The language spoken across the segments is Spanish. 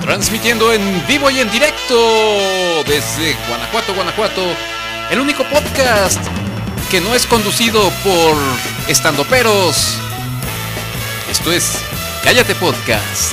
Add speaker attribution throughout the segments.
Speaker 1: Transmitiendo en vivo y en directo desde Guanajuato, Guanajuato. El único podcast que no es conducido por estandoperos. Esto es Cállate Podcast.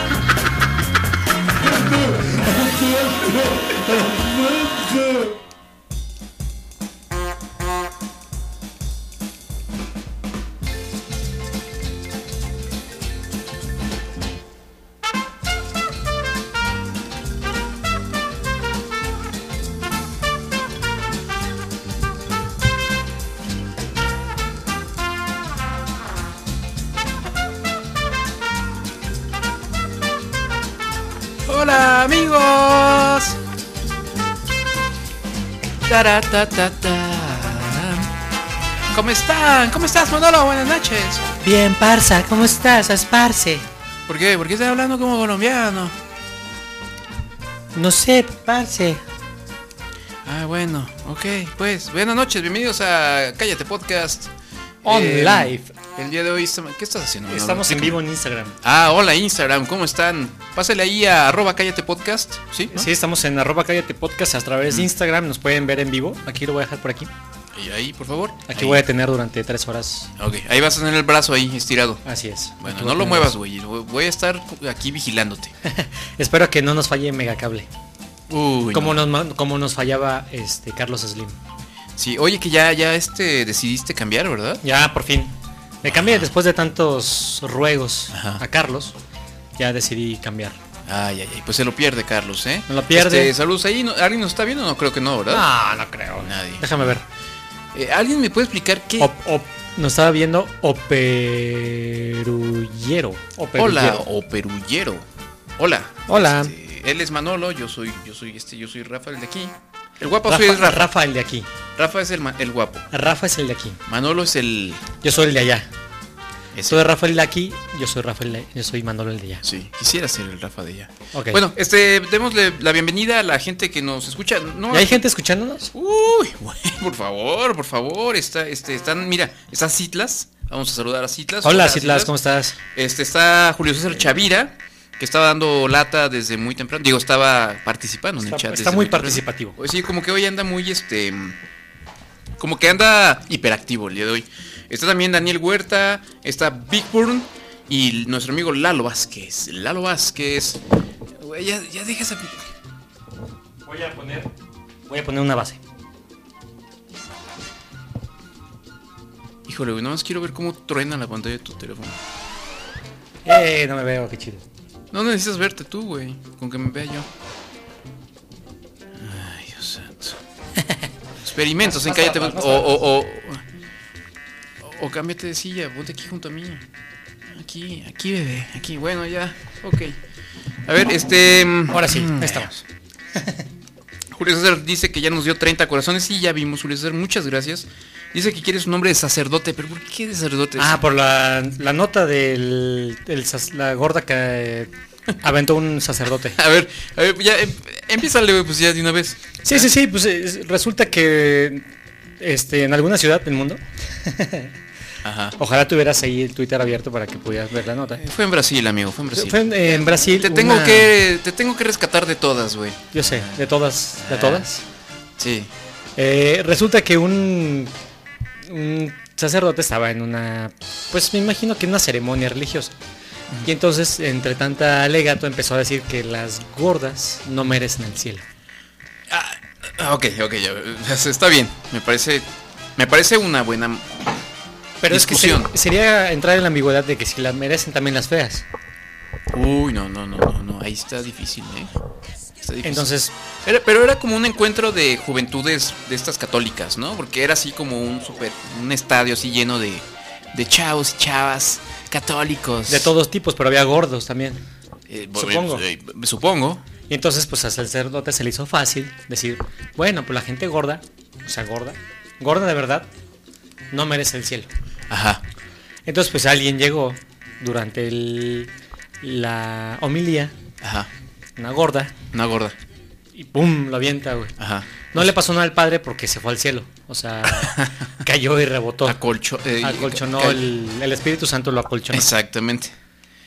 Speaker 1: Hola amigos. Taratatatán. ¿Cómo están? ¿Cómo estás, Manolo? Buenas noches.
Speaker 2: Bien, Parza, ¿cómo estás? Asparse.
Speaker 1: ¿Por qué? ¿Por qué estás hablando como colombiano?
Speaker 2: No sé, Parce.
Speaker 1: Ah, bueno, ok, pues buenas noches, bienvenidos a Cállate Podcast.
Speaker 2: On
Speaker 1: Eh,
Speaker 2: live.
Speaker 1: El día de hoy, estamos- ¿qué estás haciendo? Manolo?
Speaker 2: Estamos en vivo en Instagram.
Speaker 1: Ah, hola Instagram, ¿cómo están? Pásale ahí a arroba cállate podcast, ¿sí? no? Mm.
Speaker 2: Sí, estamos en arroba cállate podcast a través de Instagram. Nos pueden ver en vivo. Aquí lo voy a dejar por aquí.
Speaker 1: Y ahí, por favor.
Speaker 2: Aquí
Speaker 1: Ahí.
Speaker 2: voy a tener durante tres horas.
Speaker 1: Ok, ahí vas a tener el brazo ahí estirado.
Speaker 2: Así es.
Speaker 1: Bueno,
Speaker 2: Aquí voy
Speaker 1: no lo
Speaker 2: a tener-
Speaker 1: muevas, güey. Voy a estar aquí vigilándote.
Speaker 2: Espero que no nos falle Megacable.
Speaker 1: Uy.
Speaker 2: como,
Speaker 1: no.
Speaker 2: nos, ma- como nos fallaba este Carlos Slim.
Speaker 1: Sí, oye que ya, ya este decidiste cambiar, ¿verdad?
Speaker 2: Ya, por fin. Me cambié después de tantos ruegos
Speaker 1: Ajá.
Speaker 2: a Carlos. Ya decidí cambiar.
Speaker 1: Ay, ay, ay. Pues se lo pierde, Carlos, ¿eh?
Speaker 2: Se lo pierde. Ah.
Speaker 1: Este, saludos ahí. ¿no? ¿Alguien nos está viendo? No creo que no, ¿verdad?
Speaker 2: No, no creo.
Speaker 1: Nadie.
Speaker 2: Déjame ver.
Speaker 1: Eh, ¿Alguien me puede explicar qué?
Speaker 2: Op- op- nos estaba viendo Operullero. Operullero.
Speaker 1: Hola, o perullero. Hola.
Speaker 2: Hola.
Speaker 1: Este, él es Manolo, yo soy, yo soy este, yo soy Rafa el de aquí. El guapo
Speaker 2: Pues Rafa,
Speaker 1: soy el Rafa.
Speaker 2: Rafa, el de aquí.
Speaker 1: Rafa es el, ma- el guapo.
Speaker 2: Rafa es el de aquí.
Speaker 1: Manolo es el.
Speaker 2: Yo soy el de allá.
Speaker 1: es
Speaker 2: Soy
Speaker 1: el-
Speaker 2: Rafa el de aquí. Yo soy Rafael. de- Yo soy Manolo el de allá.
Speaker 1: sí, quisiera ser el Rafa de allá.
Speaker 2: Ok.
Speaker 1: Bueno, este, démosle la bienvenida a la gente que nos escucha. No,
Speaker 2: ¿Y hay gente escuchándonos?
Speaker 1: Uy, güey, por favor, por favor. Está, este, están, mira, está Citlas. Vamos a saludar a Citlas.
Speaker 2: Hola, Citlas, ¿cómo estás?
Speaker 1: Este está Julio César Chavira, que estaba dando lata desde muy temprano. Digo, estaba participando en
Speaker 2: Está-
Speaker 1: el chat.
Speaker 2: está
Speaker 1: desde
Speaker 2: muy
Speaker 1: temprano.
Speaker 2: participativo.
Speaker 1: Pues Sí, como que hoy anda muy este. Como que anda hiperactivo el día de hoy. Está también Daniel Huerta, está Big Burn y nuestro amigo Lalo Vázquez. Lalo Vázquez. Güey, ya, ya deja esa.
Speaker 2: Voy a poner. Voy a poner una base.
Speaker 1: Híjole, güey, nada más quiero ver cómo truena la pantalla de tu teléfono.
Speaker 2: Eh, no me veo, qué chido.
Speaker 1: No necesitas verte tú, güey. Con que me vea yo. Ay, Dios santo. Experimentos en
Speaker 2: Más para
Speaker 1: cállate.
Speaker 2: atrás, más
Speaker 1: O, o, o, o cámbiate de silla, ponte aquí junto a mí. Aquí, aquí, bebé. Aquí, bueno, ya. Ok. A ver, este. mm,
Speaker 2: Ahora sí,
Speaker 1: mm,
Speaker 2: ahí estamos.
Speaker 1: Julio César dice que ya nos dio 30 corazones. Sí, ya vimos, Julio César. Muchas gracias. Dice que quieres un nombre de sacerdote. ¿Pero por qué de sacerdote?
Speaker 2: Ah, por la, la nota del, del sas- la gorda que aventó un sacerdote.
Speaker 1: A ver, a ver, ya. em- Empiézale, güey, pues ya de una vez.
Speaker 2: Sí, sí, sí, pues es- resulta que este, en alguna ciudad del mundo,
Speaker 1: Ajá.
Speaker 2: ojalá tuvieras ahí el Twitter abierto para que pudieras ver la nota.
Speaker 1: Eh, Fue en Brasil, amigo, fue en Brasil.
Speaker 2: Fue en, en Brasil.
Speaker 1: Te tengo
Speaker 2: una-
Speaker 1: que te tengo que rescatar de todas, güey.
Speaker 2: Yo sé, de todas, de todas.
Speaker 1: Sí.
Speaker 2: Eh, resulta que un, un sacerdote estaba en una, pues me imagino que en una ceremonia religiosa. Y entonces, entre tanta alegato, empezó a decir que las gordas no merecen el cielo.
Speaker 1: Ah, ok, ok, ya, está bien. Me parece me parece una buena
Speaker 2: Pero es que
Speaker 1: Discusión.
Speaker 2: se- sería entrar en la ambigüedad de que si la merecen también las feas.
Speaker 1: Uy, no, no, no, no, no. Ahí está difícil, ¿eh? Está
Speaker 2: pues
Speaker 1: difícil.
Speaker 2: Entonces,
Speaker 1: Era- pero era como un encuentro de juventudes de estas católicas, ¿no? Porque era así como un super, un estadio así lleno de, de chavos y chavas católicos.
Speaker 2: de todos tipos, pero había gordos también.
Speaker 1: Eh, bo-
Speaker 2: supongo.
Speaker 1: eh, supongo.
Speaker 2: Y entonces, pues al sacerdote se le hizo fácil decir, bueno, pues la gente gorda, o sea, gorda, gorda de verdad, no merece el cielo.
Speaker 1: Ajá.
Speaker 2: Entonces, pues alguien llegó durante el- la homilía,
Speaker 1: Ajá.
Speaker 2: una gorda,
Speaker 1: Una gorda.
Speaker 2: y ¡pum! lo avienta, güey.
Speaker 1: Ajá.
Speaker 2: No le pasó nada al padre porque se fue al cielo. O sea, cayó y rebotó.
Speaker 1: Acolcho, eh,
Speaker 2: Acolchonó
Speaker 1: ca-
Speaker 2: el, el Espíritu Santo, lo acolchonó.
Speaker 1: Exactamente.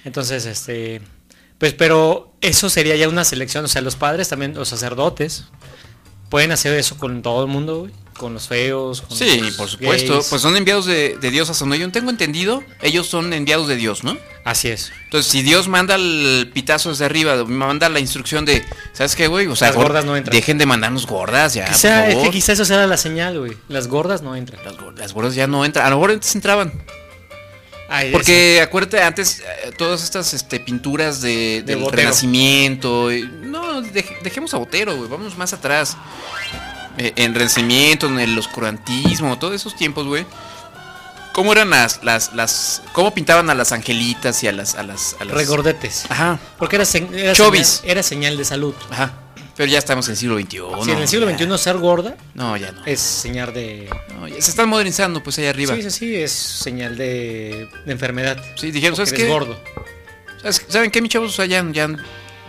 Speaker 2: Entonces, este, pues, pero eso sería ya una selección. O sea, los padres también, los sacerdotes, pueden hacer eso con todo el mundo, güey, con los feos. Con
Speaker 1: Sí,
Speaker 2: los
Speaker 1: por supuesto.
Speaker 2: gays.
Speaker 1: Pues son enviados de, de Dios a donde yo tengo entendido. Ellos son enviados de Dios, ¿no?
Speaker 2: Así es.
Speaker 1: Entonces, si Dios manda el pitazo desde arriba, manda la instrucción de, ¿sabes qué, güey? O sea,
Speaker 2: Las
Speaker 1: gor-
Speaker 2: gordas no entran.
Speaker 1: Dejen de mandarnos gordas, ya.
Speaker 2: Quizá,
Speaker 1: por
Speaker 2: es que
Speaker 1: favor.
Speaker 2: quizá eso sea la señal, güey. Las gordas no entran.
Speaker 1: Las, gor- las gordas ya no entran. A lo mejor antes entraban.
Speaker 2: Ay,
Speaker 1: Porque acuérdate, antes eh, todas estas este, pinturas de, del
Speaker 2: Botero.
Speaker 1: Renacimiento. eh, no, dej- dejemos a Botero, güey. Vamos más atrás. Eh, en Renacimiento, en el oscurantismo, todos esos tiempos, güey. ¿Cómo eran las, las, las. ¿Cómo pintaban a las angelitas y a las. A las, a
Speaker 2: ese-
Speaker 1: las-
Speaker 2: Regordetes.
Speaker 1: Ajá,
Speaker 2: Porque era, se- era
Speaker 1: Chovis.
Speaker 2: señal, era señal de salud.
Speaker 1: ajá. Pero ya estamos en el siglo XXI.
Speaker 2: si en el siglo
Speaker 1: Oh, ya.
Speaker 2: XXI ser gorda
Speaker 1: No, ya no.
Speaker 2: es señal de...
Speaker 1: No, ya se están modernizando, pues allá arriba.
Speaker 2: Sí, sí, sí, es señal de, de enfermedad.
Speaker 1: Sí, dijeron,
Speaker 2: Porque
Speaker 1: ¿sabes
Speaker 2: eres
Speaker 1: qué?
Speaker 2: gordo.
Speaker 1: ¿Sabes- ¿Saben qué, mis chavos? O sea, ya, ya,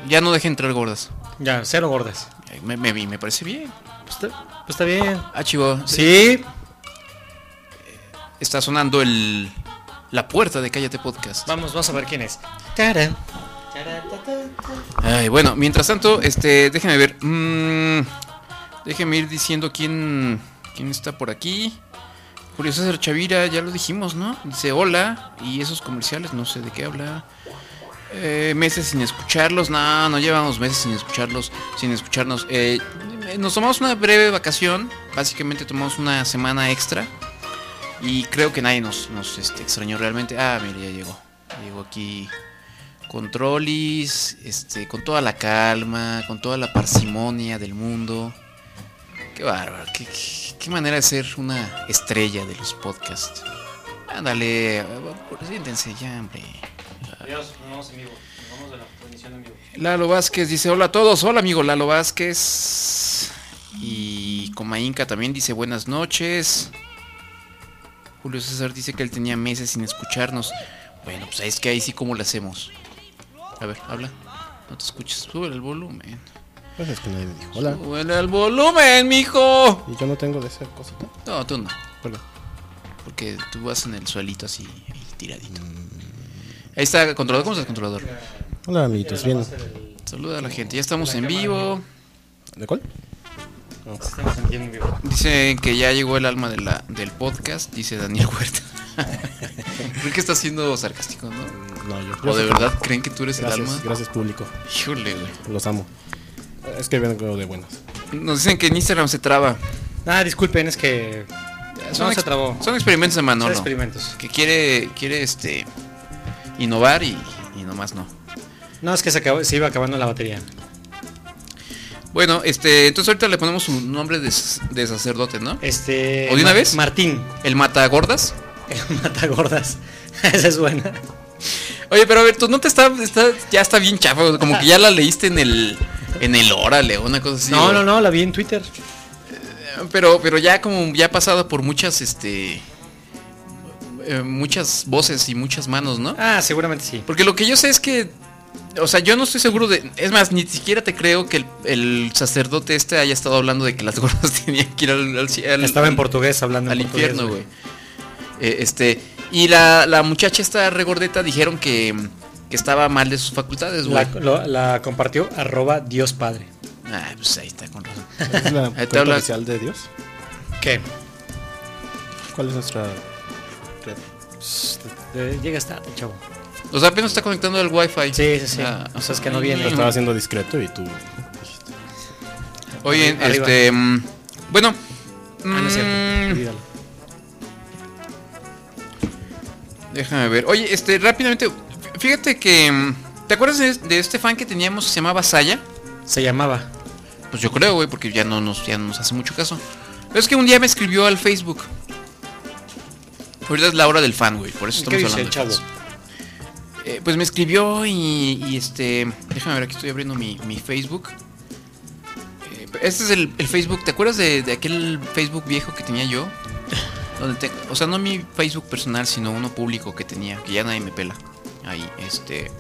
Speaker 1: ya no dejen entrar gordas.
Speaker 2: Ya, cero gordas.
Speaker 1: Eh, Me, me, me parece bien.
Speaker 2: Pues está, pues está bien.
Speaker 1: Ah, chivo.
Speaker 2: Sí,
Speaker 1: Está sonando el la puerta de Cállate Podcast.
Speaker 2: vamos, vamos a ver quién es. Tarán.
Speaker 1: Ay, bueno, mientras tanto, este, déjenme ver. Mm, déjenme ir diciendo quién quién está por aquí. Julio César Chavira, ya lo dijimos, ¿no? Dice hola y esos comerciales, no sé de qué habla. Eh, meses sin escucharlos, no, no llevamos meses sin escucharlos, sin escucharnos. Eh, nos tomamos una breve vacación, básicamente tomamos una semana extra y creo que nadie nos, nos este, extrañó realmente. Ah, mira, ya llegó, llegó aquí Controlis, este, con toda la calma, con toda la parsimonia del mundo. Qué bárbaro, qué, qué- qué manera de ser una estrella de los podcasts. Ándale, siéntense ya, hombre.
Speaker 2: Adiós, nos vamos en vivo. Nos vamos de la transmisión en vivo.
Speaker 1: Lalo Vázquez dice, hola a todos, hola amigo Lalo Vázquez. Y Coma Inca también dice buenas noches. Julio César dice que él tenía meses sin escucharnos. Bueno, pues ahí es que ahí sí cómo lo hacemos. A ver, habla. No te escuches, sube el volumen.
Speaker 3: Pues es que nadie me dijo. Hola.
Speaker 1: Sube el volumen, mijo.
Speaker 3: Y yo no tengo de esa cosita.
Speaker 1: No, tú no,
Speaker 3: Hola.
Speaker 1: porque tú vas en el suelito así, ahí tiradito.
Speaker 2: Mm.
Speaker 1: Ahí está, controlador, ¿cómo estás, controlador?
Speaker 3: Hola, amiguitos. Bien.
Speaker 1: Saluda a la gente, ya estamos en vivo.
Speaker 3: ¿De cuál?
Speaker 2: Estamos en en vivo.
Speaker 1: Dicen que ya llegó el alma de la, del podcast, dice Daniel Huerta. Creo que está siendo sarcástico, ¿no?
Speaker 3: Mm, No, yo.
Speaker 1: ¿O Oh, de verdad creen que tú eres el
Speaker 3: Gracias,
Speaker 1: alma?
Speaker 3: gracias, público.
Speaker 1: Híjole, güey.
Speaker 3: Los amo. Es que vengo de buenas.
Speaker 1: Nos dicen que en Instagram se traba.
Speaker 2: Nada, disculpen, es que
Speaker 1: Son,
Speaker 2: no se
Speaker 1: ex-
Speaker 2: trabó.
Speaker 1: son experimentos de
Speaker 2: Son
Speaker 1: Manolo.
Speaker 2: experimentos.
Speaker 1: Que quiere, quiere este innovar y, y nomás no.
Speaker 2: No, es que se, acabó- se iba acabando la batería.
Speaker 1: Bueno, este, entonces ahorita le ponemos un nombre de, s- de sacerdote, ¿no?
Speaker 2: Este.
Speaker 1: ¿O de una
Speaker 2: Ma-
Speaker 1: vez?
Speaker 2: Martín,
Speaker 1: El matagordas.
Speaker 2: el matagordas. Esa es buena.
Speaker 1: Oye, pero a ver, tú no te está, está- ya está bien chafa, como que ya la leíste en el en el órale, una cosa así.
Speaker 2: no,
Speaker 1: o-
Speaker 2: no, no, la vi en Twitter.
Speaker 1: Pero, pero ya como ya ha pasado por muchas, este, eh, muchas voces y muchas manos, ¿no?
Speaker 2: Ah, seguramente sí.
Speaker 1: Porque lo que yo sé es que, o sea, yo no estoy seguro de, es más, ni siquiera te creo que el, el sacerdote este haya estado hablando de que las gordas tenían que ir al, al, ci- al-
Speaker 2: Estaba en portugués hablando en
Speaker 1: al
Speaker 2: portugués,
Speaker 1: infierno, güey. Eh, este, y la, la muchacha esta regordeta dijeron que, que estaba mal de sus facultades,
Speaker 2: La,
Speaker 1: güey.
Speaker 2: lo- la compartió arroba Dios Padre.
Speaker 1: Ah, pues ahí está con razón.
Speaker 3: ¿Es la
Speaker 1: te
Speaker 3: cuenta
Speaker 1: habla-
Speaker 3: oficial de Dios?
Speaker 2: ¿Qué?
Speaker 3: ¿Cuál es nuestra red?
Speaker 2: Llegas tarde, chavo.
Speaker 1: O sea, apenas está conectando al wifi.
Speaker 2: Sí, sí, sí.
Speaker 1: Ah,
Speaker 2: o sea, es que no viene.
Speaker 3: Lo estaba haciendo discreto y tú dijiste.
Speaker 1: Oye,
Speaker 2: Arriba.
Speaker 1: este. mm, Bueno.
Speaker 2: Ah, no es
Speaker 1: mm,
Speaker 2: cierto. olvídalo.
Speaker 1: déjame ver. Oye, este, rápidamente. Fíjate que. mm, ¿Te acuerdas de, de este fan que teníamos que se llamaba Saya?
Speaker 2: Se llamaba.
Speaker 1: Pues yo creo, güey, porque ya no nos, ya no nos hace mucho caso. Pero es que un día me escribió al Facebook. Ahorita es la hora del fan, güey, por eso
Speaker 2: ¿Qué
Speaker 1: Pues estamos
Speaker 2: dice el
Speaker 1: hablando.
Speaker 2: chavo?
Speaker 1: de fans. Eh, pues me escribió y, y, este. Déjame ver, aquí estoy abriendo mi, mi Facebook. Eh, Este es el, el Facebook. ¿Te acuerdas de, de aquel Facebook viejo que tenía yo? Donde te- o sea, no mi Facebook personal, sino uno público que tenía, que ya nadie me pela. Ahí, este.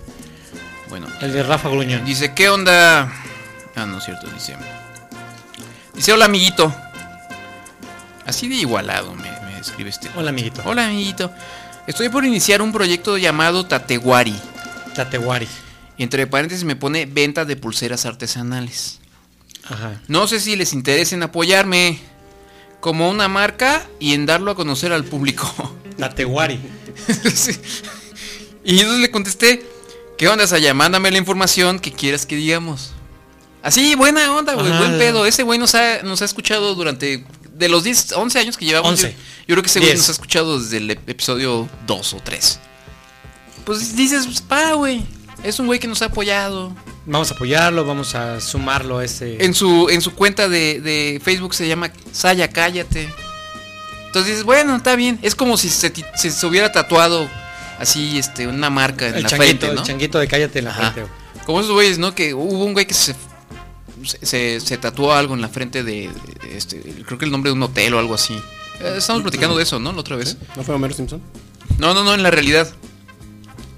Speaker 1: Bueno,
Speaker 2: El de Rafa Gruñón.
Speaker 1: Dice, ¿qué onda? Ah, no es cierto, dice. Dice, hola amiguito. Así de igualado me, me escribe este.
Speaker 2: Hola, amiguito.
Speaker 1: Hola amiguito. Estoy por iniciar un proyecto llamado Tatewari.
Speaker 2: Tateguari.
Speaker 1: Y entre paréntesis me pone venta de pulseras artesanales.
Speaker 2: Ajá.
Speaker 1: No sé si les interesa en apoyarme como una marca y en darlo a conocer al público.
Speaker 2: Tateguari.
Speaker 1: Sí. Y entonces le contesté, ¿qué onda, Saya? Mándame la información que quieras que digamos. Así, buena onda, güey,
Speaker 2: Ajá.
Speaker 1: buen pedo. Ese güey nos ha, nos ha escuchado durante, de los 10, 11 años que llevamos.
Speaker 2: Once.
Speaker 1: Yo, yo creo que ese güey
Speaker 2: Diez.
Speaker 1: nos ha escuchado desde el ep- episodio 2 o 3. Pues dices, pues, pa, güey. Es un güey que nos ha apoyado.
Speaker 2: Vamos a apoyarlo, vamos a sumarlo a ese.
Speaker 1: En su, en su cuenta de, de Facebook se llama Saya Cállate. Entonces dices, bueno, está bien. Es como si se, ti- si se hubiera tatuado así este, una marca en
Speaker 2: el
Speaker 1: la
Speaker 2: changuito,
Speaker 1: frente, ¿no?
Speaker 2: el changuito de cállate en la
Speaker 1: Ajá.
Speaker 2: frente. güey.
Speaker 1: Como esos güeyes, ¿no? Que hubo un güey que se, se, se- se tatuó algo en la frente de, de este, creo que el nombre de un hotel o algo así. Eh, Estamos platicando de eso, ¿no? La otra vez.
Speaker 3: ¿No fue Homero Simpson?
Speaker 1: No, no, no, en la realidad.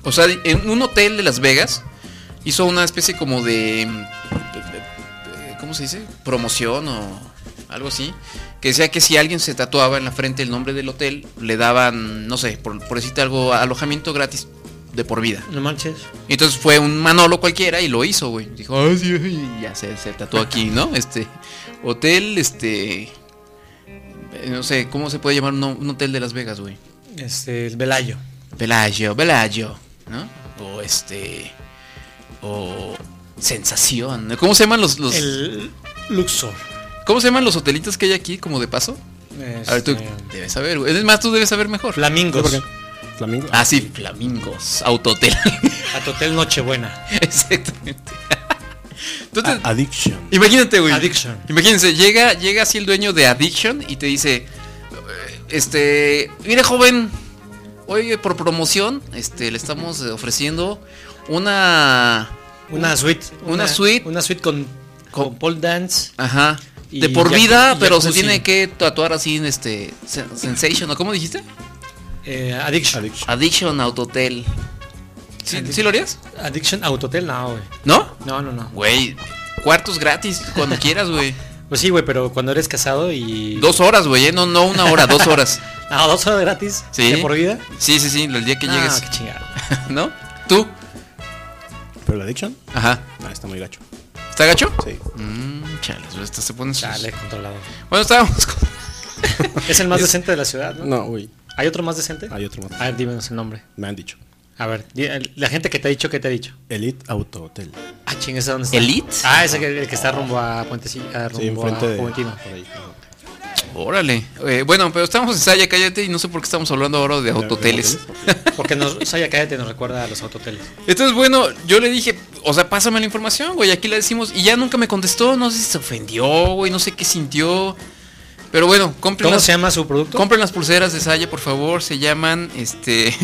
Speaker 1: O sea, en un hotel de Las Vegas hizo una especie como de. mm, ¿Cómo se dice? Promoción o algo así. Que decía que si alguien se tatuaba en la frente el nombre del hotel, le daban, no sé, por, por decirte algo, alojamiento gratis de por vida.
Speaker 2: No manches.
Speaker 1: Y entonces fue un Manolo cualquiera y lo hizo, güey. Dijo, ah, sí, ay", y ya se, se tatuó aquí, ¿no? Este, hotel, este. No sé, ¿cómo se puede llamar un, un hotel de Las Vegas, güey?
Speaker 2: Este, el Velayo.
Speaker 1: Pelagio, Pelagio, ¿no? O este. O. Sensación. ¿Cómo se llaman los. los-
Speaker 2: El Luxor.
Speaker 1: ¿Cómo se llaman los hotelitos que hay aquí, como de paso? A ver, tú
Speaker 2: Este,
Speaker 1: debes saber, güey. Es más, tú debes saber mejor.
Speaker 2: Flamingos.
Speaker 3: ¿Por qué? ¿Flamingo?
Speaker 1: Ah, sí, Flamingos, Autotel.
Speaker 2: A Totel Nochebuena.
Speaker 1: Exactamente. Entonces,
Speaker 3: A- Ah, Addiction.
Speaker 1: imagínate, güey.
Speaker 2: Addiction.
Speaker 1: Imagínense, llega, llega así el dueño de Addiction y te dice, "Eh, este, mire joven, hoy por promoción, este, le estamos eh, ofreciendo una,
Speaker 2: Una suite.
Speaker 1: Una suite.
Speaker 2: Una suite con, con pole dance.
Speaker 1: ajá,
Speaker 2: Y
Speaker 1: de por
Speaker 2: ya-
Speaker 1: vida,
Speaker 2: y
Speaker 1: pero se
Speaker 2: jacuzzi.
Speaker 1: tiene que tatuar así en este, sen- Sensation, ¿o cómo dijiste?
Speaker 2: eh, addiction.
Speaker 3: Addiction.
Speaker 1: Addiction Autotel. ¿Sí,
Speaker 2: Addiction.
Speaker 1: ¿Sí lo harías?
Speaker 2: Addiction a Autotel, no, güey.
Speaker 1: ¿No?
Speaker 2: No, no, no.
Speaker 1: Güey, cuartos gratis, cuando quieras, güey.
Speaker 2: Pues sí, güey, pero cuando eres casado y.
Speaker 1: Dos horas, güey, ¿eh? no, no una hora, dos horas.
Speaker 2: Ah, dos horas gratis.
Speaker 1: Sí.
Speaker 2: De por vida.
Speaker 1: Sí, sí, sí, el día que
Speaker 2: No,
Speaker 1: llegues,
Speaker 2: qué chingado.
Speaker 1: ¿no? ¿Tú?
Speaker 3: ¿Pero la Addiction?
Speaker 1: Ajá.
Speaker 3: Ah, está muy gacho.
Speaker 1: ¿Está gacho?
Speaker 3: Sí.
Speaker 1: Mmm, chales, güey, esto se pone sus-
Speaker 2: Chale, controlado.
Speaker 1: Bueno, estábamos con-
Speaker 2: Es el más decente de la ciudad, ¿no?
Speaker 3: No, uy.
Speaker 2: ¿Hay otro más decente?
Speaker 3: Hay otro
Speaker 2: A
Speaker 3: más.
Speaker 2: ver, dímenos el nombre.
Speaker 3: Me han dicho.
Speaker 2: A ver, di- el- la gente que te ha dicho, ¿qué te ha dicho?
Speaker 3: Elite Auto Hotel.
Speaker 2: Ah, ching, ¿esa dónde está?
Speaker 1: ¿Elite?
Speaker 2: Ah, ese que, el que está rumbo a Puentecilla,
Speaker 3: Sí,
Speaker 2: rumbo
Speaker 3: enfrente
Speaker 2: a
Speaker 3: de.
Speaker 2: Juventino.
Speaker 3: por ahí.
Speaker 1: Órale. Eh, bueno, pero estamos en Saya, cállate, y no sé por qué estamos hablando ahora de autoteles.
Speaker 2: Porque nos, Saya Cállate nos recuerda a los autoteles.
Speaker 1: Entonces, bueno, yo le dije, o sea, pásame la información, güey, aquí la decimos. Y ya nunca me contestó, no sé si se ofendió, güey, no sé qué sintió. Pero bueno, compren,
Speaker 2: ¿Cómo
Speaker 1: las,
Speaker 2: se llama su producto?
Speaker 1: compren las pulseras de Saya, por favor. Se llaman, este,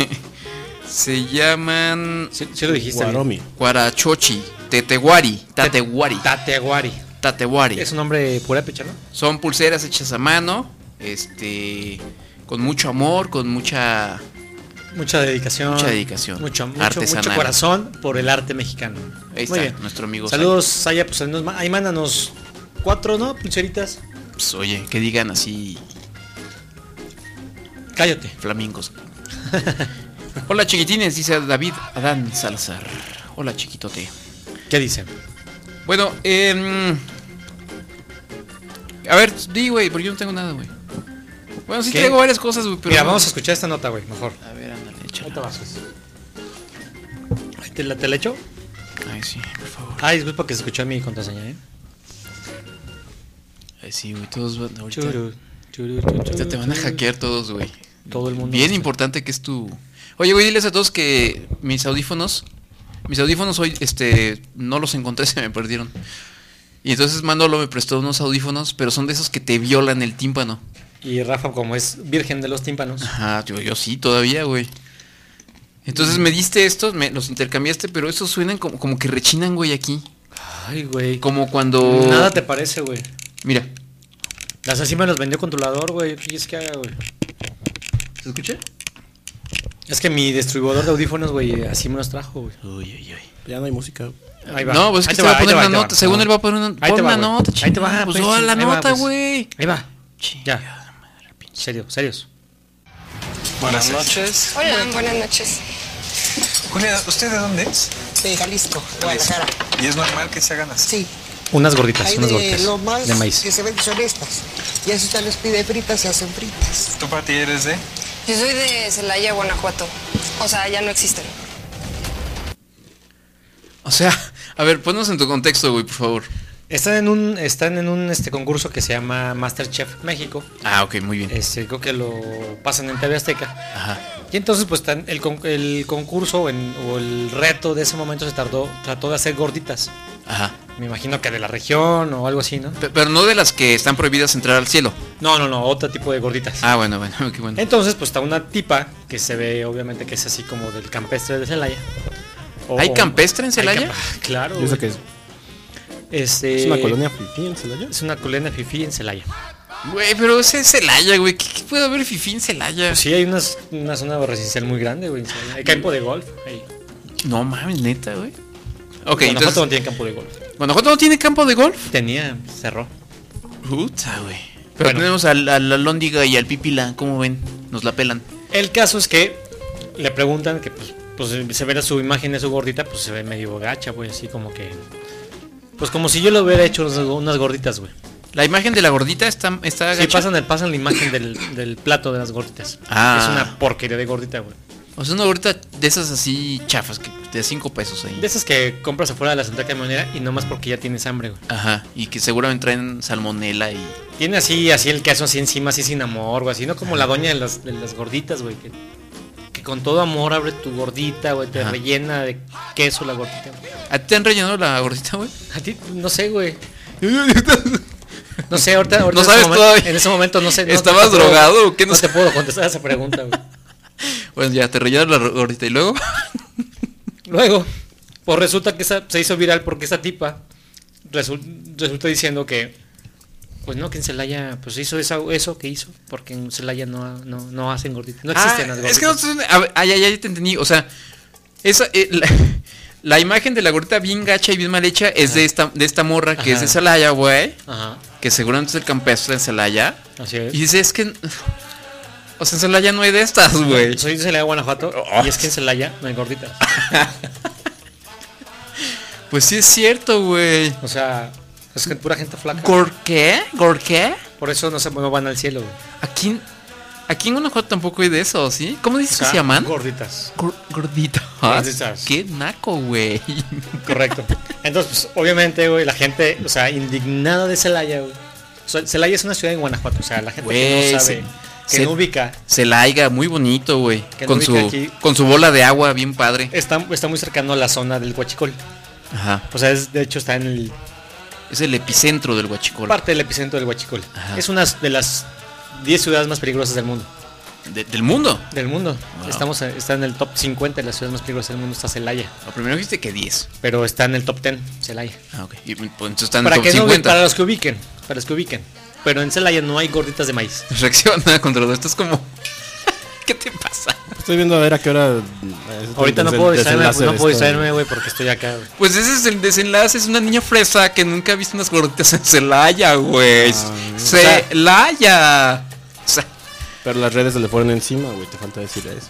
Speaker 1: se llaman
Speaker 2: Sí, sí lo dijiste. bien.
Speaker 3: Guaromi.
Speaker 1: Cuarachochi, Tetewari, Tatewari,
Speaker 2: Tateguari.
Speaker 1: Tatewari.
Speaker 2: Es un nombre purépecha, ¿no?
Speaker 1: Son pulseras hechas a mano, este, con mucho amor, con mucha,
Speaker 2: Mucha dedicación.
Speaker 1: Mucha dedicación.
Speaker 2: Mucho, mucho,
Speaker 1: Artesanal.
Speaker 2: mucho corazón por el arte mexicano.
Speaker 1: ahí
Speaker 2: Muy
Speaker 1: está,
Speaker 2: bien.
Speaker 1: nuestro amigo.
Speaker 2: Saludos, Saya. Pues ahí nos ma- ahí mándanos cuatro, ¿no? Pulseritas.
Speaker 1: Sam. Pues, oye, que digan así
Speaker 2: Cállate.
Speaker 1: flamingos. Hola chiquitines, dice David Adán Salazar. Hola chiquitote.
Speaker 2: ¿Qué dice?
Speaker 1: Bueno, em, a ver, di güey, porque yo no tengo nada, güey. Bueno, sí
Speaker 2: ¿Qué?
Speaker 1: tengo varias cosas, güey, pero
Speaker 2: Mira, vamos a escuchar esta nota, güey, mejor.
Speaker 1: a ver, ándale, échala.
Speaker 2: Ahí te vas. Ahí ¿Te la, te la echo?
Speaker 1: Ay, sí, por favor.
Speaker 2: Ay, disculpa que se escuchó mi contraseña, ¿eh?
Speaker 1: Ay, sí, güey, todos van ahorita.
Speaker 2: Churu, churu,
Speaker 1: Ahorita
Speaker 2: churu,
Speaker 1: te van a
Speaker 2: churu.
Speaker 1: hackear todos, güey.
Speaker 2: Todo el mundo.
Speaker 1: Bien importante que es tu. Oye, güey, diles a todos que mis audífonos Mis audífonos hoy, este, no los encontré, se me perdieron. Y entonces Manolo me prestó unos audífonos, pero son de esos que te violan el tímpano.
Speaker 2: Y Rafa, como es virgen de los tímpanos,
Speaker 1: Ajá, yo, yo sí, todavía, güey. Entonces me diste estos, me los intercambiaste, pero estos suenan como, como que rechinan, güey, aquí.
Speaker 2: ay, güey.
Speaker 1: Como cuando.
Speaker 2: Nada te parece, güey.
Speaker 1: Mira.
Speaker 2: Las así me los vendió controlador, güey. ¿Qué es que haga, güey?
Speaker 1: ¿Se escucha?
Speaker 2: Es que mi distribuidor de audífonos, güey, así me los trajo, güey.
Speaker 3: Uy, uy, uy. Ya no hay música.
Speaker 2: Ahí va.
Speaker 1: No, pues es que
Speaker 2: Ahí
Speaker 1: te
Speaker 2: va,
Speaker 1: va, a
Speaker 2: ahí
Speaker 1: poner
Speaker 2: va,
Speaker 1: una
Speaker 2: ahí te va.
Speaker 1: nota. Según él va a poner una,
Speaker 2: Ahí te
Speaker 1: pon
Speaker 2: va,
Speaker 1: una
Speaker 2: güey.
Speaker 1: nota,
Speaker 2: Ahí te va,
Speaker 1: chingada, Pues,
Speaker 2: pues,
Speaker 1: oh, la
Speaker 2: ahí va,
Speaker 1: nota,
Speaker 2: pues.
Speaker 1: güey.
Speaker 2: Ahí va. Ya. Serio, serios.
Speaker 4: Buenas noches.
Speaker 5: Hola, buenas noches.
Speaker 4: Julia, ¿usted de dónde es?
Speaker 6: de Jalisco, Guadalajara.
Speaker 4: ¿Y es normal que se hagan así?
Speaker 6: Sí,
Speaker 2: Unas gorditas,
Speaker 6: ahí
Speaker 2: unas
Speaker 6: de
Speaker 2: gorditas.
Speaker 6: lo más
Speaker 2: De maíz.
Speaker 6: que se ven son estas. Y eso usted les pide fritas, se hacen fritas.
Speaker 4: ¿Tú, Pati, eres de?
Speaker 5: Yo soy de Celaya, Guanajuato. O sea, ya no existen.
Speaker 1: O sea, a ver, ponnos en tu contexto, güey, por favor.
Speaker 2: Están en un, están en un este concurso que se llama Masterchef México.
Speaker 1: Ah, ok, muy bien.
Speaker 2: Este, creo que lo pasan en TV Azteca.
Speaker 1: Ajá.
Speaker 2: Y entonces, pues, tan- el, con- el concurso en- o el reto de ese momento se tardó, trató de hacer gorditas.
Speaker 1: Ajá.
Speaker 2: Me imagino que de la región o algo así, ¿no?
Speaker 1: Pe- Pero no de las que están prohibidas entrar al cielo.
Speaker 2: No, no, no, otro tipo de gorditas.
Speaker 1: Ah, bueno, bueno, qué bueno.
Speaker 2: Entonces, pues está una tipa que se ve, obviamente, que es así como del campestre de Celaya. O-
Speaker 1: ¿Hay
Speaker 2: o-
Speaker 1: campestre en
Speaker 2: hay
Speaker 1: Celaya?
Speaker 2: camp- Ah, Claro.
Speaker 3: ¿Y eso
Speaker 2: güey.
Speaker 3: qué es?
Speaker 2: Este,
Speaker 3: ¿Es una colonia fifí en Celaya?
Speaker 2: Es una colonia fifí en Celaya.
Speaker 1: Güey, pero ese es Celaya, güey. ¿Qué, qué puede haber fifí en Celaya?
Speaker 2: Pues sí, hay unas- una zona residencial muy grande, güey. en Celaya. Hay campo de golf. ahí.
Speaker 1: No mames, neta, güey. Ok,
Speaker 2: Guanajuato no
Speaker 1: entonces.
Speaker 2: tiene campo de golf.
Speaker 1: ¿Guanajuato no tiene campo de golf?
Speaker 2: Tenía, cerró.
Speaker 1: Puta, güey. Pero
Speaker 2: Bueno.
Speaker 1: tenemos al, al Alhóndiga y al Pipila, ¿cómo ven? Nos la pelan.
Speaker 2: El caso es que le preguntan que pues, pues, se verá su imagen de su gordita, pues se ve medio gacha, güey, así como que... Pues como si yo le hubiera hecho unas- unas gorditas, güey.
Speaker 1: La imagen de la gordita está, está
Speaker 2: Sí,
Speaker 1: gacha.
Speaker 2: pasan, el- pasan la imagen del, del plato de las gorditas.
Speaker 1: Ah.
Speaker 2: Es una porquería de gordita, güey.
Speaker 1: O sea, una gordita de esas así chafas, que, de 5 pesos ahí.
Speaker 2: De esas que compras afuera de la central camionera y nomás porque ya tienes hambre, güey.
Speaker 1: Ajá, y que seguramente traen salmonela y...
Speaker 2: Tiene así, así el queso así encima, así sin amor, güey, así, ¿no? Como la doña de las, de las gorditas, güey, que, que con todo amor abre tu gordita, güey, te
Speaker 1: Ajá.
Speaker 2: rellena de queso la gordita. güey.
Speaker 1: ¿A ti te han rellenado la gordita, güey?
Speaker 2: A ti, no sé, güey. No sé, ahorita, ahorita
Speaker 1: No
Speaker 2: en
Speaker 1: sabes
Speaker 2: ese momen-
Speaker 1: todavía.
Speaker 2: En ese momento no sé. no-
Speaker 1: ¿Estabas
Speaker 2: no te puedo-
Speaker 1: drogado o qué? No
Speaker 2: No,
Speaker 1: sé.
Speaker 2: te puedo contestar esa pregunta, güey.
Speaker 1: bueno, ya, te rellenaron la gordita y luego...
Speaker 2: Luego, pues resulta que esa- se hizo viral porque esa tipa resul- resulta diciendo que, pues no, que en Celaya, pues hizo esa- eso que hizo, porque en Celaya no, ha- no, no hacen gorditas, no existen
Speaker 1: Ah,
Speaker 2: las
Speaker 1: es
Speaker 2: gorditas.
Speaker 1: que no... sé- a ver, Ah, ya, ya, ya te entendí. O sea, esa, eh, la, la imagen de la gordita bien gacha y bien mal hecha es de esta, de esta morra que es de
Speaker 2: Ajá.
Speaker 1: Celaya, güey.
Speaker 2: Ajá,
Speaker 1: Que seguramente es el campestre de Celaya.
Speaker 2: así es.
Speaker 1: Y dice, es que... O sea, en Celaya no hay de estas, güey.
Speaker 2: Soy de Celaya, Guanajuato, y es que en Celaya no hay gorditas.
Speaker 1: Pues sí es cierto, güey.
Speaker 2: O sea, es que pura gente flaca.
Speaker 1: ¿Por qué? ¿Por qué?
Speaker 2: Por eso no, se, no van al cielo, güey.
Speaker 1: Aquí, en- aquí en Guanajuato tampoco hay de eso, ¿sí? ¿Cómo dices
Speaker 2: O
Speaker 1: que
Speaker 2: sea,
Speaker 1: se llaman?
Speaker 2: Gorditas.
Speaker 1: Gor- Gorditas.
Speaker 2: Gorditas.
Speaker 1: Ah, Qué naco, güey.
Speaker 2: Correcto. Entonces, pues, obviamente, güey, la gente, o sea, indignada de Celaya, güey. O sea, Celaya es una ciudad en Guanajuato, o sea, la gente que
Speaker 1: Güey,
Speaker 2: no sabe,
Speaker 1: se-
Speaker 2: que
Speaker 1: se-
Speaker 2: no ubica,
Speaker 1: Se laiga, muy bonito, güey.
Speaker 2: Que no
Speaker 1: Con
Speaker 2: ubica
Speaker 1: su,
Speaker 2: aquí. Eh.
Speaker 1: con su bola de agua, bien padre.
Speaker 2: está, está muy cercano a la zona del Huachicol.
Speaker 1: Ajá.
Speaker 2: O sea, es, de hecho está en el,
Speaker 1: Es el epicentro del huachicol.
Speaker 2: parte del epicentro del Huachicol.
Speaker 1: Ajá.
Speaker 2: Es una de las 10 ciudades más peligrosas del mundo.
Speaker 1: De- del mundo.
Speaker 2: Del mundo.
Speaker 1: Wow.
Speaker 2: Estamos, en- está en el top 50 de las ciudades más peligrosas del mundo, está Celaya.
Speaker 1: Lo primero dijiste que 10.
Speaker 2: Pero está en el top 10, Celaya.
Speaker 1: Ah, ok. Y, pues, entonces están
Speaker 2: Para,
Speaker 1: con
Speaker 2: que no,
Speaker 1: 50.
Speaker 2: para los que ubiquen, para los que ubiquen. Pero en Celaya no hay gorditas de maíz.
Speaker 1: Reacciona contra todo esto. Es como... ¿Qué te pasa?
Speaker 3: Estoy viendo a ver a qué hora. eh,
Speaker 2: Ahorita no puedo distraerme, pues,
Speaker 3: desenlace
Speaker 2: no
Speaker 3: de
Speaker 2: puedo
Speaker 3: esto.
Speaker 2: distraerme, güey, porque estoy acá, güey.
Speaker 1: Pues ese es el desenlace, es una niña fresa que nunca ha visto unas gorditas en Celaya, güey.
Speaker 2: Ah,
Speaker 1: Celaya. O sea,
Speaker 3: Pero las redes se le fueron encima, güey. Te falta decir eso.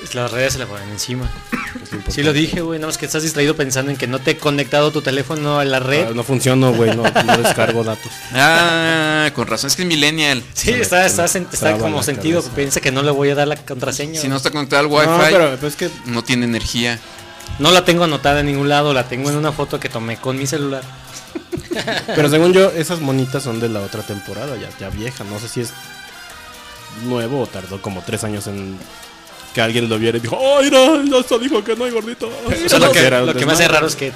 Speaker 2: pues, Las redes se la ponen encima.
Speaker 3: Es importante.
Speaker 2: Sí lo dije, güey, nada más que estás distraído pensando en que no te he conectado tu teléfono a la red.
Speaker 3: Ah, no funcionó, güey. No, no descargo datos.
Speaker 1: ah, con razón, es que es millennial.
Speaker 2: Sí,
Speaker 3: Se me-
Speaker 2: está,
Speaker 3: se
Speaker 2: está,
Speaker 3: me
Speaker 2: sen- está
Speaker 3: traba
Speaker 2: como
Speaker 3: la
Speaker 2: sentido,
Speaker 3: cabeza.
Speaker 2: piensa que no le voy a dar la contraseña.
Speaker 1: Si no
Speaker 2: güey.
Speaker 1: está conectado al wifi,
Speaker 3: No, pero, pero es que.
Speaker 1: no tiene energía.
Speaker 2: No la tengo anotada en ningún lado, la tengo en una foto que tomé con mi celular.
Speaker 3: Pero según yo, esas monitas son de la otra temporada, ya, ya vieja. No sé si es nuevo o tardó como tres años en que alguien lo viera y dijo, ¡ay, no! Ya hasta dijo que no hay gordito.
Speaker 2: O sea, lo que,
Speaker 3: Era un
Speaker 2: lo que me hace
Speaker 3: desmadre.
Speaker 2: raro es que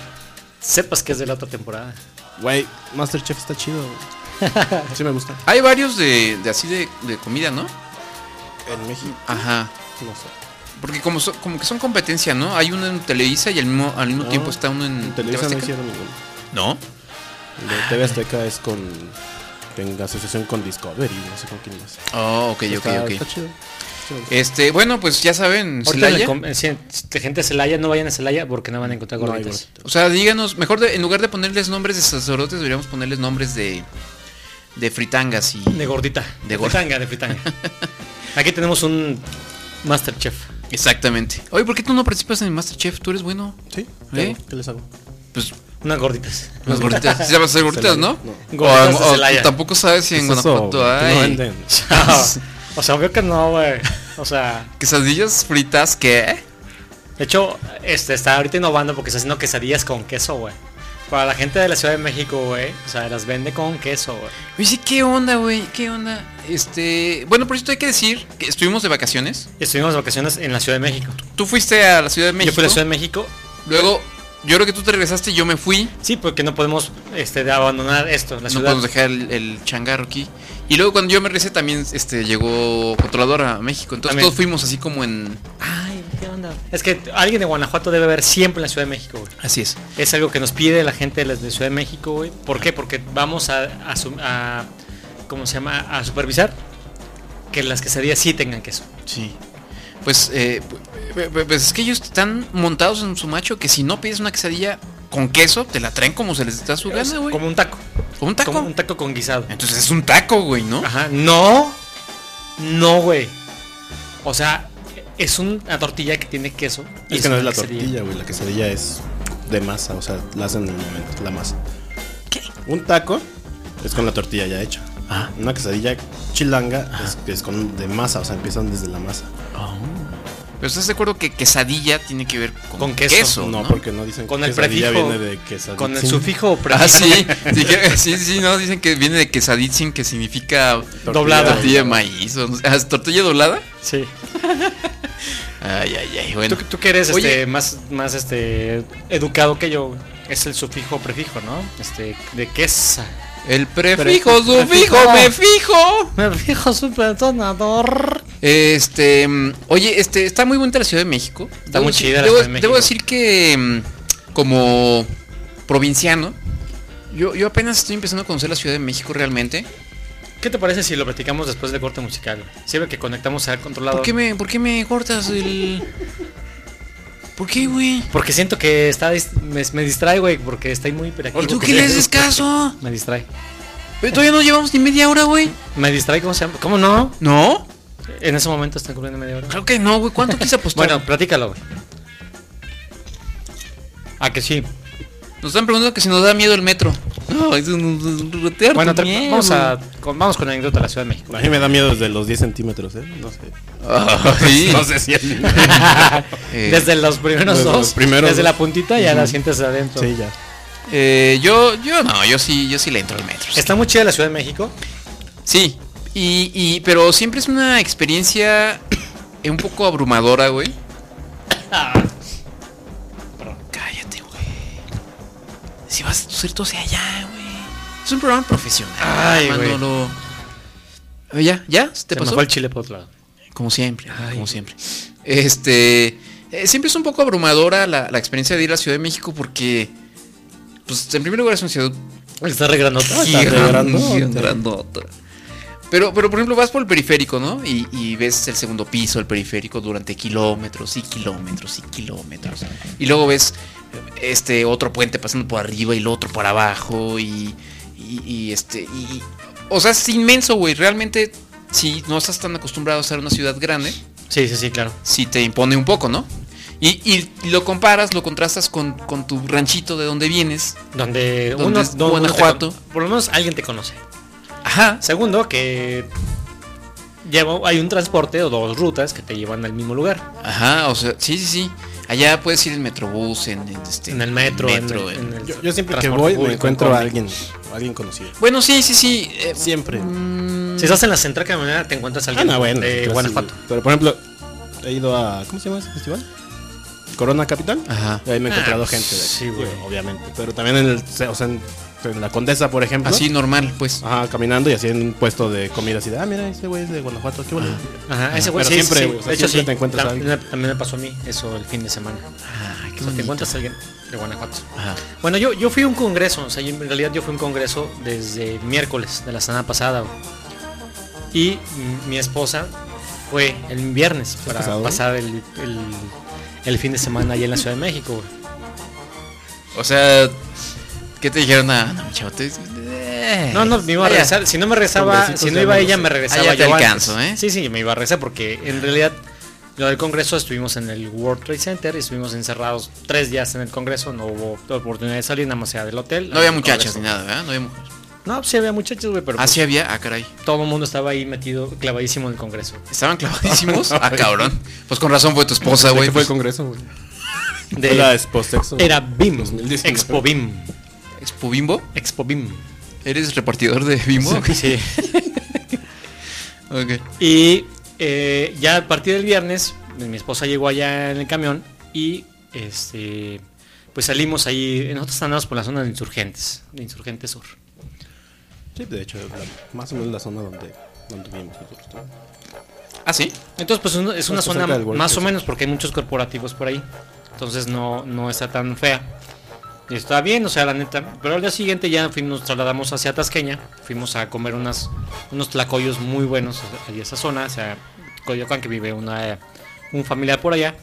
Speaker 2: sepas que es de la otra temporada.
Speaker 3: Güey, Masterchef está chido. güey. Sí me gusta.
Speaker 1: Hay varios de, de así de, de comida, ¿no?
Speaker 3: En México,
Speaker 1: Ajá.
Speaker 3: no sé.
Speaker 1: Porque como, so- como que son competencia, ¿no? Hay uno en Televisa y al mismo, al mismo
Speaker 3: No,
Speaker 1: tiempo está uno en,
Speaker 3: Ah. En Televisa no
Speaker 1: TV Azteca.
Speaker 3: hicieron ninguno.
Speaker 1: No.
Speaker 3: El de TV Azteca es con. En asociación con Discovery, no sé con quién más.
Speaker 1: Oh, ok, ok,
Speaker 3: Está- Está
Speaker 1: ok.
Speaker 3: chido. Chido.
Speaker 1: Este, bueno, pues ya saben,
Speaker 2: Ahorita en el
Speaker 1: Celaya.
Speaker 2: com- en- sí, de gente de Celaya, no vayan a Celaya porque no van a encontrar
Speaker 3: No hay
Speaker 2: gorditas.
Speaker 3: gordito.
Speaker 1: O sea, díganos, mejor de- en lugar de ponerles nombres de sacerdotes, deberíamos ponerles nombres de, de fritangas y...
Speaker 2: de gordita.
Speaker 1: De
Speaker 2: De,
Speaker 1: gor-
Speaker 2: fritanga, de fritanga. Aquí tenemos un Masterchef.
Speaker 1: Exactamente. Oye, ¿por qué tú no participas en el Masterchef? Tú eres bueno.
Speaker 3: ¿Sí?
Speaker 1: ¿Eh?
Speaker 3: ¿Qué, hago? ¿Qué les hago?
Speaker 1: Pues
Speaker 2: Unas gorditas.
Speaker 1: las gorditas. Sí sabes hacer gorditas, ¿no?
Speaker 3: No.
Speaker 2: Gorditas
Speaker 1: O-
Speaker 2: de
Speaker 1: o
Speaker 2: Celaya.
Speaker 1: tampoco sabes si en
Speaker 3: ¿Qué es Pues eso,
Speaker 1: Guanajuato
Speaker 3: güey? ¿Qué no
Speaker 1: hay
Speaker 3: venden?
Speaker 2: o sea, veo que no, güey. O sea,
Speaker 1: quesadillas fritas, ¿qué?
Speaker 2: de hecho, este está ahorita innovando porque está haciendo quesadillas con queso, güey. Para la gente de la Ciudad de México, güey. O sea, las vende con queso, güey.
Speaker 1: Oye, sí, ¿qué onda, güey? ¿Qué onda? Este, bueno, por cierto hay que decir que estuvimos de vacaciones.
Speaker 2: Estuvimos de vacaciones en la Ciudad de México.
Speaker 1: Tú fuiste a la Ciudad de México.
Speaker 2: Yo fui a la Ciudad de México.
Speaker 1: Luego, yo creo que tú te regresaste y yo me fui.
Speaker 2: Sí, porque no podemos este, de abandonar esto, la
Speaker 1: no
Speaker 2: ciudad.
Speaker 1: podemos dejar el, el changarro aquí. Y luego cuando yo me regresé también este, llegó controlador a México. Entonces
Speaker 2: También.
Speaker 1: todos fuimos así como en...
Speaker 2: Ay, ¿qué onda? Es que alguien de Guanajuato debe ver siempre en la Ciudad de México, güey.
Speaker 1: Así es.
Speaker 2: Es algo que nos pide la gente de la de Ciudad de México, güey. ¿Por qué? Porque vamos a, a su- a- ¿cómo se llama? A supervisar que las quesadillas sí tengan queso.
Speaker 1: Sí. Pues, eh, pu- pu- pues es que ellos están montados en su macho que si no pides una quesadilla con queso, te la traen como se les da su
Speaker 2: Es
Speaker 1: gana, güey.
Speaker 2: Como un taco.
Speaker 1: ¿Como un taco?
Speaker 2: Como un taco con guisado.
Speaker 1: Entonces es un taco, güey, ¿no?
Speaker 2: Ajá. No. No, güey. O sea, es una tortilla que tiene queso. y
Speaker 3: Es que no es
Speaker 2: una
Speaker 3: la
Speaker 2: quesadilla.
Speaker 3: tortilla, güey. La quesadilla es de masa, o sea, la hacen en el momento, la masa. ¿Qué? Un taco es con la tortilla ya hecha.
Speaker 1: Ah.
Speaker 3: Una quesadilla chilanga es, es con de masa, o sea, empiezan desde la masa.
Speaker 1: Pero estás de acuerdo que quesadilla tiene que ver con,
Speaker 2: Con queso.
Speaker 3: No,
Speaker 1: ¿no?
Speaker 3: porque no dicen
Speaker 2: Con el
Speaker 3: quesadilla
Speaker 2: prefijo.
Speaker 3: viene de quesadilla.
Speaker 2: Con el sufijo o
Speaker 1: Ah,
Speaker 2: prefijo.
Speaker 1: sí, sí, que- sí, sí, no, dicen que viene de quesaditzin, que significa
Speaker 2: Doblada.
Speaker 1: tortilla de maíz, o no sé, ah, ¿tortilla doblada?
Speaker 2: Sí.
Speaker 1: Ay, ay, ay, bueno.
Speaker 2: Tú, tú que eres
Speaker 1: Oye.
Speaker 2: este, más, más este, educado que yo, es el sufijo prefijo, ¿no? Este, de quesa.
Speaker 1: El prefijo,
Speaker 2: Prefijo.
Speaker 1: sufijo, me fijo.
Speaker 2: Me fijo su detonador.
Speaker 1: Este, mm, oye, este, está muy bonita la Ciudad de México.
Speaker 2: Está
Speaker 1: Debo
Speaker 2: muy
Speaker 1: decir-
Speaker 2: chida la
Speaker 1: debo,
Speaker 2: Ciudad de México.
Speaker 1: Debo decir que mm, como provinciano, yo, yo apenas estoy empezando a conocer la Ciudad de México realmente.
Speaker 2: ¿Qué te parece si lo platicamos después del corte musical? Sirve que conectamos al controlador.
Speaker 1: ¿Por qué me, por qué me cortas el...? ¿Por qué, güey?
Speaker 2: Porque siento que está dis- me, me distrae, güey, porque estoy muy hiperactivo.
Speaker 1: ¿Y tú qué le haces caso?
Speaker 2: Me distrae.
Speaker 1: Pero todavía no llevamos ni media hora, güey.
Speaker 2: Me distrae, ¿cómo se llama? ¿Cómo no?
Speaker 1: ¿No?
Speaker 2: En ese momento están cumpliendo media hora.
Speaker 1: Claro que no, güey. ¿Cuánto quise apostar?
Speaker 2: Bueno, platícalo, güey. Ah, que sí.
Speaker 1: nos están preguntando que si nos da miedo el metro. No, es un, un- un rotear
Speaker 2: Bueno, te-
Speaker 1: también.
Speaker 2: vamos, a, con, vamos con la anécdota de la Ciudad de México.
Speaker 3: A mí me da miedo desde los 10 centímetros, ¿eh? No sé.
Speaker 1: Ah, sí.
Speaker 3: No sé si es lindo.
Speaker 1: Eh,
Speaker 2: desde los primeros
Speaker 3: desde
Speaker 2: dos,
Speaker 3: los primeros
Speaker 2: desde
Speaker 3: dos.
Speaker 2: la puntita ya la sientes adentro.
Speaker 3: Sí, ya.
Speaker 1: eh, yo, yo no, yo sí, yo sí le entro al metro.
Speaker 2: Está muy chida la Ciudad de México.
Speaker 1: Sí. Y, y, pero siempre es una experiencia un poco abrumadora, güey. Cállate, güey. Si vas a toser, tose allá, güey. Es un programa profesional.
Speaker 2: Ay, güey.
Speaker 1: Manolo. Eh, Ya, ya, ¿te
Speaker 2: Se me
Speaker 1: pasó?
Speaker 2: fue el chile por otro lado.
Speaker 1: Como siempre, como siempre. Este. eh, siempre es un poco abrumadora la, la experiencia de ir a Ciudad de México porque. Pues en primer lugar es una ciudad
Speaker 2: Está re grandota.
Speaker 1: gigan-
Speaker 3: re Ah, grandota.
Speaker 1: grandota. Pero, pero por ejemplo vas por el periférico, ¿no? Y, y ves el segundo piso, el periférico, durante kilómetros y kilómetros y kilómetros. Y luego ves este otro puente pasando por arriba y el otro por abajo. Y. y- y, este. y- o sea, es inmenso, güey. Realmente, si no estás tan acostumbrado a estar en una ciudad grande
Speaker 2: Sí, sí, sí, claro.
Speaker 1: si te impone un poco, ¿no? Y, y lo comparas, lo contrastas con, con tu ranchito de donde vienes.
Speaker 2: Donde,
Speaker 1: Donde
Speaker 2: uno,
Speaker 1: es
Speaker 2: donde uno te
Speaker 1: Guanajuato.
Speaker 2: con- por lo menos alguien te conoce.
Speaker 1: Ajá.
Speaker 2: Segundo, que lleva, hay un transporte o dos rutas que te llevan al mismo lugar.
Speaker 1: Ajá, o sea, sí, sí, sí. Allá puedes ir en metrobús, en, en este,
Speaker 2: En el metro, en
Speaker 1: metro,
Speaker 2: el-
Speaker 1: en-
Speaker 2: en el
Speaker 3: Yo, yo siempre que
Speaker 2: transporte
Speaker 3: voy me
Speaker 2: público,
Speaker 3: encuentro
Speaker 2: en
Speaker 3: a
Speaker 2: combi.
Speaker 3: alguien, a alguien conocido.
Speaker 1: Bueno, sí, sí, sí. eh,
Speaker 3: Siempre.
Speaker 1: mm,
Speaker 2: Si estás en la central camionera te encuentras a
Speaker 3: Ah,
Speaker 2: alguien
Speaker 3: no, bueno.
Speaker 2: de
Speaker 3: entonces,
Speaker 2: Eh, Guanajuato.
Speaker 3: Pero por ejemplo, he ido a. ¿Cómo se llama ese festival? Corona Capital.
Speaker 1: Ajá.
Speaker 3: Y ahí me he
Speaker 2: Ah,
Speaker 3: encontrado
Speaker 2: pues,
Speaker 3: gente de
Speaker 2: sí,
Speaker 3: digo,
Speaker 2: güey.
Speaker 3: obviamente. Pero también en el. O sea, en, en la Condesa, por
Speaker 2: Ah,
Speaker 3: ejemplo.
Speaker 1: Así normal, pues.
Speaker 3: Ajá, caminando y así en un puesto de comida así de, ah, mira, ese güey es de Guanajuato, qué bonito.
Speaker 2: Ajá, ese güey
Speaker 3: Pero
Speaker 2: sí,
Speaker 3: siempre,
Speaker 2: sí,
Speaker 3: güey, o sea,
Speaker 2: de hecho,
Speaker 3: siempre
Speaker 2: sí.
Speaker 3: te encuentras a Ah,
Speaker 2: Tam- También me pasó a mí eso el fin de semana.
Speaker 1: Ay,
Speaker 2: O sea, te encuentras a alguien de Guanajuato.
Speaker 1: Ah, Ajá.
Speaker 2: Bueno, yo, yo fui a un congreso, o sea, yo- en realidad yo fui a un congreso desde miércoles de la semana pasada. güey. Y mm, mi esposa fue el viernes para
Speaker 3: pasado?
Speaker 2: pasar el, el- el fin de semana allá en la Ciudad de México. güey.
Speaker 1: O sea, ¿qué te dijeron? Ah, no, mi chavo, te- eh,
Speaker 2: No, no, me iba a
Speaker 1: allá.
Speaker 2: regresar. Si no me regresaba,
Speaker 3: Pobrecitos
Speaker 2: si no
Speaker 3: ya
Speaker 2: iba
Speaker 3: no
Speaker 2: ella,
Speaker 3: sé.
Speaker 2: me regresaba
Speaker 1: Allá te
Speaker 2: yo antes.
Speaker 1: alcanzo, ¿eh?
Speaker 2: Sí, sí, me iba a regresar porque en realidad lo del congreso estuvimos en el World Trade Center y estuvimos encerrados tres días en el congreso. No hubo oportunidad de salir, nada más era del hotel.
Speaker 1: No había
Speaker 2: al
Speaker 1: muchachas
Speaker 2: congreso.
Speaker 1: ni nada, ¿verdad? No había mujeres.
Speaker 2: No, sí había muchachos, güey, pero
Speaker 1: Ah,
Speaker 2: pues,
Speaker 1: sí había. Ah, caray.
Speaker 2: todo el mundo estaba ahí metido, clavadísimo en el Congreso.
Speaker 1: Estaban clavadísimos. Ah, cabrón. Pues con razón fue tu esposa, güey.
Speaker 3: fue
Speaker 1: Pues,
Speaker 3: el congreso, güey?
Speaker 2: De-
Speaker 3: Era Expotex, güey.
Speaker 2: era BIM,
Speaker 3: 2019.
Speaker 2: Expo BIM,
Speaker 1: ¿Expo Bimbo?
Speaker 2: Expo BIM.
Speaker 1: ¿Eres repartidor de Bimbo?
Speaker 2: Sí.
Speaker 1: Ok.
Speaker 2: Y eh, ya a partir del viernes, pues, mi esposa llegó allá en el camión y este, pues salimos ahí, nosotros andamos por la zona de Insurgentes, de Insurgentes Sur.
Speaker 3: Sí, de hecho, la- más o menos la zona donde, donde vivimos nosotros. ¿no?
Speaker 1: Ah, sí.
Speaker 2: Entonces, pues uno- es una
Speaker 3: Está
Speaker 2: zona
Speaker 3: cerca del World
Speaker 2: más o
Speaker 3: Trade
Speaker 2: menos porque hay muchos corporativos por ahí. Entonces no, no está tan fea. Y está bien, o sea, la neta. Pero al día siguiente ya fuimos, nos trasladamos hacia Tasqueña. Fuimos a comer unas, unos tlacoyos muy buenos allí en esa zona. O sea, Coyoacán que vive una, un familiar por allá.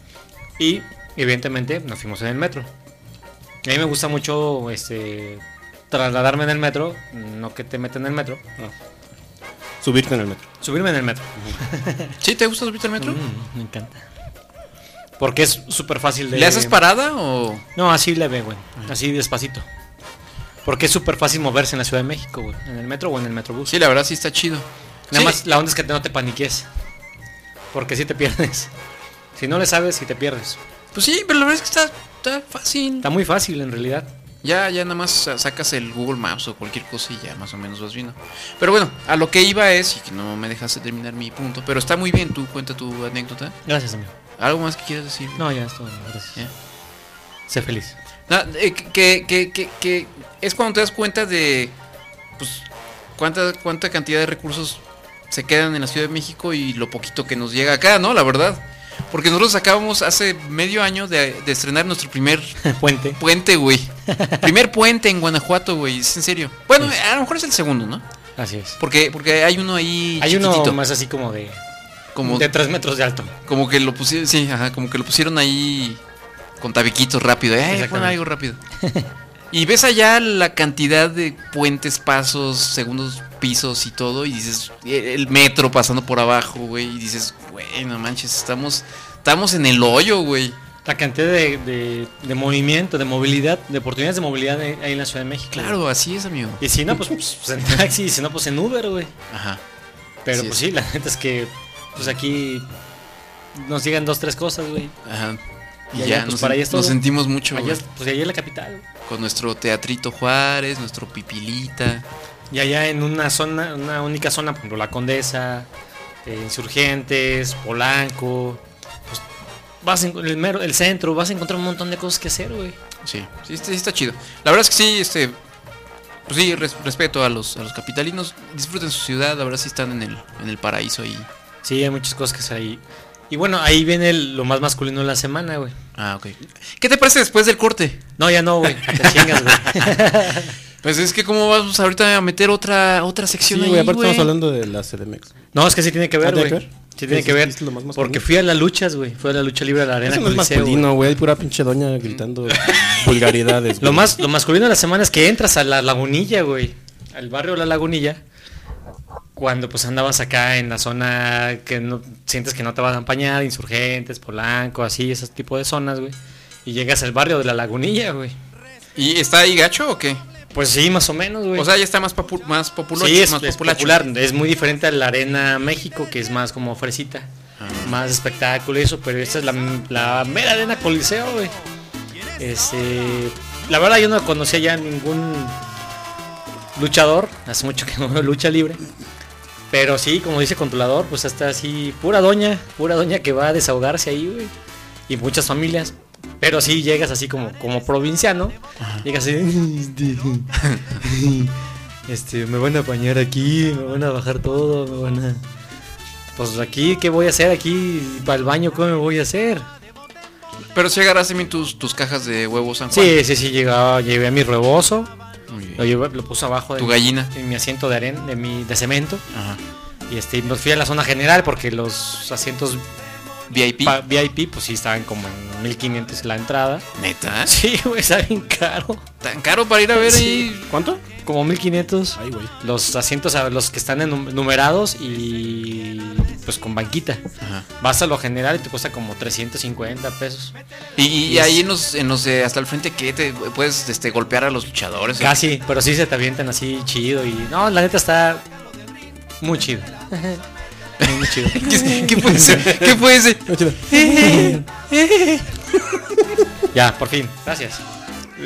Speaker 2: Y evidentemente nos fuimos en el metro. A mí me gusta mucho este trasladarme en el metro. No que te meten en el metro.
Speaker 3: Subirte en el metro.
Speaker 2: Subirme en el metro.
Speaker 1: ¿Sí te gusta subirte al metro?
Speaker 2: Mm, me encanta. Porque es súper fácil de...
Speaker 1: ¿Le haces parada o...?
Speaker 2: No, así leve, güey. Así despacito. Porque es súper fácil moverse en la Ciudad de México, güey. En el metro o en el metrobús.
Speaker 1: Sí, la verdad sí está chido.
Speaker 2: Nada
Speaker 1: Sí.
Speaker 2: más la onda es que no te paniques. Porque si te pierdes. Si no le sabes, si te pierdes.
Speaker 1: Pues sí, pero la verdad es que está, está fácil.
Speaker 2: Está muy fácil en realidad.
Speaker 1: Ya, ya nada más sa- sacas el Google Maps o cualquier cosa y ya más o menos vas viendo. Pero bueno, a lo que iba es, y que no me dejaste terminar mi punto, pero está muy bien, tú cuenta tu anécdota.
Speaker 2: Gracias, amigo.
Speaker 1: ¿Algo más que quieras decir?
Speaker 2: No, ya estuvo. Gracias.
Speaker 1: Ya.
Speaker 2: Sé feliz.
Speaker 1: Na- eh, que, que- que- que es cuando te das cuenta de pues, cuánta, cuánta cantidad de recursos se quedan en la Ciudad de México y lo poquito que nos llega acá, ¿no? La verdad. Porque nosotros acabamos hace medio año de, de estrenar nuestro primer
Speaker 2: Puente.
Speaker 1: puente, güey. primer puente en Guanajuato, güey. Es en serio. Bueno, a lo mejor es el segundo, ¿no?
Speaker 2: Así es.
Speaker 1: Porque, porque hay uno ahí
Speaker 2: Hay
Speaker 1: chiquitito.
Speaker 2: uno más así como de...
Speaker 1: como,
Speaker 2: De 3 metros de alto.
Speaker 1: como que lo pusieron, sí, ajá, como que lo pusieron ahí con tabiquitos rápido. Eh, pon
Speaker 2: Exactamente.
Speaker 1: algo rápido. Y ves allá la cantidad de puentes, pasos, segundos pisos y todo, y dices, eh, el metro pasando por abajo, güey, y dices, güey, no manches, estamos, estamos en el hoyo, güey.
Speaker 2: La cantidad de, de- de movimiento, de movilidad, de oportunidades de movilidad ahí ahí en la Ciudad de México.
Speaker 1: Claro, así es, amigo.
Speaker 2: Y si no, pues, pues, en taxi, y si no, pues en Uber, güey.
Speaker 1: Ajá.
Speaker 2: Pero
Speaker 1: Sí,
Speaker 2: pues
Speaker 1: sí.
Speaker 2: sí, la neta es que pues aquí nos llegan dos, tres cosas, güey.
Speaker 1: Ajá. Y
Speaker 2: Y allá,
Speaker 1: ya
Speaker 2: pues,
Speaker 1: nos,
Speaker 2: para allá es
Speaker 1: nos
Speaker 2: todo.
Speaker 1: sentimos mucho
Speaker 2: Allá,
Speaker 1: güey,
Speaker 2: pues allá es la capital. güey.
Speaker 1: con nuestro teatrito Juárez, nuestro pipilita.
Speaker 2: Y allá en una zona, una única zona, por ejemplo, la Condesa, eh, Insurgentes, Polanco. Pues vas en, el, mero- el centro, vas a encontrar un montón de cosas que hacer, güey.
Speaker 1: Sí, sí, está, sí está chido. La verdad es que sí, este. Pues sí, res- respeto a los, a los capitalinos. Disfruten su ciudad, la verdad sí están en el, en el paraíso ahí.
Speaker 2: Sí, hay muchas cosas que hacer ahí. Y bueno, ahí viene el- lo más masculino de la semana, güey.
Speaker 1: Ah, ok. ¿Qué te parece después del corte?
Speaker 2: No, ya no, güey. Te chingas, güey.
Speaker 1: Pues es que cómo vamos ahorita a meter otra, otra sección
Speaker 3: Sí,
Speaker 1: ahí,
Speaker 3: güey, aparte
Speaker 1: güey?
Speaker 3: estamos hablando de la CDMX.
Speaker 2: No, es que sí tiene que
Speaker 3: ¿Ah,
Speaker 2: ver,
Speaker 3: tiene
Speaker 2: güey.
Speaker 3: que
Speaker 2: Sí
Speaker 3: ver?
Speaker 2: tiene
Speaker 3: Es-
Speaker 2: que ver.
Speaker 3: es lo más masculino.
Speaker 2: Porque fui a las luchas, güey. Fue a la lucha libre de la arena.
Speaker 3: Eso no es
Speaker 2: Coliseo, güey.
Speaker 3: masculino, güey, hay pura pinche doña gritando vulgaridades.
Speaker 2: Lo
Speaker 3: güey.
Speaker 2: más lo masculino de la semana es que entras a la lagunilla, güey. Al barrio de la lagunilla. Cuando pues andabas acá en la zona que no, sientes que no te vas a empañar, insurgentes, polanco, así, ese tipo de zonas, güey. Y llegas al barrio de la lagunilla, güey.
Speaker 1: ¿Y está ahí gacho o qué?
Speaker 2: Pues sí, más o menos, güey.
Speaker 1: O sea, ya está más, popu- más popular.
Speaker 2: sí, es,
Speaker 1: más
Speaker 2: es
Speaker 1: populacho.
Speaker 2: popular. Es muy diferente a la Arena México, que es más como fresita.
Speaker 1: Ah.
Speaker 2: Más espectáculo y eso, pero esta es la, la mera Arena Coliseo, güey. Este, la verdad yo no conocía ya ningún luchador. Hace mucho que no veo lucha libre. Pero sí, como dice controlador, pues hasta así, pura doña, pura doña que va a desahogarse ahí, güey. Y muchas familias. Pero sí llegas así como, como provinciano. Llegas así. este, Este, me van a apañar aquí, me van a bajar todo, me van a. Pues aquí, ¿qué voy a hacer aquí? Para el baño, ¿cómo me voy a hacer?
Speaker 1: Pero si agarraste bien tus, tus cajas de huevos San Juan.
Speaker 2: Sí, sí, sí, llegaba, llevé a mi rebozo.
Speaker 1: Muy bien.
Speaker 2: Lo, llevé- lo puse abajo de
Speaker 1: Tu
Speaker 2: mi-
Speaker 1: gallina.
Speaker 2: en mi asiento de arena, de mi de cemento.
Speaker 1: Ajá.
Speaker 2: Y este, nos fui a la zona general porque los asientos
Speaker 1: VIP.
Speaker 2: pa- VIP, pues sí, estaban como en 1500 la entrada.
Speaker 1: Neta.
Speaker 2: Sí, güey, está bien caro.
Speaker 1: Tan caro para ir a ver
Speaker 2: Sí.
Speaker 1: ahí.
Speaker 3: ¿Cuánto?
Speaker 2: Como 1500.
Speaker 3: Ay, güey.
Speaker 2: Los asientos, a los que están enum- numerados y pues con banquita.
Speaker 1: Ajá.
Speaker 2: Vas a lo general y te cuesta como 350 pesos.
Speaker 1: Y, y ahí en los, en los de hasta el frente que te puedes este, golpear a los luchadores.
Speaker 2: Casi, pero sí se te avientan así chido y no, la neta está muy chido. Muy, muy chido.
Speaker 1: ¿Qué, qué puede ser? ¿Qué puede ser?
Speaker 2: ya, por fin. Gracias.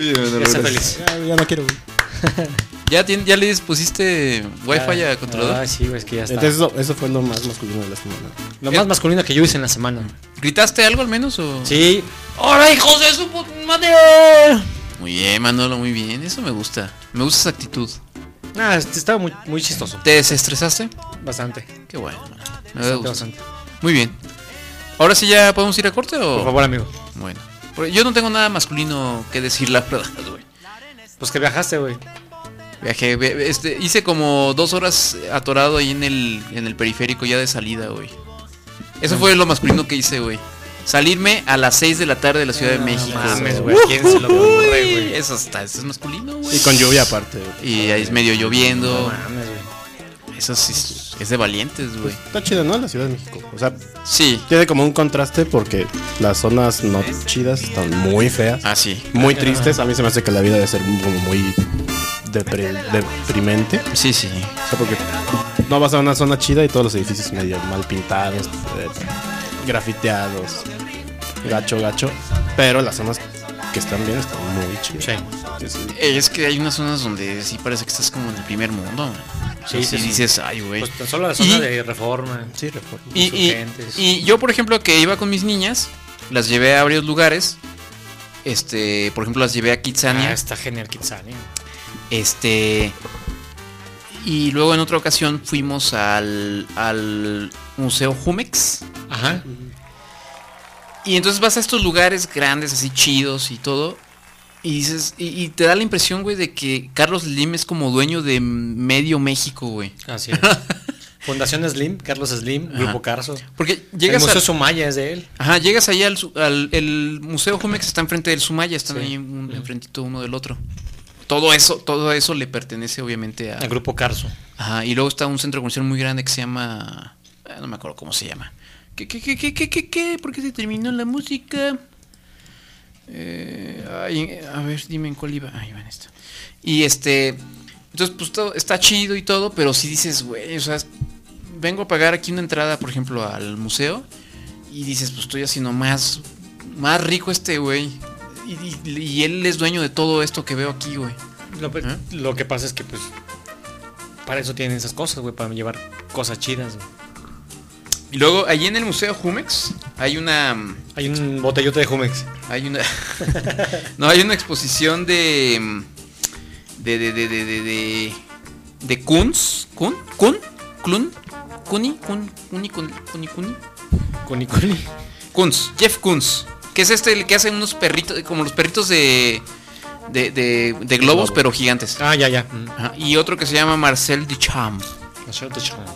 Speaker 2: Ya está feliz.
Speaker 3: Ya, ya no quiero, güey.
Speaker 1: ¿Ya, tien- ya les pusiste wifi a controlador?
Speaker 2: Ah, sí, güey, es que ya está.
Speaker 3: Entonces, eh, eso, eso fue lo más masculino de la semana.
Speaker 2: lo más masculino que yo hice en la semana.
Speaker 1: ¿Gritaste algo al menos? O?
Speaker 2: Sí. ¡Hola, hijos de su puta madre!
Speaker 1: Muy bien, Manolo, muy bien. Eso me gusta. Me gusta esa actitud.
Speaker 2: Ah, este estaba muy, muy chistoso.
Speaker 1: ¿Te desestresaste?
Speaker 2: Bastante.
Speaker 1: Qué bueno. Manolo. Me da
Speaker 2: Bastante,
Speaker 1: gusto.
Speaker 2: bastante.
Speaker 1: Muy bien. ¿Ahora sí ya podemos ir a corte o...?
Speaker 2: Por favor, amigo.
Speaker 1: Bueno. Porque Yo no tengo nada masculino que decir la verdad, güey.
Speaker 2: Pues que viajaste, güey.
Speaker 1: Viajé, ve- este, hice como dos horas atorado ahí en el, en el periférico ya de salida, güey. Eso fue lo masculino que hice, güey. Salirme a las 6 de la tarde de la Ciudad de México.
Speaker 2: Mames,
Speaker 1: güey.
Speaker 2: güey. ¿Quién se lo ocurre,
Speaker 1: Uy,
Speaker 2: güey?
Speaker 1: Eso está, eso es masculino, güey.
Speaker 3: Y con lluvia aparte, güey.
Speaker 1: Y ahí es medio
Speaker 2: No
Speaker 1: lloviendo.
Speaker 2: mames, güey.
Speaker 1: Eso sí es, es de valientes, güey.
Speaker 3: Está chido, ¿no? La Ciudad de México. O sea,
Speaker 1: Sí.
Speaker 3: tiene como un contraste porque las zonas no chidas están muy feas.
Speaker 1: Ah, sí.
Speaker 3: Muy tristes. A mí se me hace que la vida debe ser como muy depre- deprimente.
Speaker 1: Sí, sí.
Speaker 3: O sea, porque no vas a una zona chida y todos los edificios medio mal pintados, eh, grafiteados, gacho, gacho. Pero las zonas que están bien están muy chidas.
Speaker 2: Sí.
Speaker 3: Sí, sí.
Speaker 1: Eh, Es que hay unas zonas donde sí parece que estás como en el primer mundo, man. O sea,
Speaker 2: Sí,
Speaker 1: sí,
Speaker 2: sí, sí.
Speaker 1: dices, ay, güey.
Speaker 2: Pues tan solo la zona
Speaker 1: Y-
Speaker 2: de reforma.
Speaker 3: Sí, reforma.
Speaker 1: Y, y-
Speaker 2: urgentes.
Speaker 1: y yo, por ejemplo, que iba con mis niñas, las llevé a varios lugares. Este, por ejemplo, las llevé a Kitsania.
Speaker 2: Ah, está genial, Kitsania.
Speaker 1: Este. Y luego en otra ocasión fuimos al, al Museo Jumex.
Speaker 2: Ajá.
Speaker 1: Y entonces vas a estos lugares grandes, así chidos y todo. Y dices, y, y te da la impresión, güey, de que Carlos Slim es como dueño de medio México, güey.
Speaker 2: Así es. Fundación Slim, Carlos Slim, Grupo Carso.
Speaker 1: Porque
Speaker 2: El
Speaker 1: llegas
Speaker 2: Museo
Speaker 1: a,
Speaker 2: Sumaya es de él.
Speaker 1: Ajá, llegas allá al, su- al- el Museo Jumex está enfrente del Sumaya, están
Speaker 2: Sí.
Speaker 1: ahí un- enfrentito uno del otro. Todo eso, todo eso le pertenece obviamente a.
Speaker 2: Ah. El Grupo Carso.
Speaker 1: Ajá, y luego está un centro comercial muy grande que se llama. ah, No me acuerdo cómo se llama. ¿Qué, qué, qué, qué, qué, qué, qué? ¿Por qué se terminó la música? Eh, ay, a ver, dime en cuál iba. Ahí va en esta. Y este. Entonces, pues todo está chido y todo, pero si dices, güey, o sea, vengo a pagar aquí una entrada, por ejemplo, al museo, y dices, pues estoy haciendo más, más rico este güey. Y, y- y él es dueño de todo esto que veo aquí, güey.
Speaker 2: Lo, pe-
Speaker 1: ¿Eh?
Speaker 2: lo que pasa es que, pues, para eso tienen esas cosas, güey, para llevar cosas chidas. güey.
Speaker 1: Y luego, allí en el Museo Jumex, hay una.
Speaker 2: Hay un botellote de Jumex.
Speaker 1: Hay una. no, hay una exposición de. mm, De. De. De. De. De. De. de Kunz. Kun. Kun. Klun. Kuni. Kun. Kuni. Kun- Kuni. Kuni.
Speaker 2: Con Nicoli.
Speaker 1: Kunz. Jeff Kunz. Que es este el que hace unos perritos. Como los perritos de. De, de, de globos,
Speaker 3: Globo.
Speaker 1: pero gigantes.
Speaker 2: Ah, ya, ya.
Speaker 1: Ajá, Y otro que se llama Marcel Duchamp.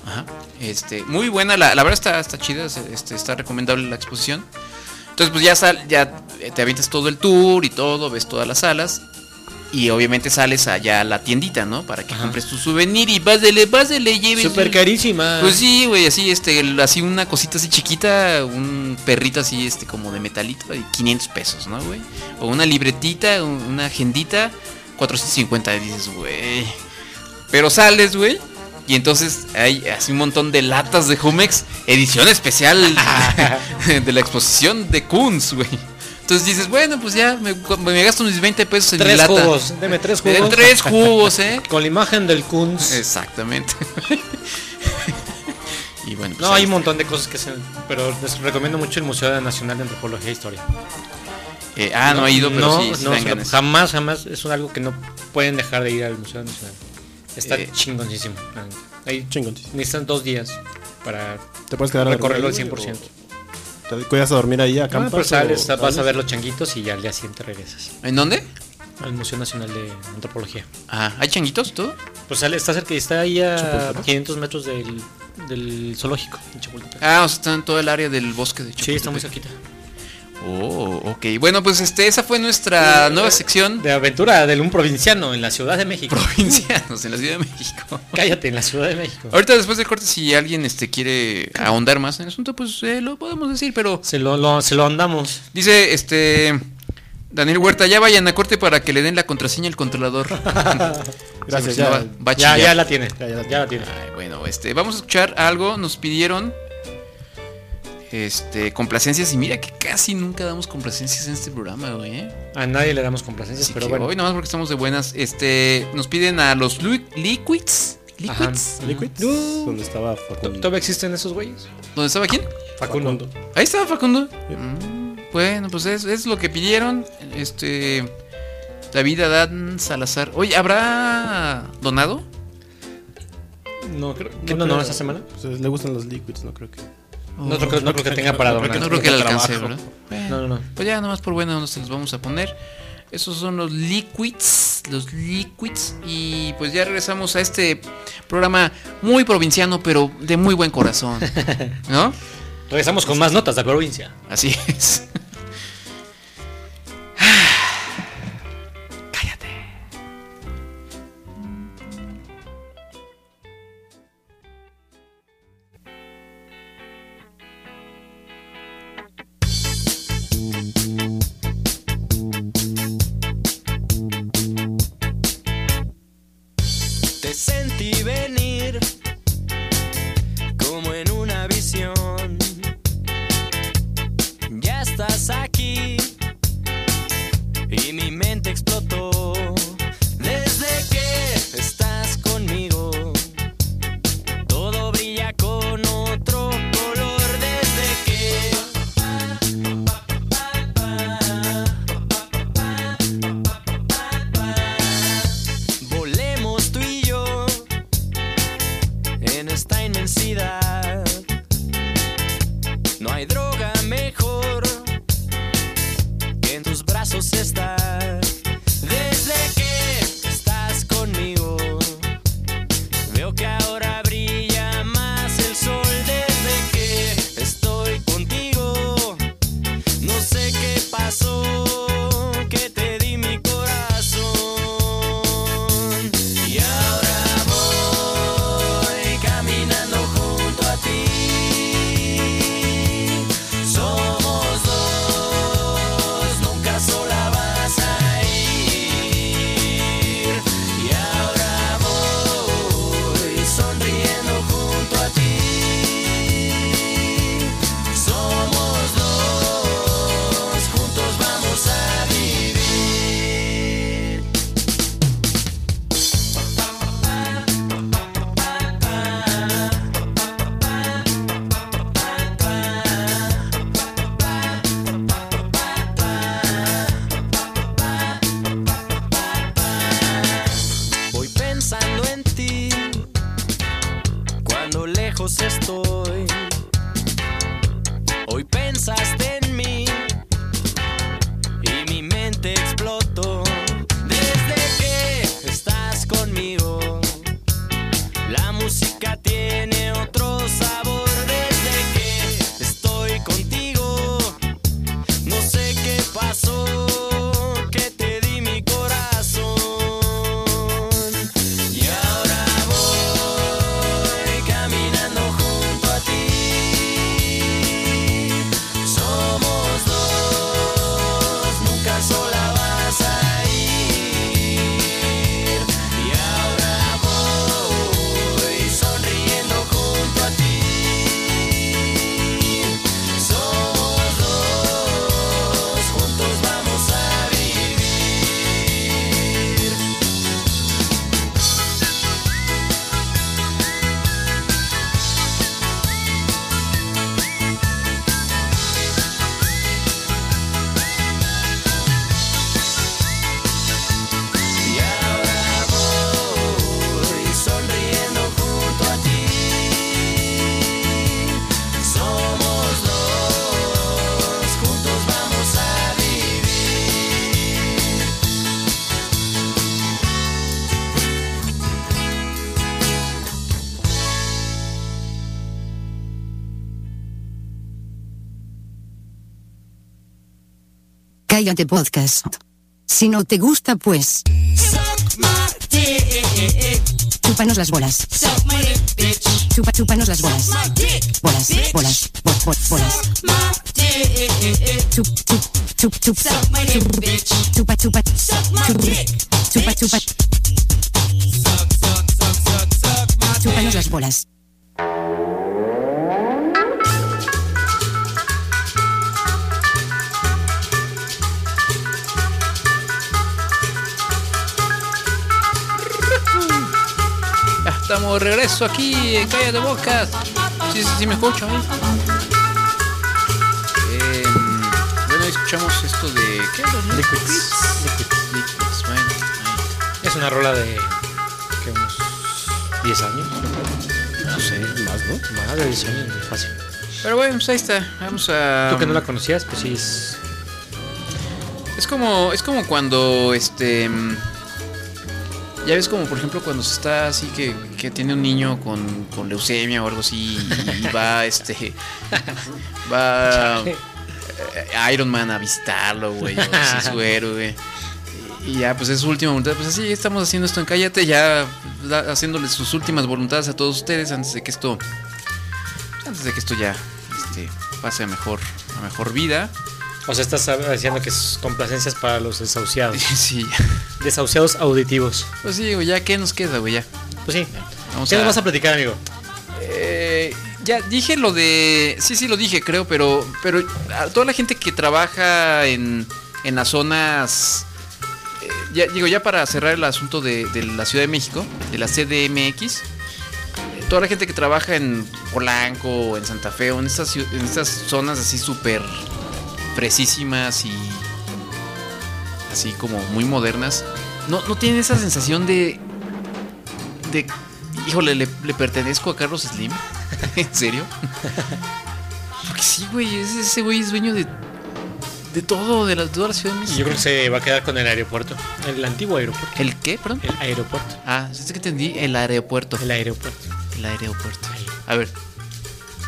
Speaker 1: Ajá. Este, muy buena, la, la verdad está, está chida, se- este, está recomendable la exposición. Entonces, pues ya, sal, ya eh, te avientas todo el tour y todo, ves todas las salas. Y obviamente sales allá a la tiendita, ¿no? Para que compres tu souvenir y pásele, pásele, lleves.
Speaker 2: Súper
Speaker 1: un-
Speaker 2: carísima.
Speaker 1: Pues sí, güey, así, este, el- así una cosita así chiquita, un perrito así, este, como de metalito, de 500 pesos, ¿no, güey? O una libretita, un- una agendita, 450, y dices, güey. Pero sales, güey. Y entonces hay así un montón de latas de Jumex, edición especial de la exposición de Kunz, güey. Entonces dices, bueno, pues ya me, me gasto mis 20 pesos en mi
Speaker 2: tres
Speaker 1: lata.
Speaker 2: jugos. Deme tres
Speaker 1: Me
Speaker 2: jugos.
Speaker 1: dan tres jugos, ¿eh?
Speaker 2: Con la imagen del Kunz.
Speaker 1: Exactamente. Y bueno, pues
Speaker 2: No,
Speaker 1: ahí
Speaker 2: hay un montón de cosas que se... Pero les recomiendo mucho el Museo Nacional de Antropología e Historia.
Speaker 1: Eh, ah, no, he ido, pero
Speaker 2: no, pues,
Speaker 1: sí, sí
Speaker 2: no,
Speaker 1: dan
Speaker 2: se lo-
Speaker 1: ganas.
Speaker 2: jamás, jamás. Es un- algo que no pueden dejar de ir al Museo Nacional. Está
Speaker 1: Eh.
Speaker 2: chingoncísimo. Ah, Ahí
Speaker 3: Chingón.
Speaker 2: necesitan dos días para
Speaker 3: Te puedes quedar a dormir
Speaker 2: recorrerlo al
Speaker 3: ahí,
Speaker 2: 100%.
Speaker 3: o ¿Te cuidas a dormir ahí a
Speaker 2: No,
Speaker 3: campo?
Speaker 2: Ah, pero sales, vas a ver los changuitos y ya al día siguiente regresas
Speaker 1: ¿En dónde?
Speaker 2: al Museo Nacional de Antropología.
Speaker 1: Ah, ¿hay changuitos y todo?
Speaker 2: Pues sale- está cerca, está ahí a 500 metros del, del zoológico en Chapultepec.
Speaker 1: Ah, o sea, está en todo el área del bosque de
Speaker 2: sí, está muy
Speaker 1: Chapultepec.
Speaker 2: cerquita. eh,
Speaker 1: Oh, ok. Bueno, pues este, esa fue nuestra nueva sección de
Speaker 2: De aventura de un provinciano en la Ciudad de México.
Speaker 1: provincianos en la Ciudad de México.
Speaker 2: Cállate, en la Ciudad de México.
Speaker 1: Ahorita después del corte, si alguien este, quiere ahondar más en el asunto, pues eh, lo podemos decir, pero
Speaker 2: Se lo, lo- se lo andamos.
Speaker 1: dice este Daniel Huerta, ya vayan a corte para que le den la contraseña al controlador.
Speaker 3: Gracias,
Speaker 1: Si no,
Speaker 3: ya.
Speaker 1: va- va a
Speaker 2: Ya,
Speaker 1: chillar.
Speaker 2: ya la tiene, ya,
Speaker 3: Ya, ya la
Speaker 2: la tiene.
Speaker 1: Ay, bueno, este, vamos a escuchar algo, nos pidieron este complacencias y mira que casi nunca damos complacencias en este programa, güey. ¿eh?
Speaker 2: A nadie le damos complacencias,
Speaker 1: Así
Speaker 2: pero
Speaker 1: que
Speaker 2: bueno.
Speaker 1: hoy nomás porque estamos de buenas, este, nos piden a los Lu- Liquids,
Speaker 2: Ajá.
Speaker 1: Liquids,
Speaker 3: Liquids.
Speaker 2: No.
Speaker 3: Donde estaba
Speaker 2: ¿Tod-
Speaker 3: Facundo.
Speaker 2: ¿Todavía existen esos güeyes?
Speaker 1: ¿dónde estaba quién?
Speaker 2: Facundo.
Speaker 1: Ahí estaba Facundo. Mm, bueno, pues es, es lo que pidieron, este, David Adán Salazar. Oye, ¿habrá donado?
Speaker 2: No, creo que no, no,
Speaker 3: creo.
Speaker 2: esta semana.
Speaker 3: Pues, le gustan los liquids, no creo que.
Speaker 2: No, creo, que- no creo que tenga para donar.
Speaker 1: No creo que le alcance,
Speaker 3: trabajo.
Speaker 1: ¿verdad?
Speaker 2: No, no, no.
Speaker 1: Pues ya, nomás por buena onda se los vamos a poner. Esos son los liquids, los liquids. Y pues ya regresamos a este programa muy provinciano, pero de muy buen corazón. ¿No?
Speaker 2: Regresamos con más notas de la provincia.
Speaker 1: Así es. Cállate.
Speaker 7: Te sentí venir como en una visión. Ya estás aquí y mi mente explotó. Desde que estás conmigo, todo brilla con otro color. Desde que Volemos tú y yo en esta inmensidad. No hay droga mejor que en tus brazos estar. Desde que estás conmigo, veo que ahora brilla más el sol. Desde que estoy contigo, no sé qué pasó, que te di mi corazón. Y ahora voy caminando junto a ti. Somos dos, nunca sola vas a ir. Y ahora voy sonriendo junto a ti. Somos dos, juntos vamos a
Speaker 8: Cállate Podcast. Si no te gusta, pues. Chúpanos las bolas. Chupa, chúpanos las bolas. Bolas, bolas, bo- bo- bolas. Chup, chup, chup, chup. Chupa, chupa. Chup- Chupa, chupa. Chúpanos las bolas.
Speaker 1: Ya estamos de regreso aquí en Calle de Bocas. Sí, sí, sí, me escucho. ¿eh? Em, bueno, escuchamos esto de. ¿Qué era? no?
Speaker 2: Liquids.
Speaker 1: Liquids, Liquids, bueno. ahí,
Speaker 2: Es una rola de. que unos 10 años.
Speaker 3: No sé, más, ¿no?
Speaker 2: Más de 10 años, muy fácil.
Speaker 1: Pero bueno, pues ahí está. Vamos a.
Speaker 2: Tú que no la conocías, pues sí es.
Speaker 1: Es como, es como cuando este. mm, Ya ves como por ejemplo cuando se está así que, que tiene un niño con, con leucemia o algo así y va este va eh, Iron Man a visitarlo, güey, o así su héroe. güey. Y ya pues es su última voluntad, pues así estamos haciendo esto en cállate, ya da- haciéndole sus últimas voluntades a todos ustedes antes de que esto antes de que esto ya este, pase a mejor a mejor vida.
Speaker 2: O sea, estás ah, diciendo que es complacencias para los desahuciados.
Speaker 1: Sí.
Speaker 2: Desahuciados auditivos.
Speaker 1: Pues sí, güey, ya qué nos queda, güey, ya.
Speaker 2: Pues sí.
Speaker 1: Vamos
Speaker 2: ¿Qué
Speaker 1: a-
Speaker 2: nos vas a platicar, amigo?
Speaker 1: Eh, ya dije lo de. Sí, sí, lo dije, creo, pero. Pero a toda la gente que trabaja en. en las zonas. eh, ya, digo, ya para cerrar el asunto de, de la Ciudad de México, de la CDMX. eh, Toda la gente que trabaja en Polanco, o en Santa Fe, o en estas, ciu- en estas zonas así súper fresísimas y así como muy modernas, no, no tienen esa sensación de, de híjole, ¿le, le pertenezco a Carlos Slim? ¿En serio? Porque sí, güey, ese, ese güey es dueño de, de todo, de la, toda la Ciudad de
Speaker 2: Y
Speaker 1: México.
Speaker 2: Yo creo que se va a quedar con el aeropuerto. El antiguo aeropuerto.
Speaker 1: ¿El qué, perdón?
Speaker 2: El aeropuerto.
Speaker 1: Ah, es que entendí, el aeropuerto.
Speaker 2: El aeropuerto.
Speaker 1: El aeropuerto. A ver,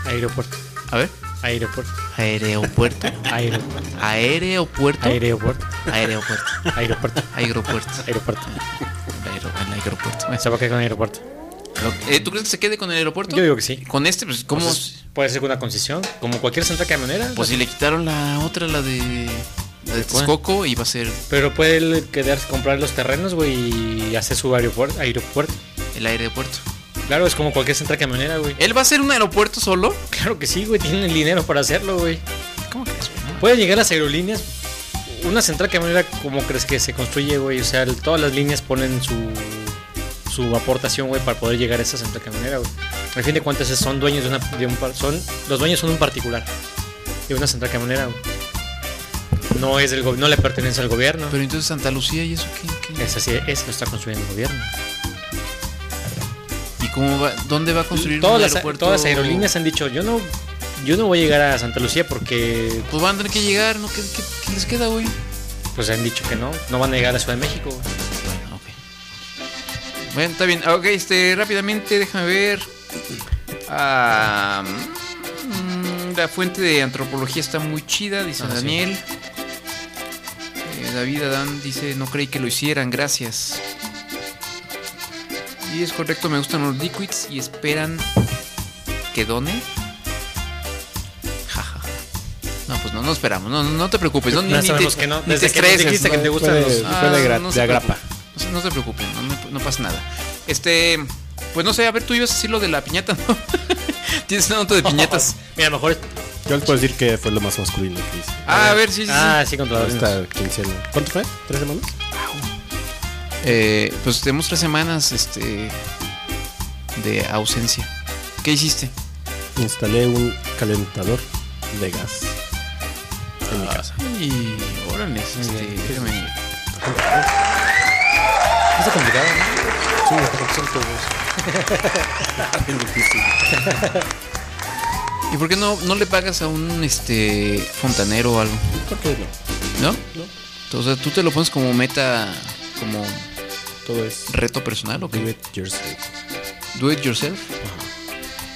Speaker 2: Aeropuerto.
Speaker 1: a ver.
Speaker 2: Aeropuerto.
Speaker 1: Aeropuerto.
Speaker 2: Aeropuerto.
Speaker 1: Aeropuerto.
Speaker 2: Aeropuerto.
Speaker 1: Aeropuerto.
Speaker 2: Aeropuerto.
Speaker 1: Aeropuerto.
Speaker 2: Aeropuerto.
Speaker 1: El aero- el aeropuerto. Bueno,
Speaker 2: Se va a quedar con el aeropuerto.
Speaker 1: eh, ¿Tú crees que se quede con el aeropuerto?
Speaker 2: Yo digo que sí.
Speaker 1: Con este, pues, ¿cómo?
Speaker 2: Entonces, puede ser con una concesión, como cualquier central camionera.
Speaker 1: Pues si le quitaron la otra, la de. La de
Speaker 2: ¿Cuál?
Speaker 1: Texcoco, iba a ser
Speaker 2: Pero puede él quedarse, comprar los terrenos, güey, y hacer su aeropuerto, aeropuerto.
Speaker 1: el aeropuerto.
Speaker 2: Claro, es como cualquier central camionera, güey.
Speaker 1: ¿Él va a hacer un aeropuerto solo?
Speaker 2: Claro que sí, güey, tienen el dinero para hacerlo, güey.
Speaker 1: ¿Cómo crees, güey?
Speaker 2: Pueden llegar las aerolíneas. Una central camionera, ¿cómo crees que se construye, güey? O sea, el- todas las líneas ponen su, su aportación, güey, para poder llegar a esa central camionera, güey. Al fin de cuentas, son dueños de, una, de un par- son Los dueños son un particular de una central camionera, güey. No, es del go- no le pertenece al gobierno.
Speaker 1: Pero entonces Santa Lucía y eso qué, qué?
Speaker 2: Es así, es lo está construyendo el gobierno.
Speaker 1: ¿Y cómo va? ¿Dónde va a construir
Speaker 2: Todas
Speaker 1: un
Speaker 2: las,
Speaker 1: aeropuerto?
Speaker 2: todas las aerolíneas han dicho, yo no, yo no voy a llegar a Santa Lucía porque
Speaker 1: Pues van a tener que llegar, ¿no? ¿Qué, qué- qué les queda, güey?
Speaker 2: pues han dicho que no, no van a llegar a Ciudad de México. güey.
Speaker 1: Bueno, ok. Bueno, está bien. Ah, Ok, este, rápidamente, déjame ver. Ah, mm, la fuente de antropología está muy chida, dice
Speaker 2: Ah, sí.
Speaker 1: Daniel. Eh, David Adán dice, no creí que lo hicieran, gracias. Y es correcto, me gustan los liquids y esperan que done. Jaja. No, pues no, no esperamos. No, no, no te preocupes. No, ni-
Speaker 2: Ya
Speaker 1: ni
Speaker 2: sabemos
Speaker 1: te-
Speaker 2: que no,
Speaker 1: ni te
Speaker 2: desde que nos
Speaker 1: estreses,
Speaker 2: dijiste que te gustan
Speaker 3: Fue
Speaker 2: los- Ah,
Speaker 3: de- fue de gra-
Speaker 1: se
Speaker 3: de agrapa.
Speaker 1: preocupen. O sea, No se preocupen, no, me- no pasa nada. Este, pues no sé, a ver, tú ibas a decir lo de la piñata, ¿no? Tienes una nota de piñatas.
Speaker 2: Mira, a lo mejor es-
Speaker 3: Yo les puedo decir que fue lo más masculino que hice.
Speaker 1: Ah, a ver, sí, sí. sí.
Speaker 2: Ah, sí, contra los
Speaker 3: Esta quincena. ¿Cuánto fue? ¿Tres semanas?
Speaker 1: Eh, pues tenemos tres semanas este, de ausencia. ¿Qué hiciste?
Speaker 3: Instalé un calentador de gas en
Speaker 2: Ah.
Speaker 3: mi casa.
Speaker 1: Y órale, este, déjame.
Speaker 2: Está complicado, ¿no?
Speaker 1: ¿Y por qué no, no le pagas a un este fontanero o algo?
Speaker 3: ¿Por qué no?
Speaker 1: ¿No? Entonces tú te lo pones como meta, como
Speaker 3: Todo es
Speaker 1: reto personal o qué?
Speaker 3: do it yourself.
Speaker 1: Do it yourself.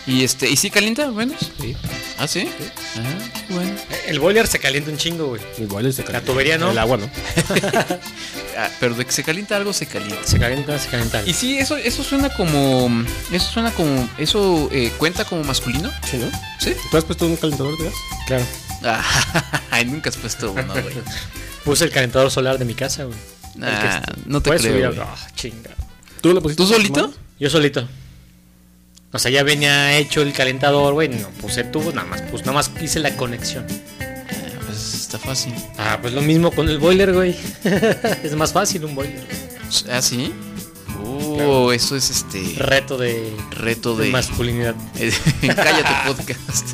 Speaker 1: Y este, ¿y si calienta? Bueno. Sí. ¿Ah, sí? Ah, bueno.
Speaker 2: El boiler se calienta un chingo, güey.
Speaker 3: El boiler se calienta.
Speaker 2: tubería, ¿no?
Speaker 3: El agua, ¿no?
Speaker 1: Ah, pero de que se calienta algo, se calienta.
Speaker 2: Se calienta, se calienta.
Speaker 1: Y sí, eso, eso suena como. Eso suena como. ¿Eso eh, cuenta como masculino?
Speaker 3: Sí, ¿no?
Speaker 1: ¿Sí?
Speaker 3: ¿Tú has puesto un calentador de gas?
Speaker 2: claro.
Speaker 1: Ah, Ay, nunca has puesto uno, güey.
Speaker 2: Puse el calentador solar de mi casa, güey.
Speaker 1: Nah,
Speaker 2: El que-
Speaker 1: no te
Speaker 2: puedes
Speaker 1: creo,
Speaker 2: subir a-
Speaker 1: güey.
Speaker 2: Ah, chinga.
Speaker 3: ¿Tú lo pusiste?
Speaker 1: ¿Tú solito?
Speaker 2: Yo solito. O sea, ya venía hecho el calentador, güey. No puse tubos, nada más, pues nada más hice la conexión.
Speaker 1: Ah, Pues está fácil.
Speaker 2: Ah, pues lo mismo con el boiler, güey. es más fácil un boiler.
Speaker 1: ¿Ah, sí? Oh, eso es este.
Speaker 2: Reto de,
Speaker 1: Reto
Speaker 2: de
Speaker 1: de.
Speaker 2: masculinidad.
Speaker 1: Cállate podcast.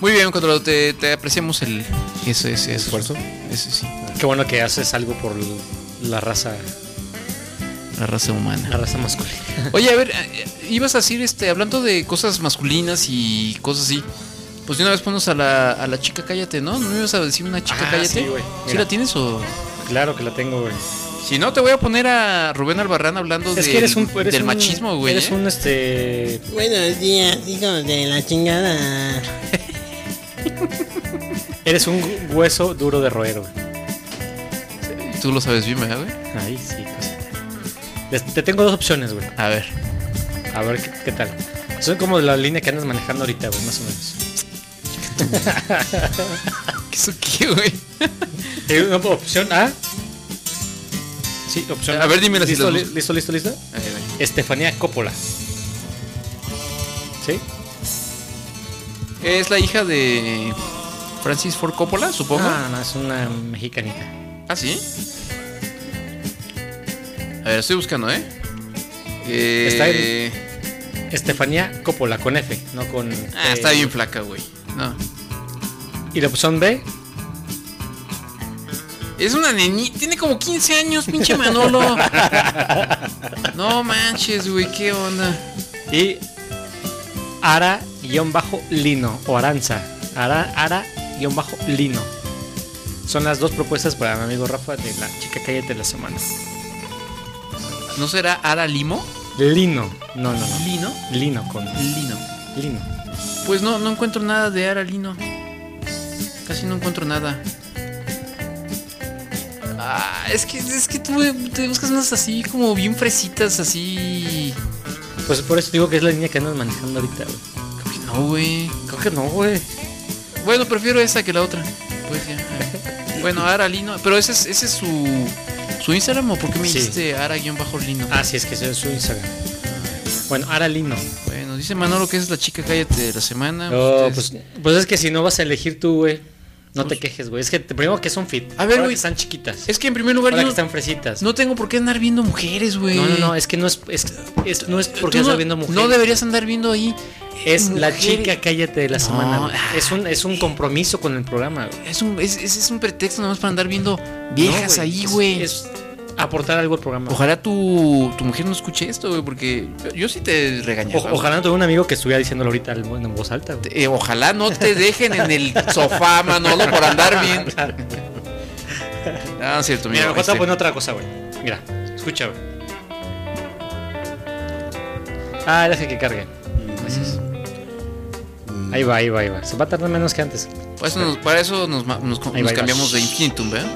Speaker 1: Muy bien, Control, te, te apreciamos el ese, ese, eso.
Speaker 3: esfuerzo?
Speaker 1: Ese sí,
Speaker 2: Qué bueno que haces algo por la raza,
Speaker 1: la raza
Speaker 2: la
Speaker 1: humana.
Speaker 2: raza masculina.
Speaker 1: Oye, a ver, eh, ibas a decir, este, hablando de cosas masculinas y cosas así. Pues de una vez ponos a la, a la chica cállate, ¿no? ¿No me ibas a decir una chica
Speaker 2: Ah,
Speaker 1: cállate?
Speaker 2: sí, güey.
Speaker 1: ¿Sí
Speaker 2: Mira.
Speaker 1: la tienes o.?
Speaker 2: Claro que la tengo, güey.
Speaker 1: Si no, te voy a poner a Rubén Albarrán hablando
Speaker 2: Es
Speaker 1: del,
Speaker 2: que eres un eres
Speaker 1: del
Speaker 2: un-
Speaker 1: machismo, güey.
Speaker 2: Eres
Speaker 1: ¿eh?
Speaker 2: un este
Speaker 6: Buenos días, hijos de la chingada.
Speaker 2: eres un hu- hueso duro de roer, güey.
Speaker 1: Tú lo sabes bien, ¿verdad, güey?
Speaker 2: Ahí sí,
Speaker 1: pues.
Speaker 2: cosita. Les- Te tengo dos opciones, güey.
Speaker 1: A ver.
Speaker 2: A ver qué, qué tal. Son como la línea que andas manejando ahorita, güey, más o menos.
Speaker 1: ¿Qué es qué, güey?
Speaker 2: Eh, una opción A. Sí, opción
Speaker 1: A ver, dímela si
Speaker 2: ¿Listo,
Speaker 1: las
Speaker 2: li-
Speaker 1: busco.
Speaker 2: listo, listo, listo?
Speaker 1: A ver,
Speaker 2: Estefanía Coppola. ¿Sí?
Speaker 1: güey. Es la hija de Francis Ford Coppola, supongo.
Speaker 2: Ah, No, no, es una mexicanita.
Speaker 1: ¿Ah, sí? A ver, estoy buscando, ¿eh? Eh,
Speaker 2: Está en- Estefanía Coppola, con F, no con.
Speaker 1: Ah,
Speaker 2: eh,
Speaker 1: está bien flaca, güey. No.
Speaker 2: Y la opción B,
Speaker 1: Es una nenita, tiene como 15 años, pinche Manolo. no manches, güey, qué onda.
Speaker 2: Y Ara-Lino o Aranza. Ara- Ara-Lino. Son las dos propuestas para mi amigo Rafa de la chica cállate de la semana.
Speaker 1: ¿No será Ara Limo?
Speaker 2: Lino. No, no, no.
Speaker 1: ¿Lino?
Speaker 2: Lino con
Speaker 1: Lino.
Speaker 2: Lino.
Speaker 1: Pues no, no encuentro nada de Ara Lino. Casi no encuentro nada. Ah, es que, es que tú eh, te buscas unas así como bien fresitas, así.
Speaker 2: Pues por eso digo que es la línea que andas manejando ahorita, güey.
Speaker 1: Creo que no, güey.
Speaker 2: Creo que no, güey.
Speaker 1: Bueno, prefiero esa que la otra. Pues ya. Bueno, Ara Lino. Pero ese es, ese es su, su Instagram o por qué me
Speaker 2: Sí.
Speaker 1: dijiste Ara-Lino.
Speaker 2: Ah, sí, es que ese es su Instagram. Bueno, Ara Lino.
Speaker 1: Bueno, dice Manolo que esa es la chica cállate de la semana.
Speaker 2: No,
Speaker 1: Ustedes-
Speaker 2: pues, pues es que Pues, si no vas a elegir tú, güey. No te quejes, güey. Es que te- primero que son fit.
Speaker 1: A ver,
Speaker 2: Ahora
Speaker 1: güey.
Speaker 2: que Están chiquitas.
Speaker 1: Es que en primer lugar
Speaker 2: Ahora
Speaker 1: yo
Speaker 2: que están fresitas.
Speaker 1: no tengo por qué andar viendo mujeres, güey.
Speaker 2: No, no, no, es que no es, es- es- no es porque
Speaker 1: Tú
Speaker 2: estás
Speaker 1: no-
Speaker 2: viendo mujeres.
Speaker 1: No deberías andar viendo ahí.
Speaker 2: es la
Speaker 1: mujeres.
Speaker 2: chica cállate de la
Speaker 1: No.
Speaker 2: semana. güey. Es un es un compromiso con el programa. güey.
Speaker 1: Es un, es, es- es un pretexto nomás para andar viendo viejas
Speaker 2: No,
Speaker 1: ahí,
Speaker 2: es-
Speaker 1: güey.
Speaker 2: Es, aportar algo al programa.
Speaker 1: Ojalá tu, tu mujer no escuche esto, güey, porque yo sí te regañaba.
Speaker 2: O- ojalá no tuviera un amigo que estuviera diciéndolo ahorita al- en voz alta. güey.
Speaker 1: Eh, ojalá no te dejen en el sofá, Manolo, por andar bien. Ah, no es cierto,
Speaker 2: Mira,
Speaker 1: mira.
Speaker 2: mejor te voy a
Speaker 1: este,
Speaker 2: poner otra cosa, güey. Mira, escucha, güey. Ah, deja que cargue.
Speaker 1: Mm.
Speaker 2: Gracias. Ahí va, ahí va, ahí va. Se va a tardar menos que antes.
Speaker 1: para eso Pues nos, para eso nos, ma- nos co-
Speaker 2: Ahí
Speaker 1: nos
Speaker 2: va, ahí va.
Speaker 1: cambiamos de Infinitum, ¿verdad?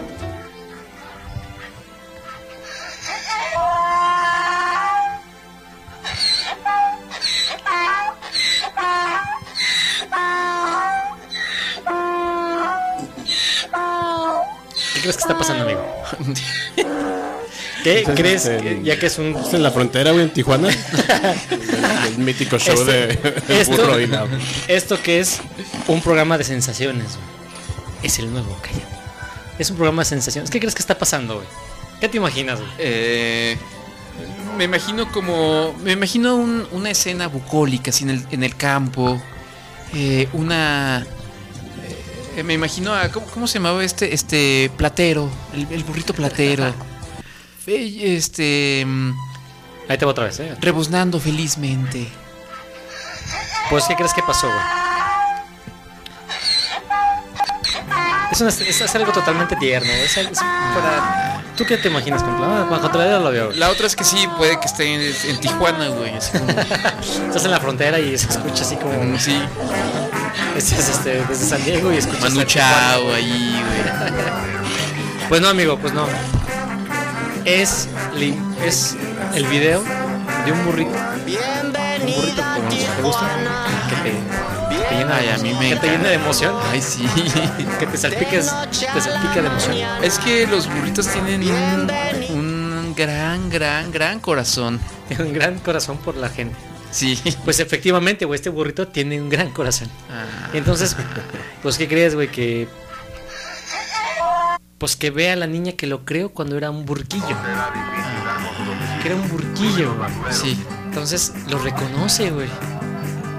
Speaker 2: ¿Qué crees que está pasando, amigo? ¿Qué
Speaker 3: Entonces,
Speaker 2: crees?
Speaker 1: este,
Speaker 3: el-
Speaker 2: que- ya que es un
Speaker 3: ¿Es en la frontera, güey, en Tijuana? el, el mítico show
Speaker 2: Este,
Speaker 3: de
Speaker 2: esto-
Speaker 3: Burro y la-
Speaker 2: Esto que es un programa de sensaciones, güey. Es el nuevo, cállate. Es un programa de sensaciones. ¿Qué crees que está pasando, güey? ¿Qué te imaginas, güey?
Speaker 1: Eh, me imagino como. Me imagino un- una escena bucólica así en el, en el campo. eh, una. eh, me imagino a. ¿cómo, cómo se llamaba este? Este. Platero. El, el burrito platero. Fe- Este. mm,
Speaker 2: Ahí te va otra vez, ¿eh?
Speaker 1: Rebuznando felizmente.
Speaker 2: Pues, ¿qué crees que pasó, güey? Es, una- es hacer algo totalmente tierno, güey. Es, es para... ¿Tú qué te imaginas, con Ah, bajo todavía lo veo, güey.
Speaker 1: La otra es que sí, puede que esté en, en Tijuana, güey. así como-
Speaker 2: Estás en la frontera y se escucha así como...
Speaker 1: sí.
Speaker 2: Este es este, desde San Diego y escuchas.
Speaker 1: Manu
Speaker 2: a
Speaker 1: Chao ahí, güey.
Speaker 2: Pues no, amigo, pues no. Es, li- es el video de un burrito. Un burrito como los que te gusta. Que te, que te llena,
Speaker 1: Ay, a mí me
Speaker 2: que te llena
Speaker 1: encanta.
Speaker 2: de emoción.
Speaker 1: Ay, sí.
Speaker 2: Que te salpiques, te salpica de emoción.
Speaker 1: Es que los burritos tienen un, un gran, gran, gran corazón.
Speaker 2: Tiene un gran corazón por la gente.
Speaker 1: Sí.
Speaker 2: Pues efectivamente, güey, este burrito tiene un gran corazón.
Speaker 1: Ah,
Speaker 2: Entonces, pues, ¿qué crees, güey? Que. Pues que ve a la niña que lo creo cuando era un burquillo. Que era un burquillo, güey.
Speaker 1: sí.
Speaker 2: Entonces lo reconoce, güey.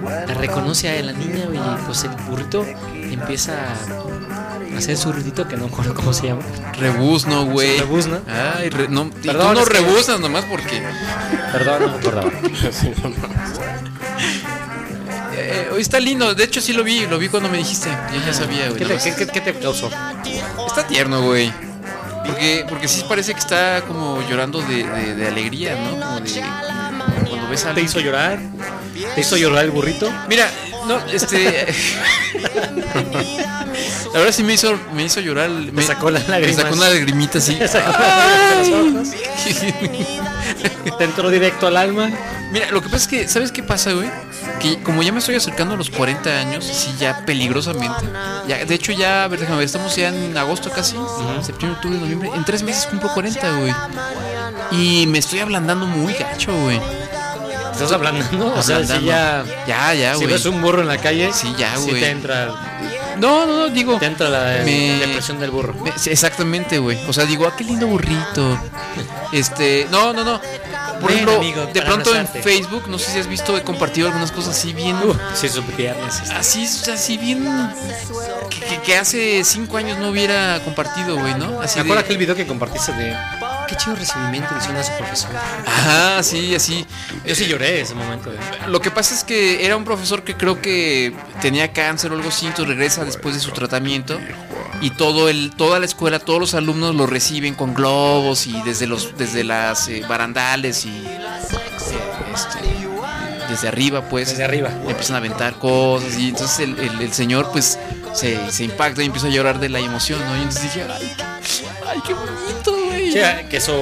Speaker 2: La reconoce a la niña, güey. Y pues el burrito empieza a hacer su ruidito que no me acuerdo cómo se llama.
Speaker 1: Rebuzno, güey.
Speaker 2: Rebuzno.
Speaker 1: Ay, re- no, y
Speaker 2: Perdón,
Speaker 1: tú no
Speaker 2: es que-
Speaker 1: rebuznas nomás porque
Speaker 2: Perdón, no me acordaba.
Speaker 3: Sí, no mames.
Speaker 1: eh, hoy está lindo. De hecho, sí lo vi, lo vi cuando me dijiste. Yo ya sabía, güey.
Speaker 2: ¿Qué te,
Speaker 1: nomás-
Speaker 2: qué- qué- qué te causó?
Speaker 1: Está tierno, güey. Porque, porque sí parece que está como llorando de, de- de alegría, ¿no? Como de, como cuando ves a
Speaker 2: ¿Te
Speaker 1: alguien.
Speaker 2: hizo llorar? ¿Te hizo llorar el burrito?
Speaker 1: Mira, no, este. la verdad sí me hizo, me hizo llorar. Me,
Speaker 2: sacó las lágrimas.
Speaker 1: Me sacó una lagrimita así.
Speaker 2: ¿Te entró directo al alma?
Speaker 1: Mira, lo que pasa es que, ¿sabes qué pasa, güey? Que como ya me estoy acercando a los 40 años, sí, ya peligrosamente. Ya, de hecho, ya, a ver, déjame ver, estamos ya en agosto casi, septiembre, octubre, noviembre. En tres meses cumplo 40, güey. Y me estoy ablandando muy gacho, güey.
Speaker 2: ¿Te estás hablando? ¿no? Oh, O sea, si
Speaker 1: Ablandando.
Speaker 2: ya...
Speaker 1: Ya, ya,
Speaker 2: Si
Speaker 1: güey.
Speaker 2: ves un burro en la calle,
Speaker 1: Sí, ya,
Speaker 2: sí
Speaker 1: güey.
Speaker 2: te entra,
Speaker 1: No, no, no, digo.
Speaker 2: te entra la
Speaker 1: Me-
Speaker 2: depresión del burro.
Speaker 1: Me- sí, Exactamente, güey. O sea, digo, ah, qué lindo burrito. Este, no, no, no. Por
Speaker 2: Ven,
Speaker 1: ejemplo,
Speaker 2: amigo,
Speaker 1: de
Speaker 2: para
Speaker 1: pronto
Speaker 2: abrazarte.
Speaker 1: en Facebook, no sé si has visto, he compartido algunas cosas así bien.
Speaker 2: Uh, sí, sus piernas.
Speaker 1: Así, o sea, así bien. Que, que hace cinco años no hubiera compartido, güey, ¿no? Así de-
Speaker 2: ¿Te acuerdas aquel video que compartiste de qué chido recibimiento le hicieron a su profesor?
Speaker 1: Ajá, sí, así.
Speaker 2: Yo sí lloré ese momento. güey.
Speaker 1: Lo que pasa es que era un profesor que creo que tenía cáncer o algo así, entonces regresa después de su tratamiento y todo el, toda la escuela, todos los alumnos lo reciben con globos y desde los, desde las eh, barandales y eh, este, desde arriba, pues.
Speaker 2: Desde arriba.
Speaker 1: Le empiezan a aventar cosas y entonces el, el- el señor pues se, se impacta y empieza a llorar de la emoción, ¿no? Y entonces dije, ay, qué- ay, qué bonito, güey.
Speaker 2: Sí, ah, que eso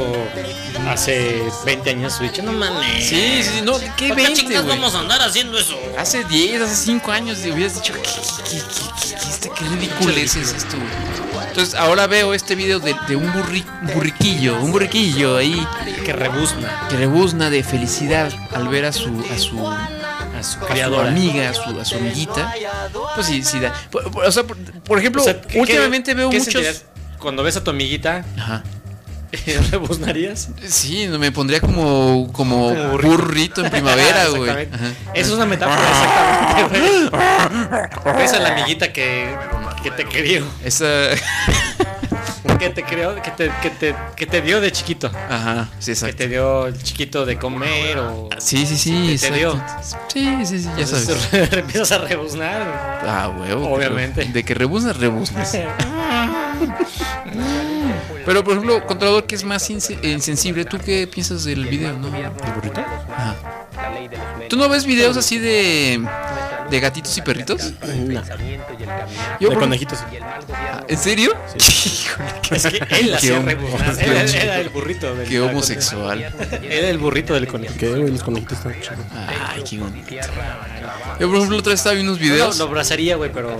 Speaker 2: hace 20 años Switch. No mames.
Speaker 1: Sí, sí, no, qué 20, güey.
Speaker 9: a andar haciendo eso?
Speaker 2: Ah,
Speaker 1: Hace 10, hace 5 años te hubieras dicho, ¿qué, qué, qué, qué, qué, este, qué ridiculez es esto? güey?" Entonces ahora veo este video de, de un, burri- un burriquillo, un burriquillo ahí
Speaker 2: Que rebuzna
Speaker 1: que rebuzna de felicidad al ver a su, a su,
Speaker 2: a su
Speaker 1: a su
Speaker 2: criadora.
Speaker 1: amiga, a su, a su amiguita. Pues sí, sí da. Por, por- o sea, por, por ejemplo,
Speaker 2: O sea, ¿qué-
Speaker 1: últimamente
Speaker 2: qué-
Speaker 1: veo
Speaker 2: qué
Speaker 1: muchos...
Speaker 2: sentirás Cuando ves a tu amiguita,
Speaker 1: Ajá.
Speaker 2: ¿rebuznarías?
Speaker 1: Sí, no, me pondría como, como
Speaker 2: Como burrito.
Speaker 1: burrito en primavera, güey.
Speaker 2: Exactamente.
Speaker 1: Ajá.
Speaker 2: Eso es una metáfora, exactamente, güey. Ves a la amiguita que, que te crió,
Speaker 1: Esa...
Speaker 2: que te crió, que te, que te, que te dio de chiquito.
Speaker 1: Ajá, sí,
Speaker 2: Que
Speaker 1: exacto.
Speaker 2: te dio el chiquito de comer o...
Speaker 1: Sí, sí, sí.
Speaker 2: te
Speaker 1: exacto.
Speaker 2: dio.
Speaker 1: Sí, sí, sí, ya sabes.
Speaker 2: Entonces, empiezas a rebuznar.
Speaker 1: Ah, huevo.
Speaker 2: Obviamente.
Speaker 1: pero De que rebuznas, rebuznas. Pero, por ejemplo, controlador que es más inse- insensible, ¿tú qué piensas del video, no?
Speaker 3: burrito?
Speaker 1: Ajá. ¿Tú no ves videos así de, de gatitos y perritos?
Speaker 3: No.
Speaker 1: Yo,
Speaker 3: de
Speaker 1: por-
Speaker 3: conejitos.
Speaker 1: Ah, ¿En serio? Híjole, qué-
Speaker 2: Es que él
Speaker 1: Qué
Speaker 2: hacía
Speaker 1: hom-
Speaker 2: rebuznar.
Speaker 1: qué
Speaker 2: Él, él
Speaker 1: homosexual.
Speaker 2: era el burrito del
Speaker 1: Qué homosexual.
Speaker 2: Él era el burrito del conejo.
Speaker 3: ¿Qué, güey? Los conejitos están chidos.
Speaker 1: Ay, qué bonito. Yo, por ejemplo, otra vez estaba viendo unos
Speaker 2: Yo Lo,
Speaker 1: videos.
Speaker 2: lo abrazaría, güey, pero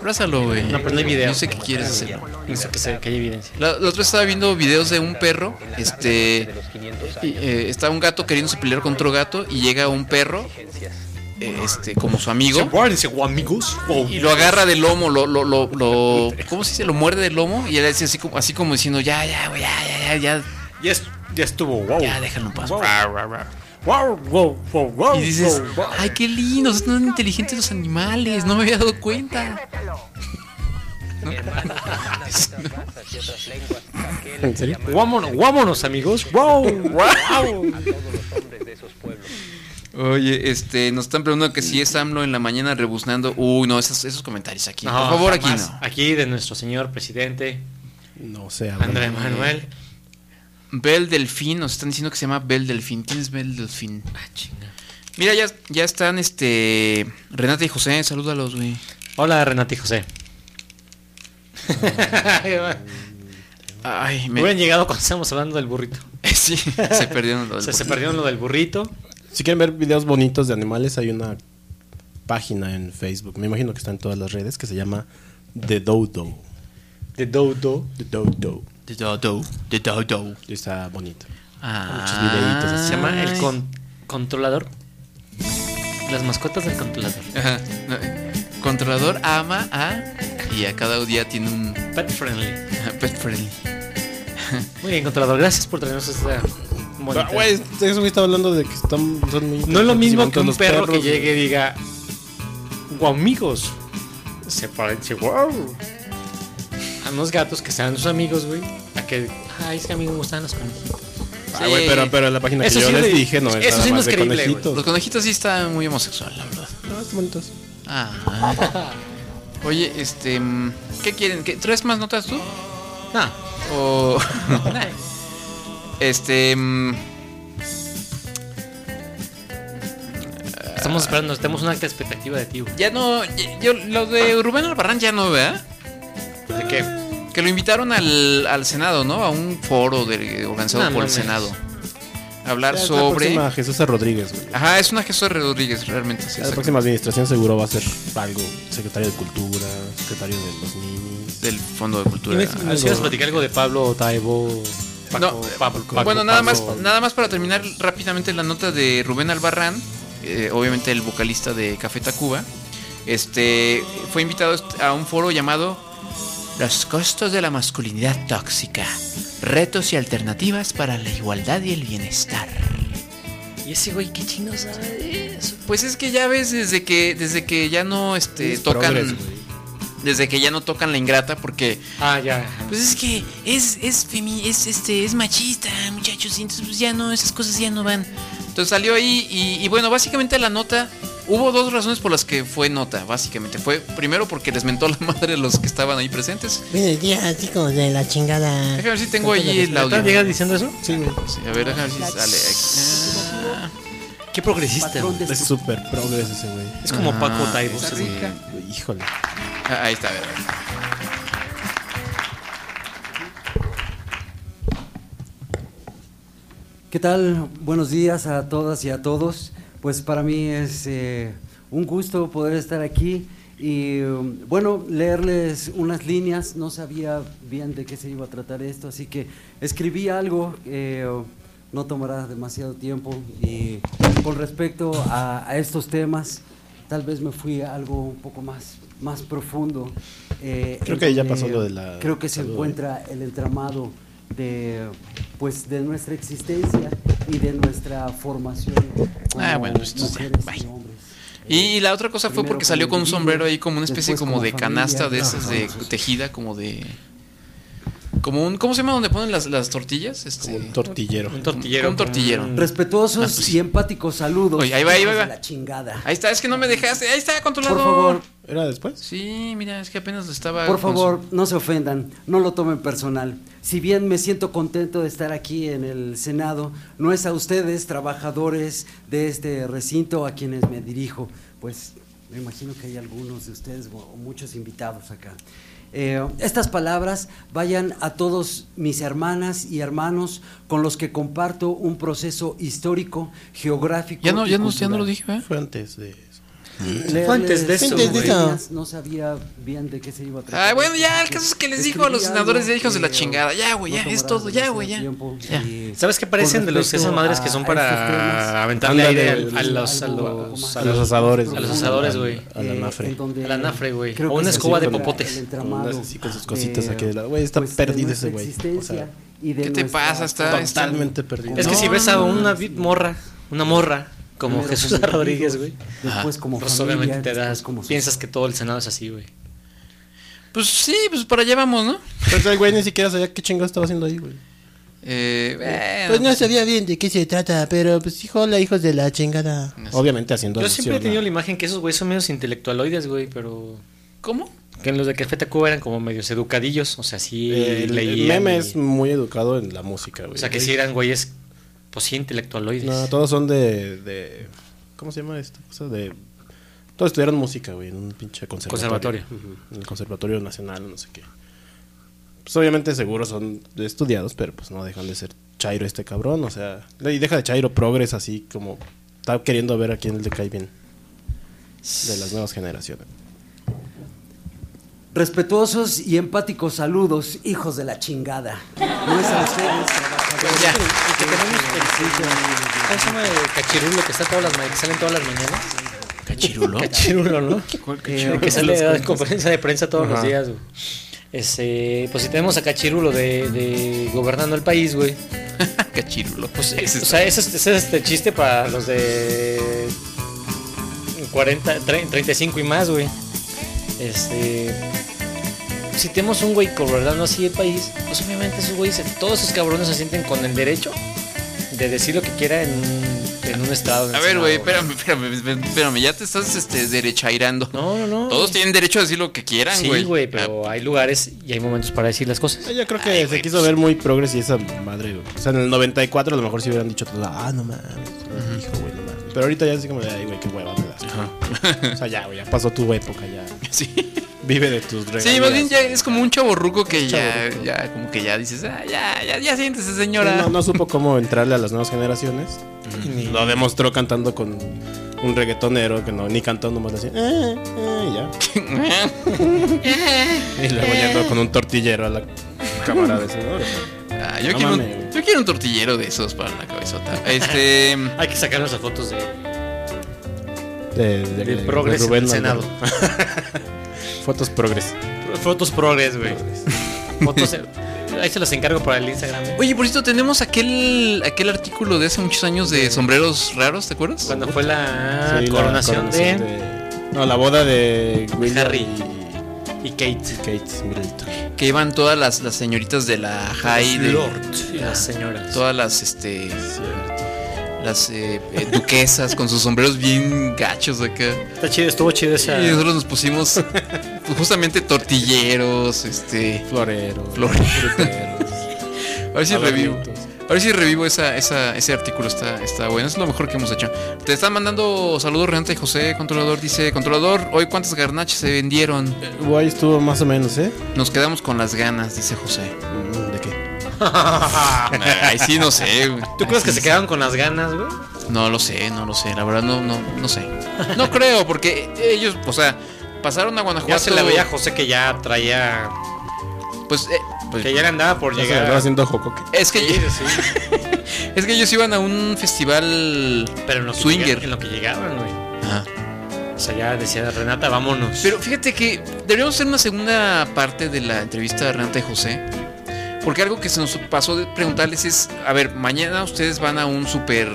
Speaker 1: Abrázalo, güey.
Speaker 2: No, pero no hay video.
Speaker 1: Yo sé que quieres hacerlo.
Speaker 2: pienso que, se, que hay evidencia.
Speaker 1: La, la otra vez estaba viendo videos de un perro, este, y, eh, está un gato queriéndose pelear contra otro gato y llega un perro, eh, este, como su amigo,
Speaker 2: amigos.
Speaker 1: y lo agarra del lomo, lo, lo, lo, lo- ¿cómo se dice? Lo muerde del lomo y él dice así como, así como diciendo, ya, ya, güey, ya, ya, ya,
Speaker 2: Ya, es- ya estuvo, wow.
Speaker 1: ya, ya, déjalo en paz.
Speaker 2: Wow, wow, wow, wow.
Speaker 1: Y dices,
Speaker 2: wow, wow.
Speaker 1: ay, qué lindos, son tan inteligentes los animales, no me había dado cuenta.
Speaker 3: ¿En serio?
Speaker 2: Vámonos, vámonos, amigos. Wow, wow.
Speaker 1: Oye, este, nos están preguntando que si es AMLO en la mañana rebuznando. Uy, no, esos, esos comentarios aquí. Por favor, aquí
Speaker 2: jamás.
Speaker 1: no.
Speaker 2: Aquí de nuestro señor presidente,
Speaker 3: No sé.
Speaker 1: Ah,
Speaker 3: habla.
Speaker 2: Andrés Manuel. Ah,
Speaker 1: Bel Delfín, nos están diciendo que se llama Bel Delfín. ¿Quién es Bel Delfín? Mira, ya, ya están este. Renata y José, salúdalos, güey.
Speaker 2: Hola, Renati José.
Speaker 1: Ay,
Speaker 2: Me
Speaker 1: me.
Speaker 2: hubieran llegado cuando estábamos hablando del burrito.
Speaker 1: Sí, se perdieron
Speaker 2: O
Speaker 1: los.
Speaker 2: sea, se perdieron lo del burrito.
Speaker 3: Si quieren ver videos bonitos de animales, hay una página en Facebook, me imagino que está en todas las redes, que se llama The Dodo.
Speaker 2: De Dodo.
Speaker 3: The Dodo.
Speaker 1: The Dodo, The Dodo.
Speaker 3: Y Está bonito. Muchos
Speaker 1: Ah,
Speaker 3: videitos así.
Speaker 2: Se llama el con- controlador. Las mascotas del controlador.
Speaker 1: Ajá. No, eh, Controlador ama a. Y a cada día tiene un
Speaker 2: Pet friendly.
Speaker 1: pet friendly.
Speaker 2: Muy bien, controlador. Gracias por traernos esta bonita-
Speaker 3: Pero, güey, eso güey estaba hablando de que están, son muy
Speaker 2: No es lo mismo
Speaker 3: interesantes y van
Speaker 2: que
Speaker 3: todos
Speaker 2: un
Speaker 3: los
Speaker 2: perro que
Speaker 3: perros,
Speaker 2: llegue y diga, "Guau, amigos, se paren, sí, guau". A unos gatos que sean sus amigos, güey. A que, ay, es que a mí me gustan los conejitos.
Speaker 3: Ah, güey,
Speaker 1: Sí.
Speaker 3: pero, pero la página que
Speaker 2: Eso
Speaker 3: yo
Speaker 2: sí
Speaker 3: les
Speaker 2: es-
Speaker 3: dije no es
Speaker 2: eso
Speaker 3: nada
Speaker 2: sí no es
Speaker 3: más de
Speaker 2: creíble,
Speaker 3: conejitos.
Speaker 1: Los conejitos sí están muy homosexual, la verdad.
Speaker 3: No, están bonitos.
Speaker 1: Ah. Oye, este. mm, ¿Qué quieren? ¿Qué- ¿Tres más notas tú?
Speaker 2: No,
Speaker 1: O. este. mm,
Speaker 2: estamos esperando, tenemos una alta expectativa de ti, güey.
Speaker 1: Ya no. ya- Yo, lo de Rubén Albarrán ya no, ¿verdad?
Speaker 2: ¿De qué?
Speaker 1: Que lo invitaron al, al Senado, ¿no? A un foro del- organizado
Speaker 2: No
Speaker 1: por el
Speaker 2: mames.
Speaker 1: Senado. A hablar
Speaker 3: Ya,
Speaker 1: sobre.
Speaker 3: La próxima Jesús Rodríguez,
Speaker 2: Ah,
Speaker 3: güey.
Speaker 1: Ajá, es una Jesús Rodríguez, realmente. sí,
Speaker 3: Ya La
Speaker 1: exacto.
Speaker 3: próxima administración seguro va a ser algo. Secretario de Cultura, secretario de los niños.
Speaker 1: Del Fondo de Cultura.
Speaker 2: ¿Nos quieres platicar algo de Pablo Taibo? Paco,
Speaker 1: No, pues,
Speaker 2: Pablo- Paco,
Speaker 1: bueno, nada más,
Speaker 2: Pablo?
Speaker 1: nada más para terminar rápidamente la nota de Rubén Albarrán, eh, obviamente el vocalista de Café Tacuba, este, fue invitado est- a un foro llamado Los costos de la masculinidad tóxica, retos y alternativas para la igualdad y el bienestar.
Speaker 2: Y ese güey, qué chino sabe de eso.
Speaker 1: Pues es que ya ves desde que desde que ya no este
Speaker 3: Es
Speaker 1: tocan
Speaker 3: progres, güey.
Speaker 1: desde que ya no tocan la ingrata porque
Speaker 2: Ah, ya.
Speaker 1: Pues es que es, es, femi- es, este, es machista, muchachos, y entonces pues ya no, esas cosas ya no van. Entonces salió ahí y, y bueno, básicamente la nota, hubo dos razones por las que fue nota, básicamente. Fue primero porque les mentó la madre a los que estaban ahí presentes.
Speaker 10: Buenos días, chicos de la chingada.
Speaker 1: Déjame ver si tengo allí el audio.
Speaker 2: ¿Neta llegas diciendo eso?
Speaker 3: Sí, güey.
Speaker 1: Sí, a ver, déjame ver si sale aquí. Ah,
Speaker 2: Qué progresista, güey.
Speaker 3: Es súper progres ese, güey.
Speaker 2: Es como
Speaker 1: Ah,
Speaker 2: Paco Taibo.
Speaker 1: está
Speaker 2: ese güey.
Speaker 3: Híjole.
Speaker 1: ah, ahí está, a ver. a ver.
Speaker 7: ¿Qué tal? Buenos días a todas y a todos. Pues para mí es eh, un gusto poder estar aquí y um, bueno, leerles unas líneas. No sabía bien de qué se iba a tratar esto, así que escribí algo. eh, no tomará demasiado tiempo. Y con respecto a, a estos temas, tal vez me fui a algo un poco más, más profundo. eh,
Speaker 3: Creo
Speaker 7: en
Speaker 3: que ya
Speaker 7: donde
Speaker 3: pasó lo de la
Speaker 7: Creo que se
Speaker 3: salud, ¿eh?
Speaker 7: encuentra encuentra el entramado de pues de nuestra existencia y de nuestra formación como
Speaker 1: Ah, bueno, pues, entonces,
Speaker 7: mujeres
Speaker 1: bye.
Speaker 7: y hombres.
Speaker 1: Y la otra cosa fue
Speaker 7: Primero
Speaker 1: porque salió
Speaker 7: como
Speaker 1: con un
Speaker 7: individuo,
Speaker 1: sombrero ahí como una especie
Speaker 7: después
Speaker 1: como
Speaker 7: como
Speaker 1: de canasta de
Speaker 7: familia.
Speaker 1: esas de
Speaker 7: Ajá.
Speaker 1: tejida, como de... Como un, ¿Cómo se llama donde ponen las, las tortillas? Este,
Speaker 3: Como un tortillero.
Speaker 2: Un tortillero.
Speaker 1: Un tortillero.
Speaker 2: Mm.
Speaker 7: Respetuosos
Speaker 1: Ah, pues sí.
Speaker 7: y empáticos saludos.
Speaker 1: Oye, ahí va, ahí va,
Speaker 7: hijos
Speaker 1: ahí va.
Speaker 7: de la chingada.
Speaker 1: Ahí está, es que no me dejaste. Ahí está, controlador.
Speaker 7: Por favor,
Speaker 3: ¿Era después?
Speaker 1: Sí, mira, es que apenas lo estaba.
Speaker 7: Por
Speaker 1: con su-
Speaker 7: favor, no se ofendan, no lo tomen personal. Si bien me siento contento de estar aquí en el Senado, no es a ustedes, trabajadores de este recinto, a quienes me dirijo. Pues me imagino que hay algunos de ustedes o- o muchos invitados acá. Eh, estas palabras vayan a todos mis hermanas y hermanos con los que comparto un proceso histórico, geográfico.
Speaker 1: Ya no,
Speaker 7: y
Speaker 1: ya no, ya no lo
Speaker 7: cultural.
Speaker 1: dije, ¿verdad?
Speaker 3: Fue antes de eso.
Speaker 7: Leerles
Speaker 2: antes de eso,
Speaker 7: unas
Speaker 2: güey.
Speaker 7: líneas, No sabía bien de qué se iba a tratar.
Speaker 1: Ay, bueno, ya, el caso es que les dijo a los
Speaker 7: Escribí
Speaker 1: senadores
Speaker 7: algo
Speaker 1: de hijos de la
Speaker 7: que,
Speaker 1: chingada. Ya, güey, ya,
Speaker 7: no
Speaker 1: es
Speaker 7: tomará
Speaker 1: todo, ya, güey, ya.
Speaker 7: demasiado tiempo
Speaker 1: Ya.
Speaker 7: y-
Speaker 2: ¿Sabes qué parecen
Speaker 7: con
Speaker 2: de los, esas
Speaker 7: respecto
Speaker 2: madres que
Speaker 7: a-
Speaker 2: son
Speaker 7: a estos
Speaker 2: para
Speaker 7: temas,
Speaker 2: aventarle aire
Speaker 3: Ándale,
Speaker 2: a, a los, a
Speaker 7: algo
Speaker 2: los, a
Speaker 7: un poco
Speaker 2: los
Speaker 7: más
Speaker 3: asadores,
Speaker 2: a los
Speaker 7: profundo,
Speaker 2: asadores, güey.
Speaker 3: A la
Speaker 7: eh,
Speaker 3: nafre.
Speaker 7: en donde-
Speaker 2: A la nafre, güey.
Speaker 7: creo
Speaker 2: O
Speaker 7: que
Speaker 2: una
Speaker 7: se
Speaker 2: escoba de
Speaker 7: encuentra
Speaker 2: popotes.
Speaker 7: el entramado
Speaker 3: Unas así con sus
Speaker 7: de-
Speaker 3: cositas aquí de lado. Güey, está
Speaker 7: pues, de
Speaker 3: perdido
Speaker 7: nuestra
Speaker 3: ese güey. O sea,
Speaker 7: existencia y de
Speaker 1: ¿qué te
Speaker 7: nuestra
Speaker 1: pasa? Está- está-
Speaker 3: Totalmente perdido.
Speaker 2: Es que si
Speaker 1: No,
Speaker 2: ves a
Speaker 1: no,
Speaker 2: una vi- morra, una morra, como
Speaker 7: Primero
Speaker 2: Jesús
Speaker 7: como
Speaker 2: Rodríguez, güey.
Speaker 7: individuos, Después
Speaker 1: Ah,
Speaker 7: como
Speaker 2: Pues
Speaker 7: familia,
Speaker 2: obviamente te das,
Speaker 7: después como
Speaker 2: piensas que todo el Senado es así, güey.
Speaker 1: Pues sí, pues para allá vamos, ¿no?
Speaker 3: Pero ese güey ni siquiera sabía qué chingados estaba haciendo ahí, güey.
Speaker 1: Eh, bueno,
Speaker 10: Pues no sabía bien de qué se trata, pero pues hijo, la hijos de la chingada.
Speaker 3: Obviamente haciendo
Speaker 2: Yo
Speaker 3: alusión
Speaker 2: siempre he tenido
Speaker 3: a-
Speaker 2: la imagen que esos güeyes son medios intelectualoides, güey, pero...
Speaker 1: ¿Cómo?
Speaker 2: Que los de Café Tacuba eran como medios educadillos, o sea, sí
Speaker 3: El, el
Speaker 2: leían.
Speaker 3: meme
Speaker 2: y-
Speaker 3: es muy educado en la música, güey.
Speaker 2: O sea, que sí eran güeyes, pues sí, intelectualoides.
Speaker 3: No, todos son de, de ¿Cómo se llama esta cosa? De. Todos estudiaron música, güey, en un pinche
Speaker 2: Conservatorio.
Speaker 3: conservatorio. Ujú, En el Conservatorio Nacional, no sé qué. Pues obviamente seguro son estudiados, pero pues no dejan de ser Chairo este cabrón, o sea. Y deja de Chairo Progress así como. Está queriendo ver a quién le cae bien. De las nuevas generaciones.
Speaker 7: Respetuosos y empáticos saludos, hijos de la chingada. No es a ustedes, trabajadores.
Speaker 2: Ya. Y que tenemos el- ¿Cómo se llama el cachirulo que, está todas las ma- que salen todas las mañanas?
Speaker 1: ¿Cachirulo?
Speaker 2: Cachirulo, ¿no?
Speaker 1: ¿Cuál
Speaker 2: Eh,
Speaker 1: cachirulo?
Speaker 2: que sale
Speaker 1: Los
Speaker 2: a
Speaker 1: cuentos.
Speaker 2: conferencia de prensa todos los
Speaker 1: Ajá.
Speaker 2: días, güey. Ese, pues si tenemos a Cachirulo de, de gobernando el país, güey.
Speaker 1: Ah, Cachirulo.
Speaker 2: Pues, eh, o sea, ese es, ese es este chiste para los de 40, tre- 35 y más, güey. Este. Si tenemos un güey gobernando así el país, pues obviamente esos güeyes, todos esos cabrones se sienten con el derecho de decir lo que quiera en, un- en un estado. en
Speaker 1: A
Speaker 2: el
Speaker 1: ver, güey,
Speaker 2: Senado,
Speaker 1: espérame, espérame, espérame, ya te estás este, derechairando.
Speaker 2: No, no, no.
Speaker 1: Todos tienen derecho a decir lo que quieran,
Speaker 2: Sí,
Speaker 1: güey. Ah,
Speaker 2: güey, pero hay lugares y hay momentos para decir las cosas.
Speaker 3: Ah, Yo creo que se
Speaker 1: pues
Speaker 3: quiso ver muy progres y esa madre, güey. O sea, en el 94 a lo mejor sí hubieran dicho, ah, no mames, hijo, güey, no mames. Pero ahorita ya así como de, ay, güey, qué hueva me das. O sea, ya, güey, ya pasó tu época, ya.
Speaker 1: Sí.
Speaker 3: Vive de tus regalos.
Speaker 1: Sí, más bien ya es como un chaborruco que ya, ya, como que ya dices, ah, ya, ya, ya siéntese, señora.
Speaker 3: No, no supo cómo entrarle a las nuevas generaciones.
Speaker 1: Ni-
Speaker 3: Lo demostró cantando con un reggaetonero que no, ni cantó nomás así. "Ah, ah", y ya. Y luego yendo con un tortillero a la cámara de ese, ¿no? O sea,
Speaker 1: Ah, yo,
Speaker 3: no
Speaker 1: quiero
Speaker 3: mames, güey.
Speaker 1: un, yo quiero un tortillero de esos para la cabezota. Este.
Speaker 2: Hay que sacar nuestras fotos de.
Speaker 3: De,
Speaker 2: De progres en el
Speaker 3: Maldonado. Fotos progres.
Speaker 2: Fotos progres, güey. Fotos. eh, Ahí se las encargo para el Instagram. güey.
Speaker 1: Oye, por cierto, tenemos aquel, aquel artículo de hace muchos años de sombreros raros, ¿te acuerdas?
Speaker 2: Cuando fue la
Speaker 3: Sí, la
Speaker 2: Ah, coronación, de,
Speaker 3: No, la boda de William
Speaker 2: Harry y,
Speaker 3: y
Speaker 2: Kate.
Speaker 3: Kate Middleton.
Speaker 1: Que iban todas las, las señoritas de la high, de
Speaker 2: Lord y las señoras.
Speaker 1: todas las, este, las eh, eh, duquesas con sus sombreros bien gachos acá.
Speaker 2: Está chido, estuvo chido esa.
Speaker 1: Y nosotros nos pusimos pues, justamente tortilleros, este,
Speaker 3: Floreros.
Speaker 1: Floreros.
Speaker 3: fruteros,
Speaker 1: a ver si revivo.
Speaker 3: adornitos.
Speaker 1: A ver si revivo esa, esa- ese artículo, está, está bueno, es lo mejor que hemos hecho. Te están mandando saludos, Renata y José, controlador. Dice, controlador, hoy cuántas garnachas se vendieron.
Speaker 3: Guay estuvo más o menos, ¿eh?
Speaker 1: Nos quedamos con las ganas, dice José.
Speaker 3: Mm, ¿De qué?
Speaker 1: Ahí sí, no sé. güey.
Speaker 2: ¿Tú crees que se quedaron con las ganas, güey?
Speaker 1: No lo sé, no lo sé. La verdad, no, no, no sé. No creo, porque ellos, o sea, pasaron a Guanajuato.
Speaker 2: Ya se la veía a José que ya traía.
Speaker 1: Pues, eh, pues,
Speaker 2: Que ya le andaba por
Speaker 3: Ya se andaba
Speaker 2: llegar.
Speaker 3: haciendo jocoque.
Speaker 1: es que
Speaker 2: Sí, sí.
Speaker 1: es que ellos iban a un festival.
Speaker 2: Pero en lo que
Speaker 1: Swinger.
Speaker 2: llega- en lo que llegaban, güey.
Speaker 1: Ajá.
Speaker 2: O sea, ya decía Renata, vámonos.
Speaker 1: Pero fíjate que deberíamos hacer una segunda parte de la entrevista de Renata y José. Porque algo que se nos pasó de preguntarles es, a ver, mañana ustedes van a un super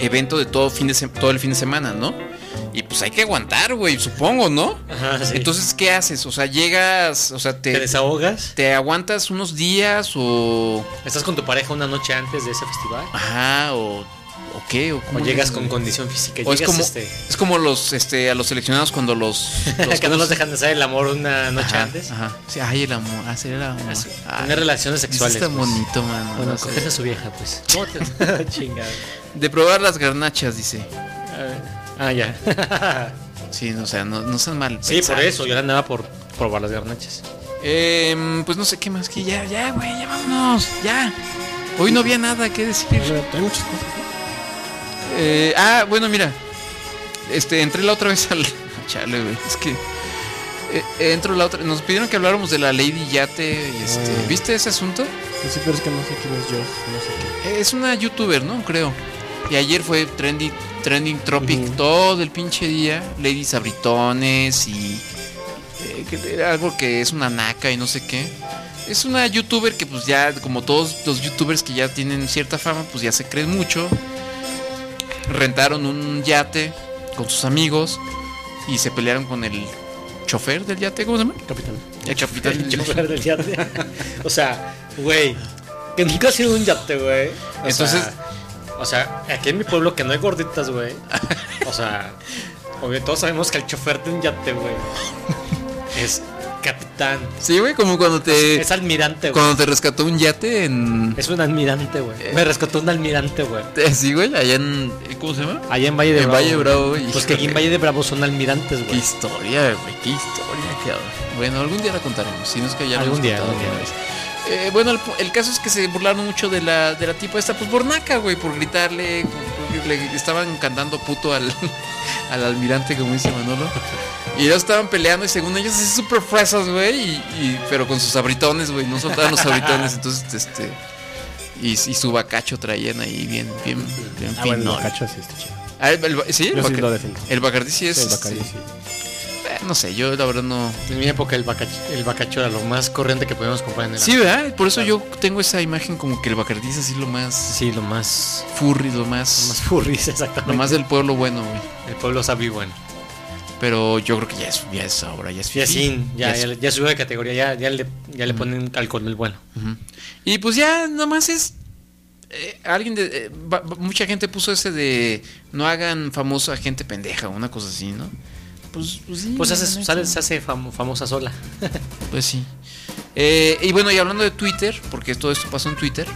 Speaker 1: evento de todo, fin de se- todo el fin de semana, ¿no? Y pues hay que aguantar, güey, supongo, ¿no?
Speaker 2: Ajá, sí.
Speaker 1: Entonces, ¿qué haces? O sea, llegas, o sea,
Speaker 2: te
Speaker 1: te,
Speaker 2: desahogas.
Speaker 1: te aguantas unos días o...
Speaker 2: Estás con tu pareja una noche antes de ese festival.
Speaker 1: Ajá, o... ¿O qué? ¿O,
Speaker 2: O
Speaker 1: cómo
Speaker 2: llegas
Speaker 1: les-
Speaker 2: con condición física.
Speaker 1: O es
Speaker 2: llegas,
Speaker 1: como,
Speaker 2: este,
Speaker 1: es como los, este, a los seleccionados cuando los... los-
Speaker 2: que no los dejan de hacer el amor una noche
Speaker 1: Ajá,
Speaker 2: antes.
Speaker 1: Ajá. Sí, ay, el amor. Hacer el amor. Ay,
Speaker 2: Tener relaciones sexuales.
Speaker 1: Está
Speaker 2: pues.
Speaker 1: bonito, mano.
Speaker 2: Bueno,
Speaker 1: no sé.
Speaker 2: cogerse a su vieja, pues. ¿Cómo te- Chingado.
Speaker 1: De probar las garnachas, dice.
Speaker 2: Ah, ya.
Speaker 1: Sí, no, o sea, no, no sean mal.
Speaker 2: sí, por
Speaker 1: pensados.
Speaker 2: eso. Yo la andaba por probar las garnachas.
Speaker 1: Em, pues no sé qué más que ya, ya, güey, ya vámonos, ya. Hoy no había nada que decir.
Speaker 3: Hay muchas cosas.
Speaker 1: Eh, ah, bueno, mira. Este, entré la otra vez al. Chale, güey. Es que. eh, entro la otra. Nos pidieron que habláramos de la Lady Yate. y este,
Speaker 3: Ah.
Speaker 1: ¿Viste ese asunto?
Speaker 3: No sé, pero es que no sé quién es yo. No sé qué.
Speaker 1: Eh, Es una youtuber, ¿no? Creo. Y ayer fue trendy, trending tropic todo el pinche día. Lady Sabritones y. eh, que era algo que es una naca y no sé qué. Es una youtuber que, pues ya, como todos los youtubers que ya tienen cierta fama, pues ya se creen mucho. Rentaron un yate con sus amigos y se pelearon con el chofer del yate, ¿cómo se llama?
Speaker 3: Capitán.
Speaker 1: El capitán del
Speaker 2: El
Speaker 1: yate.
Speaker 2: chofer del yate. o sea, güey. Que nunca ha sido un yate, güey. O
Speaker 1: Entonces-
Speaker 2: sea, o sea, aquí en mi pueblo que no hay gorditas, güey. O sea, obvio, todos sabemos que el chofer de un yate, güey, es capitán.
Speaker 1: Sí, güey, como cuando te.
Speaker 2: Es almirante, güey.
Speaker 1: Cuando te rescató un yate en.
Speaker 2: Es un almirante, güey. Me rescató un almirante, güey.
Speaker 1: Eh, Sí, güey, allá en. ¿Cómo se llama?
Speaker 2: Allá en Valle de
Speaker 1: En
Speaker 2: Bravo.
Speaker 1: Valle de Bravo,
Speaker 2: güey.
Speaker 1: güey.
Speaker 2: Pues que aquí en Valle de Bravo son almirantes,
Speaker 1: Qué
Speaker 2: güey.
Speaker 1: historia, güey, qué historia, cabrón. Bueno, algún día la contaremos, si no es que ya la
Speaker 2: Algún
Speaker 1: hemos
Speaker 2: día,
Speaker 1: contado
Speaker 2: algún día.
Speaker 1: alguna vez. Eh, bueno, el, el caso es que se burlaron mucho de la, de la tipa esta, pues bornaca, güey, por gritarle, por- por- le estaban cantando puto al, al almirante, como dice Manolo. Y ellos estaban peleando y según ellos es súper fresas, güey, y, y- pero con sus sabritones, güey, no soltaban los sabritones, entonces, este... Y, y su bacacho traían ahí bien, bien, bien
Speaker 3: Ah, bueno, el
Speaker 1: finón.
Speaker 3: bacacho sí está chido.
Speaker 1: Ah, el- el- sí, el
Speaker 3: Yo sí
Speaker 1: Baca-
Speaker 3: lo defiendo.
Speaker 1: El Bacardi sí es.
Speaker 3: Sí, el Bacardi
Speaker 1: este, eh, no sé, yo la verdad no.
Speaker 2: En mi época el bacacho, el bacacho era lo más corriente que podíamos comprar en el
Speaker 1: Sí, ¿verdad? Por eso yo tengo esa imagen como que el Bacardi es así lo más
Speaker 2: Sí, lo más
Speaker 1: furry, lo más.
Speaker 2: más furries, exactamente.
Speaker 1: lo más del pueblo bueno, güey.
Speaker 2: el pueblo sabio bueno.
Speaker 1: Pero yo creo que ya es, ya es ahora, ya es
Speaker 2: Ya
Speaker 1: fifí,
Speaker 2: sí, ya, Mm.
Speaker 1: es-
Speaker 2: ya, ya subió de categoría, ya, ya le, ya le ponen alcohol del bueno.
Speaker 1: Ujú. Y pues ya nomás es. eh, alguien de. eh, va- va- mucha gente puso ese de. No hagan famoso a gente pendeja, una cosa así, ¿no? Pues, pues sí.
Speaker 2: Pues
Speaker 1: la
Speaker 2: hace-
Speaker 1: neta.
Speaker 2: sale- se hace fam- famosa sola.
Speaker 1: Pues sí. Eh, y bueno, y hablando de Twitter, porque todo esto pasó en Twitter.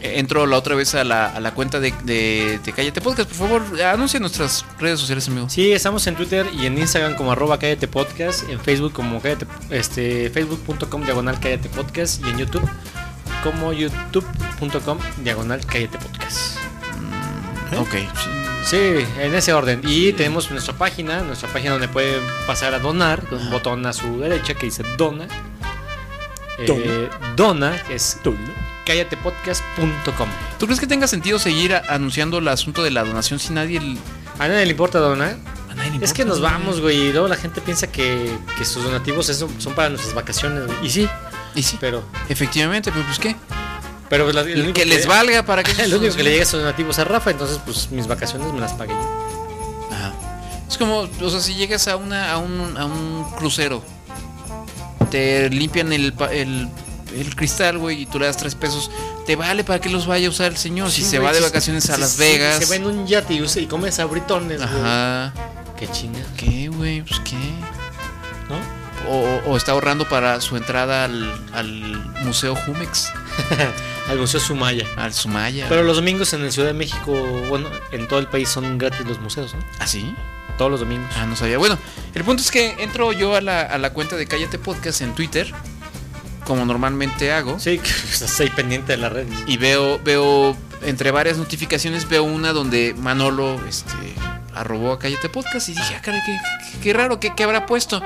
Speaker 1: eh, Entro la otra vez a la, a la cuenta de, de, de Cállate Podcast. Por favor, anuncia nuestras redes sociales, amigo.
Speaker 2: Sí, estamos en Twitter y en Instagram como arroba cállate podcast, en Facebook como cállate, este, facebook.com diagonal cállate podcast y en YouTube como youtube.com diagonal cállate podcast.
Speaker 1: ¿Eh?
Speaker 2: ¿eh?
Speaker 1: Ok.
Speaker 2: Sí, en ese orden. Y tenemos nuestra página, nuestra página donde pueden pasar a donar, con un botón a su derecha que dice dona. Eh, dona que es cállatepodcast.com.
Speaker 1: ¿Tú crees que tenga sentido seguir a- anunciando el asunto de la donación si nadie... l-
Speaker 2: A nadie le importa donar.
Speaker 1: a nadie le
Speaker 2: Es
Speaker 1: importa,
Speaker 2: que nos
Speaker 1: güey?
Speaker 2: vamos, güey. Y luego la gente piensa que, que sus donativos es- son para nuestras vacaciones, güey. Y sí,
Speaker 1: Y sí,
Speaker 2: pero.
Speaker 1: efectivamente, pero pues qué.
Speaker 2: pero la- el único
Speaker 1: que les valga para que...
Speaker 2: El único que le llega esos donativos a Rafa, entonces, pues mis vacaciones me las pagué yo.
Speaker 1: Ajá. Es como, o sea, si llegas a, una, a, un, a un crucero, te limpian el, pa- el, el cristal, güey, y tú le das tres pesos, te vale para que los vaya a usar el señor si
Speaker 2: Sí,
Speaker 1: se
Speaker 2: güey,
Speaker 1: va de vacaciones a
Speaker 2: sí,
Speaker 1: Las
Speaker 2: sí,
Speaker 1: Vegas.
Speaker 2: Se va en un yate y, usa- y come sabritones, güey.
Speaker 1: Ajá.
Speaker 2: Qué chinga,
Speaker 1: ¿Qué, güey? Pues qué.
Speaker 2: ¿no?
Speaker 1: O, o está ahorrando para su entrada al, al Museo Jumex,
Speaker 2: Al Museo Sumaya.
Speaker 1: al Sumaya.
Speaker 2: Pero los domingos en la Ciudad de México, bueno, en todo el país son gratis los museos, ¿no?
Speaker 1: ¿Así?
Speaker 2: Todos los domingos.
Speaker 1: Ah, no sabía. Bueno, el punto es que entro yo a la, a la cuenta de Cállate Podcast en Twitter, como normalmente hago.
Speaker 2: Sí, que estás ahí pendiente de las redes.
Speaker 1: y veo, veo entre varias notificaciones, veo una donde Manolo este, arrobó a Cállate Podcast y dije, ah, caray, qué, qué- qué raro, qué, qué habrá puesto.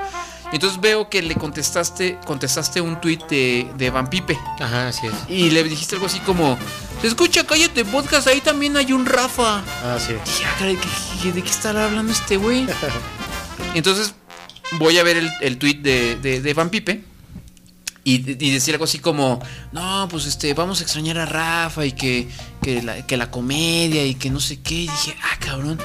Speaker 1: Entonces veo que le contestaste, contestaste un tuit de, de Van Pipe
Speaker 2: Ajá, así es.
Speaker 1: y le dijiste algo así como, se escucha Cállate Podcast, ahí también hay un Rafa.
Speaker 2: Ah, sí.
Speaker 1: Dije, "Ah, caray, ¿qué- qué- ¿de qué estará hablando este güey? Entonces voy a ver el, el tweet de, de, de Van Pipe y, y decir algo así como, no, pues este, vamos a extrañar a Rafa y que, que, la, que la comedia y que no sé qué. Y dije, ah, cabrón.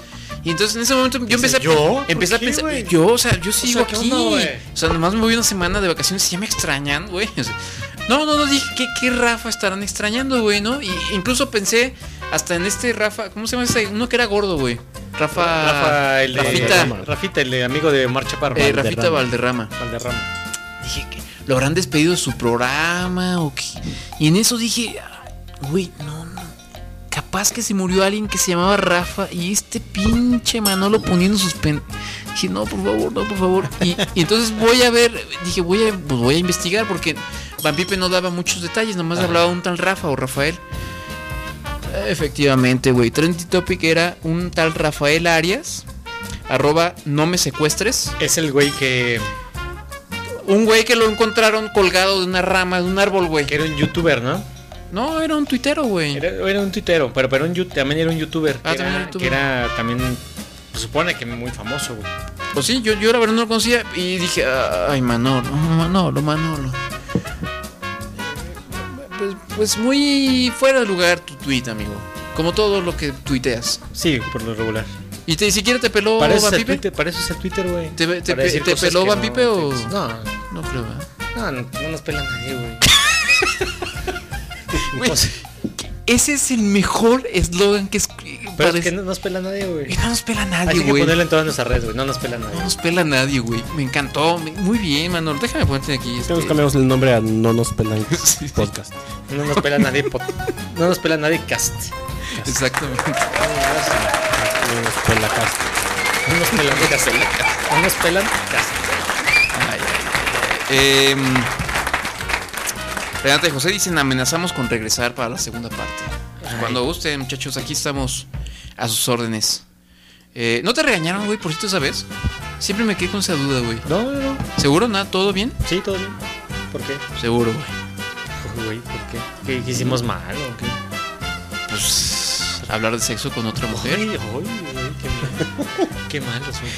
Speaker 1: Y entonces en ese momento yo empecé, a,
Speaker 2: ¿yo?
Speaker 1: empecé a
Speaker 2: ¿Por qué,
Speaker 1: pensar,
Speaker 2: güey?
Speaker 1: yo, o sea, yo sigo
Speaker 2: sea, ¿qué
Speaker 1: aquí.
Speaker 2: onda, güey?
Speaker 1: o sea, nomás me voy una semana de vacaciones y ya me extrañan, güey. O sea, no, no, no, dije, ¿qué, qué Rafa estarán extrañando, güey, no? Y incluso pensé hasta en este Rafa, ¿cómo se llama ese? Uno que era gordo, güey. Rafa.
Speaker 2: Rafa, el de-
Speaker 1: Rafita.
Speaker 3: Valderrama.
Speaker 2: Rafita, el de amigo de Marcha Parra.
Speaker 1: Eh, Rafita Valderrama.
Speaker 2: Valderrama.
Speaker 1: Dije que lo habrán despedido de su programa o qué. Y en eso dije, "Ay, güey, no, no. Capaz que se murió alguien que se llamaba Rafa y este pinche Manolo poniendo sus pen. Dije, no, por favor, no, por favor. Y, y entonces voy a ver, dije, voy a, pues voy a investigar porque Van Pipe no daba muchos detalles, nomás hablaba un tal Rafa o Rafael. Efectivamente, güey. Trendy Topic era un tal Rafael Arias, arroba no me secuestres.
Speaker 2: Es el güey que,
Speaker 1: Un güey que lo encontraron colgado de una rama, de un árbol, güey.
Speaker 2: que era un youtuber, ¿no?
Speaker 1: No, era un tuitero, güey.
Speaker 2: Era, era un tuitero, pero, pero un yu- también era un youtuber.
Speaker 1: Ah,
Speaker 2: que
Speaker 1: también
Speaker 2: era-
Speaker 1: era youtuber.
Speaker 2: Que era también, se supone que muy famoso, güey.
Speaker 1: Pues sí, yo, yo la verdad no lo conocía y dije, ay, Manolo, Manolo, Manolo. Pues, pues muy fuera de lugar tu tweet, amigo. Como todo lo que tuiteas.
Speaker 2: Sí, por lo regular.
Speaker 1: ¿Y te, siquiera te peló
Speaker 2: Para eso
Speaker 1: Van
Speaker 2: es el
Speaker 1: Pipe?
Speaker 2: Oh, Twitter, para eso es el Twitter, güey.
Speaker 1: ¿Te- te-
Speaker 2: Para
Speaker 1: te-
Speaker 2: decir
Speaker 1: te
Speaker 2: cosas
Speaker 1: peló
Speaker 2: que
Speaker 1: Van Pipe o-
Speaker 2: te- No,
Speaker 1: No creo, ¿verdad?
Speaker 2: no, no, no nos pela nadie, güey.
Speaker 1: Güey, Ese es el mejor eslogan que es.
Speaker 2: Pero
Speaker 1: padres.
Speaker 2: es que no nos pela nadie, güey.
Speaker 1: No nos pela nadie,
Speaker 2: Hay que
Speaker 1: güey.
Speaker 2: ponerlo en todas nuestras redes, güey. No nos pela nadie.
Speaker 1: No nos pela nadie, güey. Me encantó. Me- Muy bien, Manolo. Déjame ponerte aquí.
Speaker 3: Ya nos
Speaker 1: este-
Speaker 3: cambiamos el nombre a No nos pelan podcast.
Speaker 2: No nos pela nadie. pod- no nos pela nadie cast.
Speaker 1: Exactamente.
Speaker 3: No nos pela cast.
Speaker 2: No nos pelan cast. No nos pelan cast.
Speaker 1: Ay, ay, ay. Em, Renata y José dicen amenazamos con regresar para la segunda parte. Pues Cuando gusten, muchachos, aquí estamos a sus órdenes. Eh, ¿No te regañaron, güey, por cierto, esa vez? Siempre me quedé con esa duda, güey.
Speaker 2: No, no, no.
Speaker 1: ¿Seguro? ¿Nada? ¿Todo bien?
Speaker 2: Sí, todo bien. ¿Por qué?
Speaker 1: Seguro, güey.
Speaker 2: Uy, Güey, ¿por qué? ¿Qué, qué hicimos mal o qué?
Speaker 1: Pues hablar de sexo con otra mujer.
Speaker 2: Ay, ay, güey, qué mal. ¿Eh? qué malos, güey.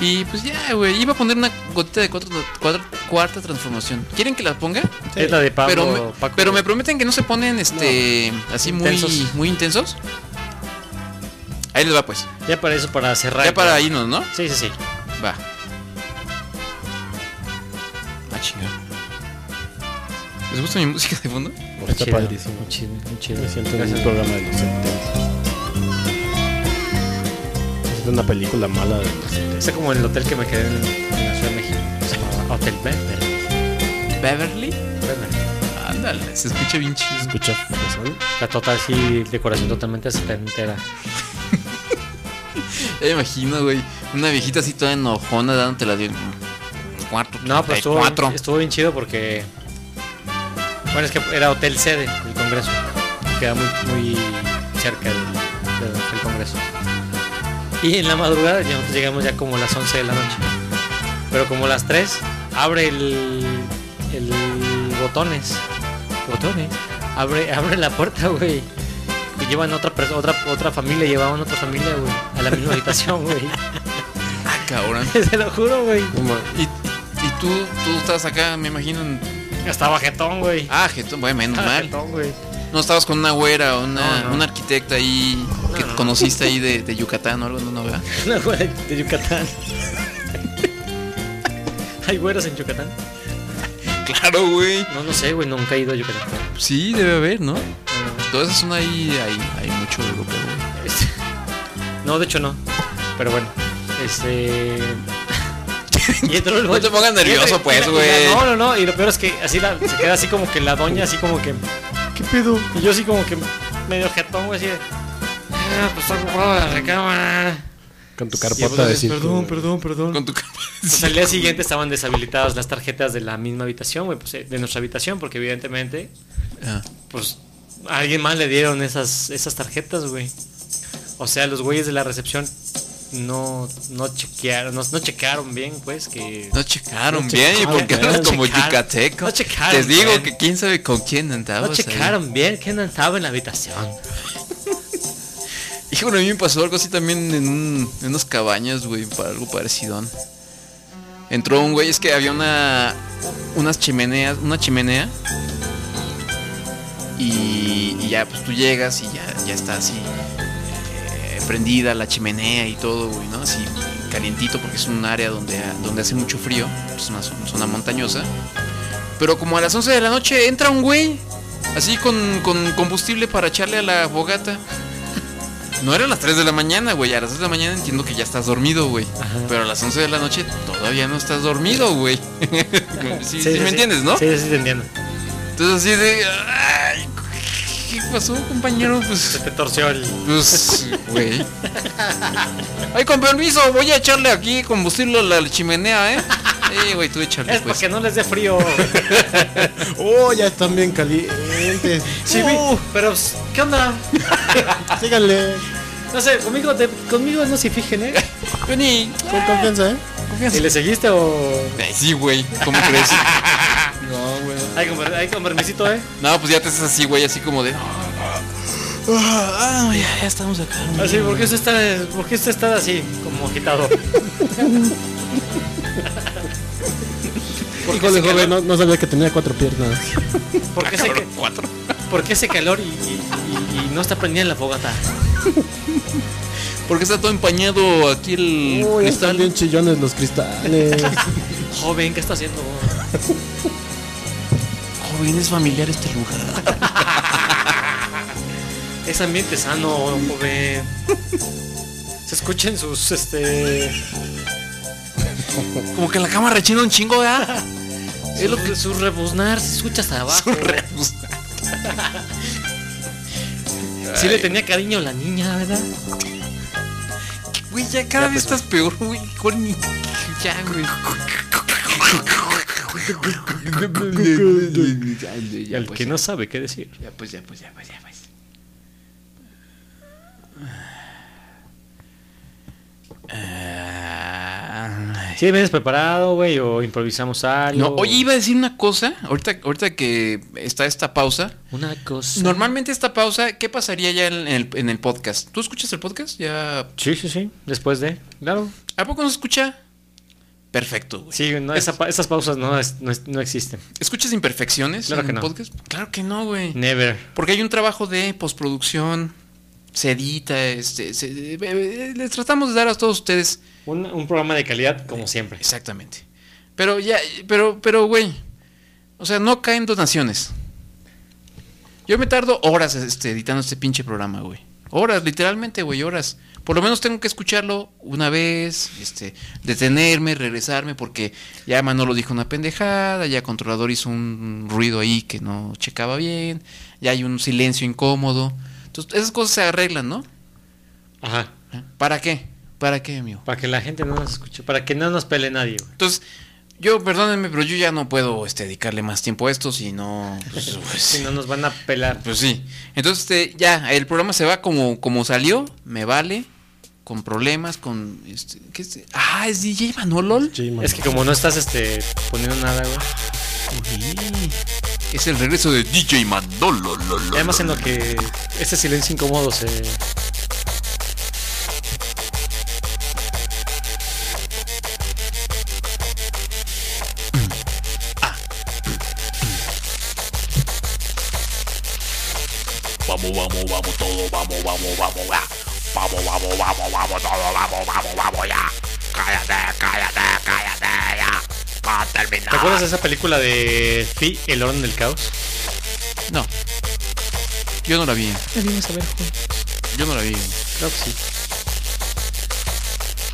Speaker 1: Y pues ya, güey, iba a poner una gotita de cuatro- cuatro- cuarta transformación. ¿Quieren que la ponga?
Speaker 2: Es la de Pablo,
Speaker 1: pero, me,
Speaker 2: Paco.
Speaker 1: pero me prometen que no se ponen este así muy
Speaker 2: Intensos.
Speaker 1: muy intensos. Ahí les va pues.
Speaker 2: Ya para eso, para cerrar.
Speaker 1: Ya para irnos, ¿no?
Speaker 2: Sí, sí, sí.
Speaker 1: Va. Ah, chingado. ¿Les gusta mi música de fondo?
Speaker 3: Está
Speaker 2: Chido,
Speaker 3: padrísimo.
Speaker 2: muy chido, muy chido.
Speaker 3: Me siento en
Speaker 2: Gracias.
Speaker 3: un programa de los 70. Me siento en una película mala de los 70.
Speaker 2: Está como el hotel que me quedé en, en la Ciudad de México. Se llama Hotel Beverly.
Speaker 1: Beverly.
Speaker 2: Beverly.
Speaker 1: Ándale, se escucha bien chido.
Speaker 3: ¿Escucha fresón?
Speaker 2: La total, sí, decoración totalmente setentera.
Speaker 1: Ya me imagino, güey, una viejita así toda enojona dándote la de cuatro.
Speaker 2: No, pues, pero estuvo,
Speaker 1: cuatro.
Speaker 2: estuvo bien chido porque. Bueno, es que era hotel sede del Congreso. Queda muy, muy cerca del, del- del Congreso. Y en la madrugada ya nosotros llegamos ya como a las 11 de la noche. Pero como a las 3, abre el, el botones. Botones. Abre, abre la puerta, güey. Y llevan otra, perso- otra, otra familia, llevaban otra familia, güey. A la misma habitación, güey.
Speaker 1: Ah, cabrón.
Speaker 2: Se lo juro, güey.
Speaker 1: Y, y tú, tú estás acá, me imagino. en-
Speaker 2: Estaba jetón, güey.
Speaker 1: Ah, jetón, bueno, menos
Speaker 2: Estaba
Speaker 1: mal.
Speaker 2: jetón, güey.
Speaker 1: No estabas con una güera o una,
Speaker 2: No, no.
Speaker 1: una arquitecta ahí que conociste ahí de, de Yucatán o algo, no, no, ¿verdad?
Speaker 2: Una güera de Yucatán. ¿Hay güeros en Yucatán?
Speaker 1: Claro, güey.
Speaker 2: No, no sé, güey, nunca he ido a Yucatán.
Speaker 1: Sí, debe haber, ¿no?
Speaker 2: No, no.
Speaker 1: Toda esa zona ahí hay, hay mucho europeo, güey.
Speaker 2: Este, No, de hecho no. Pero bueno, este. Y entró el
Speaker 1: No te pongas
Speaker 2: y entra-
Speaker 1: nervioso, pues,
Speaker 2: y la- y
Speaker 1: güey.
Speaker 2: la- No, no, no. Y lo peor es que así la, se queda así como que la doña, así como que. ¿Qué pedo? Y yo así como que medio jetón, güey, así de. Ah, pues está ocupado la recámara.
Speaker 3: Con tu
Speaker 1: Y
Speaker 3: carpota
Speaker 1: entonces,
Speaker 3: de circo.
Speaker 1: perdón,
Speaker 3: pues, perdón, perdón.
Speaker 1: Con tu cara.
Speaker 2: Pues al día siguiente estaban deshabilitadas las tarjetas de la misma habitación, güey, pues, eh, de nuestra habitación, porque evidentemente,
Speaker 1: Ah.
Speaker 2: pues, a alguien más le dieron esas, esas tarjetas, güey. O sea, los güeyes de la recepción no, no chequearon, no, no checaron bien, pues, que...
Speaker 1: No checaron bien, ¿y por qué
Speaker 2: bien,
Speaker 1: hablas
Speaker 2: no
Speaker 1: como
Speaker 2: checaron.
Speaker 1: yucateco?
Speaker 2: No checaron
Speaker 1: Te digo
Speaker 2: bien.
Speaker 1: que quién sabe con quién andabas. ahí.
Speaker 2: No checaron bien quién estaba en la habitación.
Speaker 1: Híjole, a mí me pasó algo así también en, un- en unas cabañas, güey, para algo parecido. Entró un güey, es que había una unas chimeneas, una chimenea. Y, y ya, pues tú llegas y ya, ya está así eh, prendida la chimenea y todo, güey, ¿no? Así calientito porque es un área donde, donde hace mucho frío, pues, es una zon- zona montañosa. Pero como a las 11 de la noche entra un güey, así con, con combustible para echarle a la bogata. No eran las 3 de la mañana, güey. A las 3 de la mañana entiendo que ya estás dormido, güey. Pero a las 11 de la noche todavía no estás dormido, güey. sí, sí, me entiendes, ¿no?
Speaker 2: Sí, sí, te entiendo.
Speaker 1: Entonces así de... "Ay, ¿Qué pasó, compañero?
Speaker 2: Se
Speaker 1: Pues...
Speaker 2: te torció el...
Speaker 1: Pues, güey. Ay, con permiso, voy a echarle aquí combustible a la chimenea, ¿eh? Sí, güey, tú échale,
Speaker 2: Es para
Speaker 1: pues.
Speaker 2: que no les dé frío.
Speaker 3: Oh, ya están bien calientes.
Speaker 2: Sí, güey, pero, pues, ¿qué onda?
Speaker 3: Síganle.
Speaker 2: No sé, conmigo, te- conmigo no se fijen, ¿eh?
Speaker 1: Vení.
Speaker 3: Con confianza, ¿eh?
Speaker 2: ¿Y le seguiste o...?
Speaker 1: Ay, sí, güey. ¿Cómo crees?
Speaker 3: No, güey.
Speaker 2: Ay, con, per- ay, con permisito, ¿eh?
Speaker 1: No, pues ya te haces así, güey, así como de... Ah, ya, ya estamos acá. güey.
Speaker 2: Así, Ah, ¿por qué usted está, por qué usted está así, como agitado? ¿Por qué
Speaker 3: Híjole,
Speaker 2: ese
Speaker 3: joven,
Speaker 2: calor,
Speaker 3: no, no sabía que tenía cuatro piernas.
Speaker 2: por qué ese ca-
Speaker 1: Cuatro.
Speaker 2: por qué ese calor y, y- y- y no está prendida la fogata?
Speaker 1: Porque está todo empañado aquí el
Speaker 3: Uy, están
Speaker 1: cristal.
Speaker 3: bien chillones los cristales.
Speaker 2: Joven, ¿qué está haciendo?
Speaker 1: Joven, es familiar este lugar.
Speaker 2: Es ambiente sano, joven. Se escuchan sus, este...
Speaker 1: Como que la cama rechina un chingo, ¿verdad?
Speaker 2: Es lo que su rebuznar se escucha hasta abajo. Sí le tenía cariño a la niña, ¿verdad?
Speaker 1: Güey, ya cada vez estás peor, güey. Con ni- Ya, güey.
Speaker 2: Y al que no sabe qué decir.
Speaker 1: Pues Ya, pues, ya, pues, ya, pues, ya, pues.
Speaker 2: Ah. ¿Sí vienes preparado, güey? ¿O improvisamos algo?
Speaker 1: No, oye, iba a decir una cosa. Ahorita, ahorita que está esta pausa.
Speaker 2: Una cosa.
Speaker 1: Normalmente esta pausa, ¿qué pasaría ya en el, en el podcast? ¿Tú escuchas el podcast? Ya.
Speaker 2: Sí, sí, sí. Después de. Claro.
Speaker 1: ¿A poco no se escucha? Perfecto, güey.
Speaker 2: Sí, no, esa pa- esas pausas no, es- no, es- no existen.
Speaker 1: ¿Escuchas imperfecciones
Speaker 2: Claro
Speaker 1: en
Speaker 2: que
Speaker 1: el
Speaker 2: no.
Speaker 1: podcast? Claro que no, güey.
Speaker 2: Never.
Speaker 1: Porque hay un trabajo de postproducción, se edita, este, se- eh, eh, les tratamos de dar a todos ustedes.
Speaker 2: Un, un programa de calidad, como siempre.
Speaker 1: Exactamente. Pero ya, pero, pero, güey. O sea, no caen donaciones. Yo me tardo horas este, editando este pinche programa, güey. Horas, literalmente, güey, horas. Por lo menos tengo que escucharlo una vez, este, detenerme, regresarme, porque ya Manolo dijo una pendejada, ya Controlador hizo un ruido ahí que no checaba bien, ya hay un silencio incómodo. Entonces, esas cosas se arreglan, ¿no?
Speaker 2: Ajá.
Speaker 1: ¿Eh? ¿Para qué? ¿Para qué, amigo?
Speaker 2: Para que la gente no nos escuche. Para que no nos pele nadie, güey.
Speaker 1: Entonces, yo, perdónenme, pero yo ya no puedo este, dedicarle más tiempo a esto si no. Pues, pues,
Speaker 2: Si no nos van a pelar.
Speaker 1: pues sí. Entonces, este, ya, el programa se va como, como salió, me vale, con problemas, con. Este, ¿qué es? Ah, es DJ Manolol.
Speaker 3: Sí, man.
Speaker 2: Es que como no estás este, poniendo nada, güey.
Speaker 1: Es el regreso de DJ Manolol.
Speaker 2: Y además en lo que este silencio incómodo se...
Speaker 9: Vamos, vamos, vamos, todo, vamos, vamos, vamos, ya. Vamos, vamos, vamos, vamos, todo, vamos, vamos, vamos, ya. Cállate, cállate, cállate, ya. Va a
Speaker 2: ¿Te
Speaker 9: terminar.
Speaker 2: acuerdas de esa película de Fi, El Orden del Caos?
Speaker 1: No. Yo no la vi.
Speaker 2: Debimos haber
Speaker 1: Yo no la vi.
Speaker 2: Claro que sí.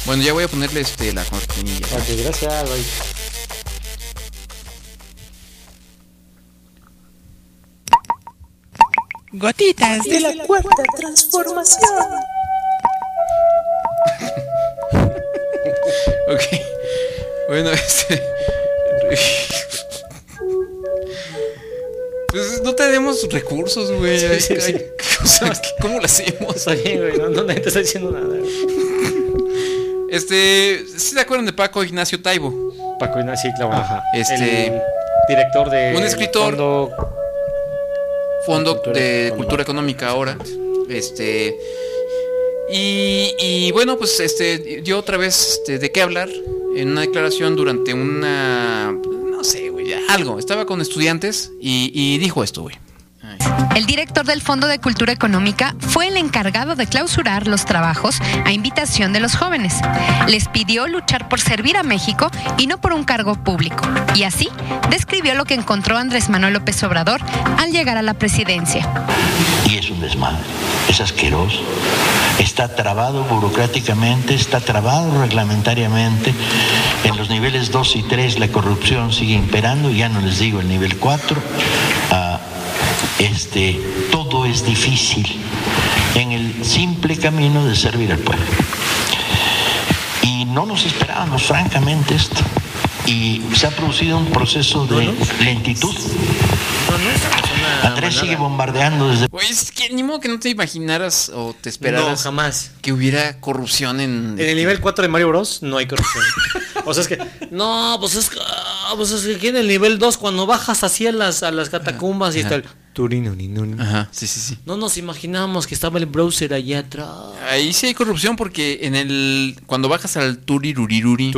Speaker 1: Bueno, ya voy a ponerle este, la cortinilla.
Speaker 2: Ok, gracias, güey.
Speaker 11: Gotitas de la cuarta transformación.
Speaker 1: Ok. Bueno, este. Pues no tenemos recursos, güey.
Speaker 2: Sí, sí,
Speaker 1: Ay,
Speaker 2: sí.
Speaker 1: ay, o sea, ¿Cómo lo hacemos?
Speaker 2: Está bien, güey. No, no, nadie te está diciendo nada, güey.
Speaker 1: Este. ¿Sí se acuerdan de Paco Ignacio Taibo?
Speaker 2: Paco Ignacio, sí, claro. Ajá.
Speaker 1: Este-
Speaker 2: director de...
Speaker 1: Un escritor.
Speaker 2: Fondo-
Speaker 1: Fondo
Speaker 3: Cultura
Speaker 1: de
Speaker 3: Económica.
Speaker 1: Cultura Económica ahora. Este. Y, y bueno, pues este dio otra vez este, de qué hablar en una declaración durante una. No sé, güey, algo. Estaba con estudiantes y, y dijo esto, güey. Ay.
Speaker 12: El director del Fondo de Cultura Económica fue el encargado de clausurar los trabajos a invitación de los jóvenes. Les pidió luchar por servir a México y no por un cargo público. Y así describió lo que encontró Andrés Manuel López Obrador al llegar a la presidencia.
Speaker 13: y es un desmadre, es asqueroso. Está trabado burocráticamente, está trabado reglamentariamente. En los niveles 2 y 3 la corrupción sigue imperando, ya no les digo el nivel 4. Ah, este, todo es difícil en el simple camino de servir al pueblo. Y no nos esperábamos francamente esto. Y se ha producido un proceso de lentitud. Andrés sigue bombardeando desde...
Speaker 1: Güey, es que ni modo que no te imaginaras o te
Speaker 2: No,
Speaker 1: esperaras
Speaker 2: jamás.
Speaker 1: que hubiera corrupción en.
Speaker 2: En el nivel 4 de Mario Bros no hay corrupción. o sea, es que... No, pues es que... ah, Pues es que aquí en el nivel 2, cuando bajas así a las, a las catacumbas y está el...
Speaker 1: Ajá, sí, sí, sí.
Speaker 2: No nos imaginábamos que estaba el browser allá atrás.
Speaker 1: Ahí sí hay corrupción porque en el. Cuando bajas al Turiruriruri.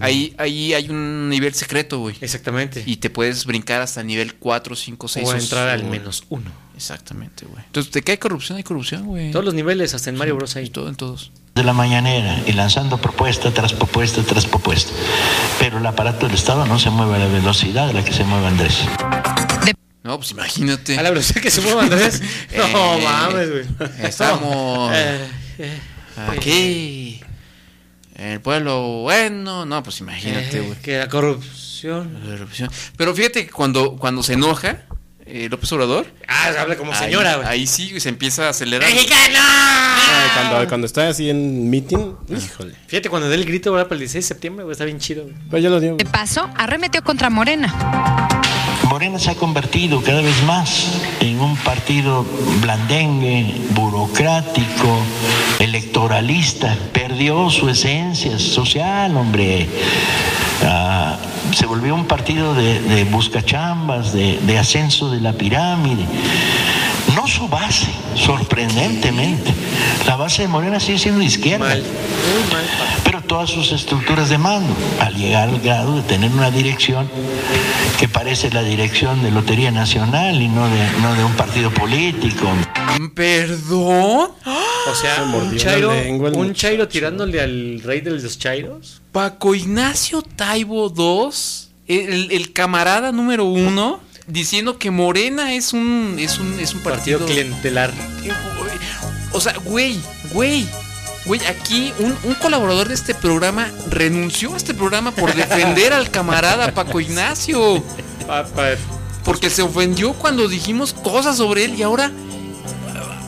Speaker 1: Ahí, ahí hay un nivel secreto, güey.
Speaker 2: Exactamente.
Speaker 1: Y te puedes brincar hasta el nivel 4, 5, 6.
Speaker 2: o entrar al menos uno.
Speaker 1: Exactamente, güey. Entonces, ¿de qué hay corrupción? Hay corrupción, güey.
Speaker 2: Todos los niveles, hasta en Mario Bros. ahí.
Speaker 1: Todo en todos.
Speaker 13: de la mañanera y lanzando propuesta tras propuesta tras propuesta. Pero el aparato del Estado no se mueve a la velocidad a la que se mueve Andrés.
Speaker 1: No, pues imagínate.
Speaker 2: A la velocidad que se mueve Andrés. no mames, güey.
Speaker 1: Estamos
Speaker 2: Eh, eh,
Speaker 1: aquí. En el pueblo bueno. No, pues imagínate,
Speaker 2: Eh,
Speaker 1: güey.
Speaker 2: que la corrupción.
Speaker 1: Corrupción. Pero fíjate que cuando, cuando se enoja eh, López Obrador.
Speaker 2: Ah, habla como
Speaker 1: ahí-
Speaker 2: señora, güey.
Speaker 1: Ahí sí güey, se empieza a acelerar.
Speaker 3: Ay, cuando, cuando está así en meeting, híjole.
Speaker 2: Fíjate, cuando dé el grito ahora para el 16 de septiembre, güey, está bien chido, güey.
Speaker 3: Pues ya lo dio.
Speaker 12: De paso, arremetió contra Morena.
Speaker 13: Morena se ha convertido cada vez más en un partido blandengue, burocrático, electoralista. Perdió su esencia social, hombre. Ah, se volvió un partido de, de buscachambas, de, de ascenso de la pirámide. No su base, sorprendentemente. La base de Morena sigue siendo de izquierda. Pero todas sus estructuras de mando, al llegar al grado de tener una dirección que parece la dirección de Lotería Nacional y no de, no de un partido político.
Speaker 1: ¿Perdón?
Speaker 2: O sea, un
Speaker 13: la
Speaker 2: chairo,
Speaker 13: Ah, lengua el
Speaker 2: un chairo tirándole al rey de los chairos.
Speaker 1: Paco Ignacio Taibo II, el, el camarada número uno, diciendo que Morena es un, es un, es un partido,
Speaker 2: clientelar.
Speaker 1: O sea, güey, güey, güey, aquí un, un colaborador de este programa renunció a este programa por defender al camarada Paco Ignacio. Porque se ofendió cuando dijimos cosas sobre él y ahora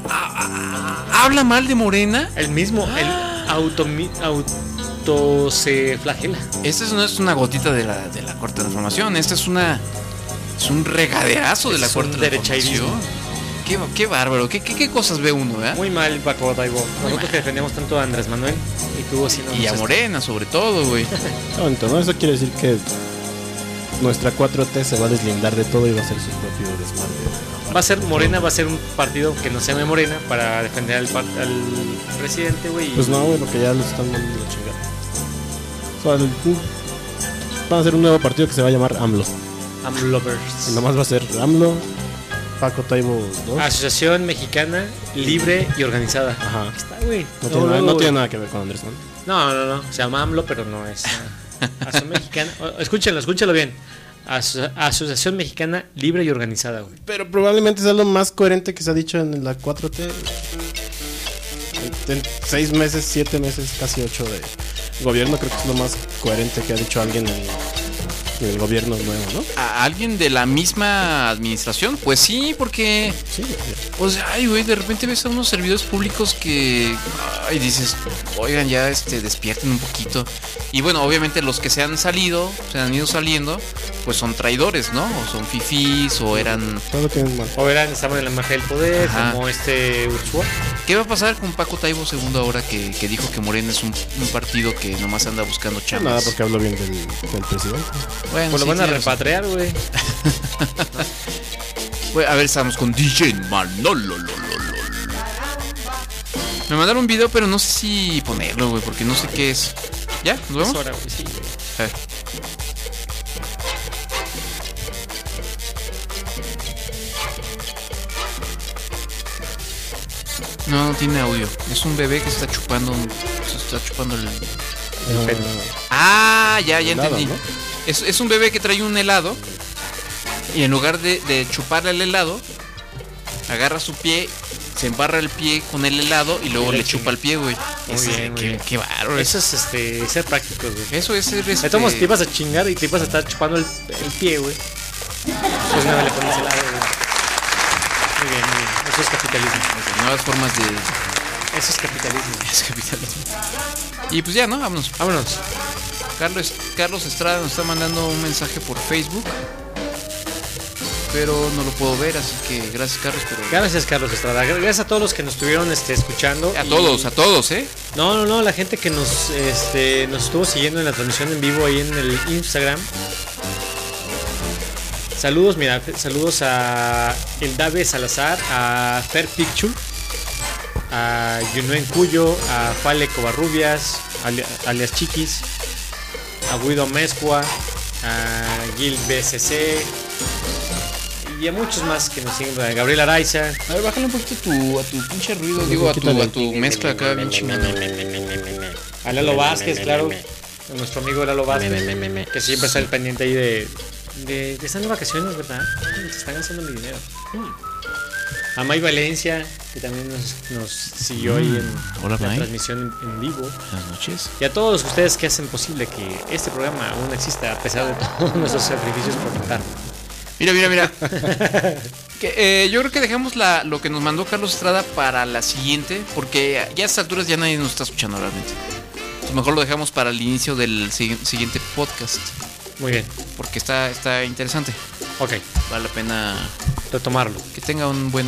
Speaker 1: ah, ah, ah, habla mal de Morena.
Speaker 2: El mismo, el
Speaker 1: Ah.
Speaker 2: auto, auto se flagela.
Speaker 1: Esta es- no es una gotita de la, de la cuarta transformación, esta es una. Es un regaderazo de la
Speaker 2: Es un
Speaker 1: cuarta transformación.
Speaker 2: derechairismo.
Speaker 1: Qué, qué bárbaro, qué, qué- qué cosas ve uno, ¿verdad?
Speaker 2: Muy mal, Paco Taibo. Nosotros que defendemos tanto a Andrés Manuel y tú haciendo.
Speaker 1: Y a Morena, sobre todo, güey.
Speaker 3: Está bonito, ¿no? Eso quiere decir que nuestra 4T se va a deslindar de todo y va a ser su propio desmadre.
Speaker 2: Va a ser Morena, va a ser un partido que no se llame Morena para defender al, par- al presidente, güey. y-
Speaker 3: Pues no, güey, porque ya los están mandando la chingada. O sea, el- van a ser un nuevo partido que se va a llamar AMLO.
Speaker 2: AMLovers.
Speaker 3: Y nomás va a ser AMLO, Paco Taibo 2.
Speaker 2: Ah, Asociación Mexicana Libre y Organizada.
Speaker 3: Ajá.
Speaker 2: Está, güey.
Speaker 3: No, tiene,
Speaker 2: No,
Speaker 3: nada,
Speaker 2: no,
Speaker 3: no
Speaker 2: güey.
Speaker 3: tiene nada que ver con Andrés Manuel.
Speaker 2: No, no, no. Se llama AMLO, pero no es. eh, Asociación Mexicana. o- Escúchenlo, escúchenlo bien. Aso- Asociación Mexicana Libre y Organizada, güey.
Speaker 3: Pero probablemente sea lo más coherente que se ha dicho en la 4T. En, en seis meses, siete meses, casi ocho de gobierno, creo que es lo más coherente que ha dicho alguien en, en el gobierno nuevo, ¿no?
Speaker 1: ¿A alguien de la misma administración? Pues sí, porque. O sea, ay, güey, de repente ves a unos servidores públicos que. Ay, dices, oigan, ya este, despierten un poquito. Y bueno, obviamente los que se han salido, se han ido saliendo, pues son traidores, ¿no? O son fifís, o eran.
Speaker 3: Todo tiene mal.
Speaker 2: O verán, estaban en la magia del poder,
Speaker 1: Ajá.
Speaker 2: como este Ursúa.
Speaker 3: Ah,
Speaker 1: ¿Qué va a pasar con Paco Taibo II ahora que, que dijo que Morena es un, un partido que nomás anda buscando chambas?
Speaker 3: Nada, porque hablo bien del, del presidente.
Speaker 1: Bueno,
Speaker 2: pues lo
Speaker 1: sí,
Speaker 2: van a
Speaker 1: tienes razón.
Speaker 2: repatriar, güey.
Speaker 1: Bueno, A ver, estamos con DJ Manolo. Me mandaron un video, pero no sé si ponerlo, güey, porque no sé qué es. ¿Ya? ¿Nos vemos?
Speaker 2: Es hora, güey, sí, güey.
Speaker 1: A ver. No, no tiene audio. Es un bebé que se está chupando. un- Se está chupando el.
Speaker 3: Ah.
Speaker 1: Ah, ya, ya
Speaker 3: Helado,
Speaker 1: entendí.
Speaker 3: ¿no?
Speaker 1: Es, es un bebé que trae un helado. Y en lugar de, de chuparle el helado, agarra su pie, se embarra el pie con el helado y luego
Speaker 2: Y le
Speaker 1: le chupa el pie, güey.
Speaker 2: Muy
Speaker 1: Ese-
Speaker 2: bien, muy
Speaker 1: qué,
Speaker 2: bien.
Speaker 1: qué bárbaro.
Speaker 2: Eso es este, ser prácticos, güey.
Speaker 1: Eso es ser,
Speaker 2: De
Speaker 1: este-
Speaker 2: todos modos, te ibas a chingar y te ibas a estar chupando el, el pie, güey. Pues nada, le pones helado, güey. Muy bien, muy bien. Eso es capitalismo.
Speaker 1: Nuevas formas de,
Speaker 2: Eso es capitalismo.
Speaker 1: Es capitalismo. Y pues ya, ¿no? Vámonos.
Speaker 2: Vámonos.
Speaker 1: Carlos, Carlos Estrada nos está mandando un mensaje por Facebook. Pero no lo puedo ver, así que gracias, Carlos. Pero...
Speaker 2: Gracias, Carlos Estrada. Gracias a todos los que nos estuvieron este, escuchando.
Speaker 1: A todos, a todos, ¿eh?
Speaker 2: No, no, no, la gente que nos, este, nos estuvo siguiendo en la transmisión en vivo ahí en el Instagram. Saludos, mira, saludos a El Dave Salazar, a Fer Picchu, a Yunuen Cuyo, a Fale Covarrubias, alia- alias Chiquis, a Guido Mezcua, a Gil BCC y a muchos más que nos siguen, a Gabriel Araiza.
Speaker 1: A ver, bájale un poquito tu, a tu pinche ruido, digo, a tu, a tu mezcla acá, bien chingada.
Speaker 2: A Lalo Vázquez, claro. A nuestro amigo Lalo Vázquez. Que siempre está al pendiente ahí de, de, de- están de vacaciones, ¿verdad? Mm, Se están gastando mi dinero. A May Valencia, que también nos, nos siguió
Speaker 14: Mm.
Speaker 2: ahí en
Speaker 14: Hola,
Speaker 2: la
Speaker 14: May.
Speaker 2: transmisión en, en vivo.
Speaker 14: Buenas noches.
Speaker 2: Y a todos ustedes que hacen posible que este programa aún exista a pesar de todos nuestros sacrificios por contar.
Speaker 1: Mira, mira, mira. Que, eh, yo creo que dejamos la- lo que nos mandó Carlos Estrada para la siguiente, porque ya a estas alturas ya nadie nos está escuchando realmente. Entonces mejor lo dejamos para el inicio del sigui- siguiente podcast.
Speaker 2: Muy bien.
Speaker 1: Porque está, está interesante.
Speaker 2: Ok.
Speaker 1: Vale la pena
Speaker 2: retomarlo.
Speaker 1: Que tenga un buen.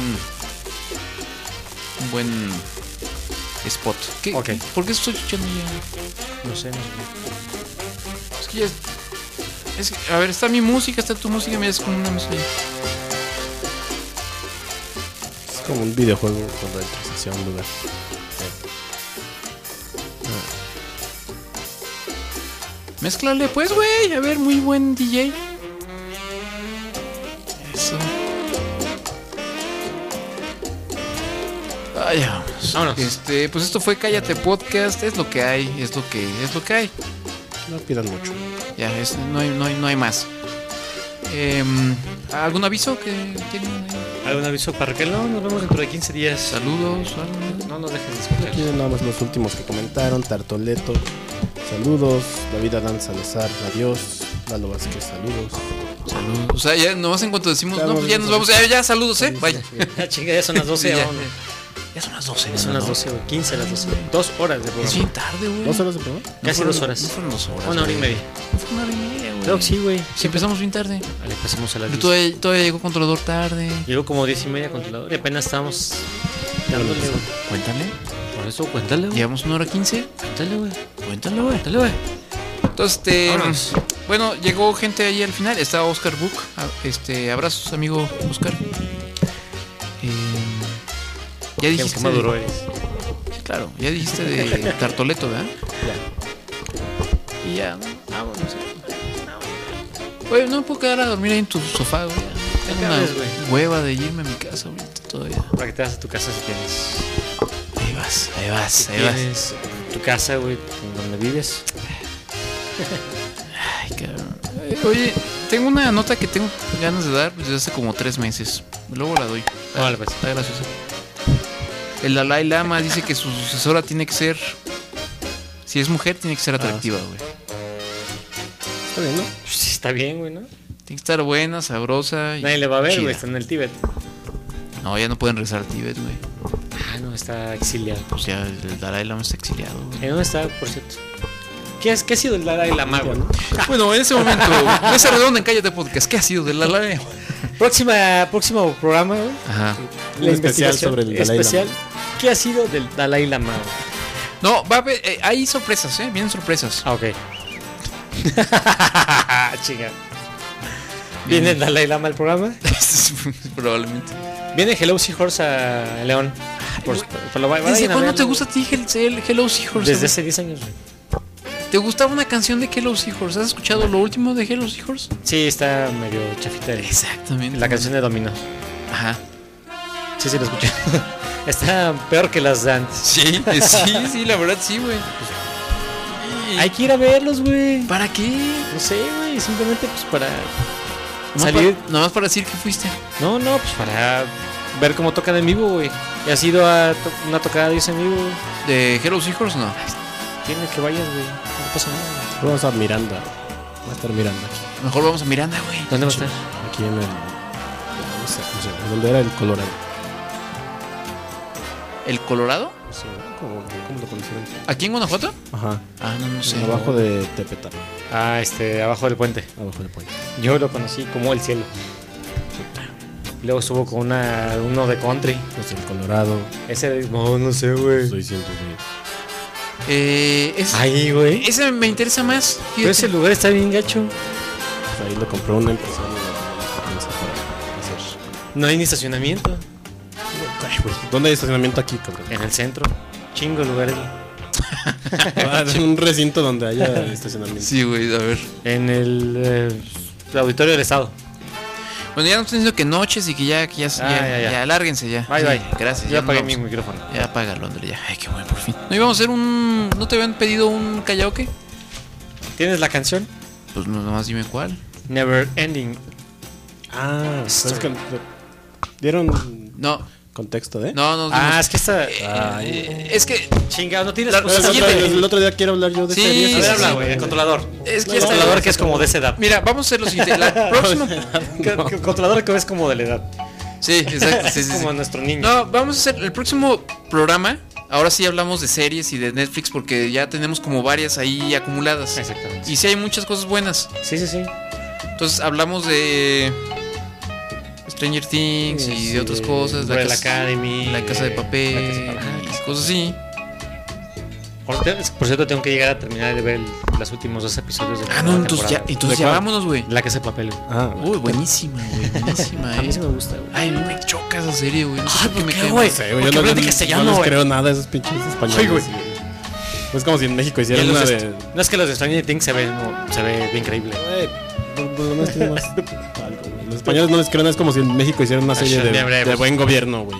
Speaker 1: Un buen spot. ¿Qué, ¿Por qué estoy escuchando ya?
Speaker 2: No sé, no sé.
Speaker 1: Es que ya es- es que- a ver, está mi música, está tu música, mira, es como una música.
Speaker 3: Es como un videojuego cuando entras hacia un lugar.
Speaker 1: Mézclale pues, güey. A ver, muy buen DJ. Eso. Ay, vamos. Este, pues esto fue Cállate Podcast, es lo que hay, es lo que, es lo que hay.
Speaker 3: No pidan mucho.
Speaker 1: Ya, es- no, hay, no, hay, no hay más. Em, ¿Algún aviso que tienen ahí?
Speaker 2: ¿Algún aviso parroquial? No, nos vemos dentro de 15 días.
Speaker 1: Saludos.
Speaker 2: No nos dejen de escuchar.
Speaker 3: Aquí nada más los últimos que comentaron, Tartoleto, saludos, David Adán Salazar, adiós, Lalo Vázquez, saludos.
Speaker 1: Saludos. O sea, ya nomás en cuanto decimos, no, pues ya nos vamos, ya, ya, saludos, eh. Bye.
Speaker 2: La chinga, ya son las 12.
Speaker 1: Ya.
Speaker 2: ¿o no?
Speaker 1: Ya son las 12.
Speaker 2: Ya son las 12, güey. 15 a las 12. Dos horas de programa.
Speaker 1: Es bien tarde, güey.
Speaker 2: ¿Dos horas
Speaker 3: de programa?
Speaker 1: No
Speaker 2: Casi
Speaker 1: fueron-
Speaker 2: dos horas.
Speaker 1: no fueron dos horas,
Speaker 2: Una hora y
Speaker 1: güey.
Speaker 2: media.
Speaker 1: Fue una hora y media, güey.
Speaker 2: Creo que sí, güey.
Speaker 1: Sí, empezamos bien tarde.
Speaker 2: Vale, pasemos a las
Speaker 1: Pero
Speaker 2: 10.
Speaker 1: todavía, todavía llegó controlador tarde.
Speaker 2: Llegó como 10 y media controlador y apenas estábamos dándole, güey.
Speaker 1: Cuéntale.
Speaker 2: Por eso, cuéntale, güey.
Speaker 1: Llevamos una hora 15.
Speaker 2: Cuéntale, güey.
Speaker 1: Cuéntale, güey. Cuéntale, güey. Entonces, este, bueno, llegó gente ahí al final. Está Oscar Book. Ah, Este, abrazos, amigo Oscar. Eh, ya
Speaker 2: Qué-
Speaker 1: dijiste.
Speaker 2: qué maduro
Speaker 1: de-
Speaker 2: eres.
Speaker 1: Sí, claro, eh. ya dijiste de Tartoleto, ¿verdad? Y ya, ¿no? vámonos. Oye, no me puedo quedar a dormir ahí en tu sofá, güey. Tengo una
Speaker 2: cabes, güey.
Speaker 1: hueva de irme a mi casa ahorita todavía.
Speaker 2: Para que te vas a tu casa si tienes.
Speaker 1: Ahí vas, ahí vas,
Speaker 2: Si
Speaker 1: ahí vas.
Speaker 2: tienes Tu casa, güey, en donde vives.
Speaker 1: Ay, cabrón. Eh, Oye, tengo una nota que tengo ganas de dar desde hace como tres meses. Luego la doy. Está,
Speaker 2: pues.
Speaker 1: está graciosa. El Dalai Lama dice que su sucesora tiene que ser. Si es mujer, tiene que
Speaker 2: Ah,
Speaker 1: ser atractiva, güey.
Speaker 3: Está bien, ¿no?
Speaker 2: Sí, está bien, güey, ¿no?
Speaker 1: Tiene que estar buena, sabrosa. Y
Speaker 2: Nadie le va a ver,
Speaker 1: chida.
Speaker 2: güey, está en el Tíbet.
Speaker 1: No, ya no pueden regresar al Tíbet, güey.
Speaker 2: Ah, no, está exiliado.
Speaker 1: Pues ya el Dalai Lama está exiliado, güey.
Speaker 2: ¿En dónde está, por cierto? ¿Qué, es, ¿Qué ha sido el Dalai Lama, güey?
Speaker 1: Bueno, en ese momento, esa redonda en Cállate Podcast, ¿qué ha sido del Dalai Lama?
Speaker 2: Próxima, próximo programa, güey.
Speaker 1: Ajá.
Speaker 2: La investigación especial. ¿Qué ha sido del Dalai Lama? güey?
Speaker 1: No, va a haber, eh, hay sorpresas, ¿eh? Vienen sorpresas.
Speaker 2: Ah, ok. Chinga. ¿Viene el Dalai Lama al programa?
Speaker 1: Probablemente.
Speaker 2: Viene Hello Seahorse a León. Por, por lo- vayan
Speaker 1: ¿Desde
Speaker 2: a
Speaker 1: cuándo
Speaker 2: verlo,
Speaker 1: te gusta a ti el, el Hello Seahorse?
Speaker 2: Desde
Speaker 1: güey?
Speaker 2: hace 10 años. güey.
Speaker 1: ¿Te gustaba una canción de Hello Seahorse? ¿Has escuchado lo último de Hello Seahorse?
Speaker 2: Sí, está medio chafita.
Speaker 1: Exactamente.
Speaker 2: La canción de Domino.
Speaker 1: Ajá.
Speaker 2: Sí, sí, la escuché. está peor que las de antes.
Speaker 1: Sí, eh, sí, sí, la verdad sí, güey.
Speaker 2: Hay que ir a verlos, güey.
Speaker 1: ¿Para qué?
Speaker 2: No sé, güey. Simplemente pues para
Speaker 1: Nomás
Speaker 2: salir.
Speaker 1: para- nomás para decir que fuiste.
Speaker 2: No, no, pues para ver cómo tocan en vivo, güey. ¿Y has ido a to- una tocada de ellos en vivo? güey?
Speaker 1: ¿De Hello Seahorse? No.
Speaker 2: Tiene que vayas, güey. No pasa nada.
Speaker 3: Vamos a Miranda, va a estar Miranda aquí,
Speaker 1: Mejor vamos a Miranda, güey.
Speaker 2: ¿Dónde va a estar?
Speaker 3: aquí en el, no sé, no sé, ¿dónde era el Colorado?
Speaker 1: ¿El Colorado?
Speaker 3: No sé, ¿cómo, cómo lo conocieron?
Speaker 1: ¿Aquí en Guanajuato?
Speaker 3: Ajá.
Speaker 1: Ah, no, no sé.
Speaker 3: Abajo de Tepeta,
Speaker 2: Ah, este, abajo del puente.
Speaker 3: abajo del puente.
Speaker 2: Yo lo conocí como el cielo. Luego estuvo con una, uno de country.
Speaker 3: Pues el Colorado. pues,
Speaker 2: Ese, no, no sé, güey.
Speaker 3: Estoy siendo güey.
Speaker 1: Eh, es-
Speaker 2: Ahí, güey.
Speaker 1: Ese me interesa más.
Speaker 2: Pero
Speaker 1: fíjate.
Speaker 2: ese lugar está bien gacho.
Speaker 3: Pues ahí lo compró una empresa y lo- lo hizo para hacer.
Speaker 2: No hay ni estacionamiento.
Speaker 3: Ay, güey, pues, ¿Dónde hay estacionamiento aquí, cabrón?
Speaker 2: En el centro. Chingo lugares.
Speaker 3: Ah, en un recinto donde haya estacionamiento.
Speaker 1: Sí, güey, a ver.
Speaker 2: En el, eh, el auditorio del estado.
Speaker 1: Bueno, ya nos están diciendo que noches y que ya, que ya, ya,
Speaker 2: Ah, ya, ya.
Speaker 1: ya, lárguense ya.
Speaker 2: Bye,
Speaker 1: Sí,
Speaker 2: bye.
Speaker 1: Gracias.
Speaker 2: Ya
Speaker 1: nos
Speaker 2: apagué
Speaker 1: vamos.
Speaker 2: mi micrófono.
Speaker 1: Ya apágalo, André, ya. Ay, qué bueno, por fin. ¿No íbamos a hacer un. ¿No te habían pedido un karaoke?
Speaker 2: ¿Tienes la canción?
Speaker 1: Pues no- nomás dime cuál.
Speaker 2: Never Ending.
Speaker 3: Ah,
Speaker 2: Story.
Speaker 3: es que dieron
Speaker 1: no.
Speaker 3: contexto ¿eh? de.
Speaker 1: No, no,
Speaker 2: Ah, es que esta.
Speaker 1: es que.
Speaker 2: Chingado, no tienes.
Speaker 3: La- el, otro, el otro día quiero hablar yo de
Speaker 1: Sí,
Speaker 3: series.
Speaker 1: a ver, habla,
Speaker 2: güey, el controlador.
Speaker 1: Es que
Speaker 2: el
Speaker 1: está-
Speaker 2: controlador que es como de esa edad.
Speaker 1: Mira, vamos a hacer lo siguiente. La próxima.
Speaker 2: El controlador que es como de la edad.
Speaker 1: Sí, exacto. sí, sí,
Speaker 2: como
Speaker 1: sí.
Speaker 2: nuestro niño.
Speaker 1: No, vamos a hacer el próximo programa. Ahora sí hablamos de series y de Netflix porque ya tenemos como varias ahí acumuladas.
Speaker 2: Exactamente.
Speaker 1: Y sí hay muchas cosas buenas.
Speaker 2: Sí, sí, sí.
Speaker 1: Entonces hablamos de Stranger Things y
Speaker 2: Sí,
Speaker 1: de otras cosas.
Speaker 2: Umbrella
Speaker 1: casa-
Speaker 2: Academy,
Speaker 1: La casa de
Speaker 2: eh,
Speaker 1: papel. y cosas Ah, así.
Speaker 2: Por, por cierto, tengo que llegar a terminar de ver el- los últimos dos episodios de la
Speaker 1: Ah, no,
Speaker 2: nueva
Speaker 1: entonces ya,
Speaker 2: temporada.
Speaker 1: entonces
Speaker 2: ¿De
Speaker 1: ya
Speaker 2: cuál?
Speaker 1: vámonos, güey.
Speaker 2: La casa de papel.
Speaker 3: Ah,
Speaker 1: Uy, buenísima, güey. Buenísima, eh.
Speaker 2: A mí sí me gusta, güey.
Speaker 1: Ay, no me choca esa serie, güey. No sé por qué me
Speaker 2: qué,
Speaker 1: cae
Speaker 2: güey?
Speaker 1: mal.
Speaker 3: Sí,
Speaker 2: ¿Por
Speaker 3: güey, yo
Speaker 2: qué
Speaker 3: no,
Speaker 2: hablan de
Speaker 3: yo
Speaker 2: castellano,
Speaker 3: no les
Speaker 2: güey?
Speaker 3: creo nada a esos pinches españoles.
Speaker 2: Ay, güey.
Speaker 3: No Es como si en México hicieran
Speaker 2: Y
Speaker 3: una
Speaker 2: los
Speaker 3: de.
Speaker 2: est- No es este. que los de Stranger Things se ven, como- se ve increíble.
Speaker 3: Güey, por- por lo menos tiene más algo, güey. Los españoles no les creo nada. Es como si en México hicieran una serie de,
Speaker 2: Hombre,
Speaker 3: de
Speaker 2: pues-
Speaker 3: buen gobierno, güey.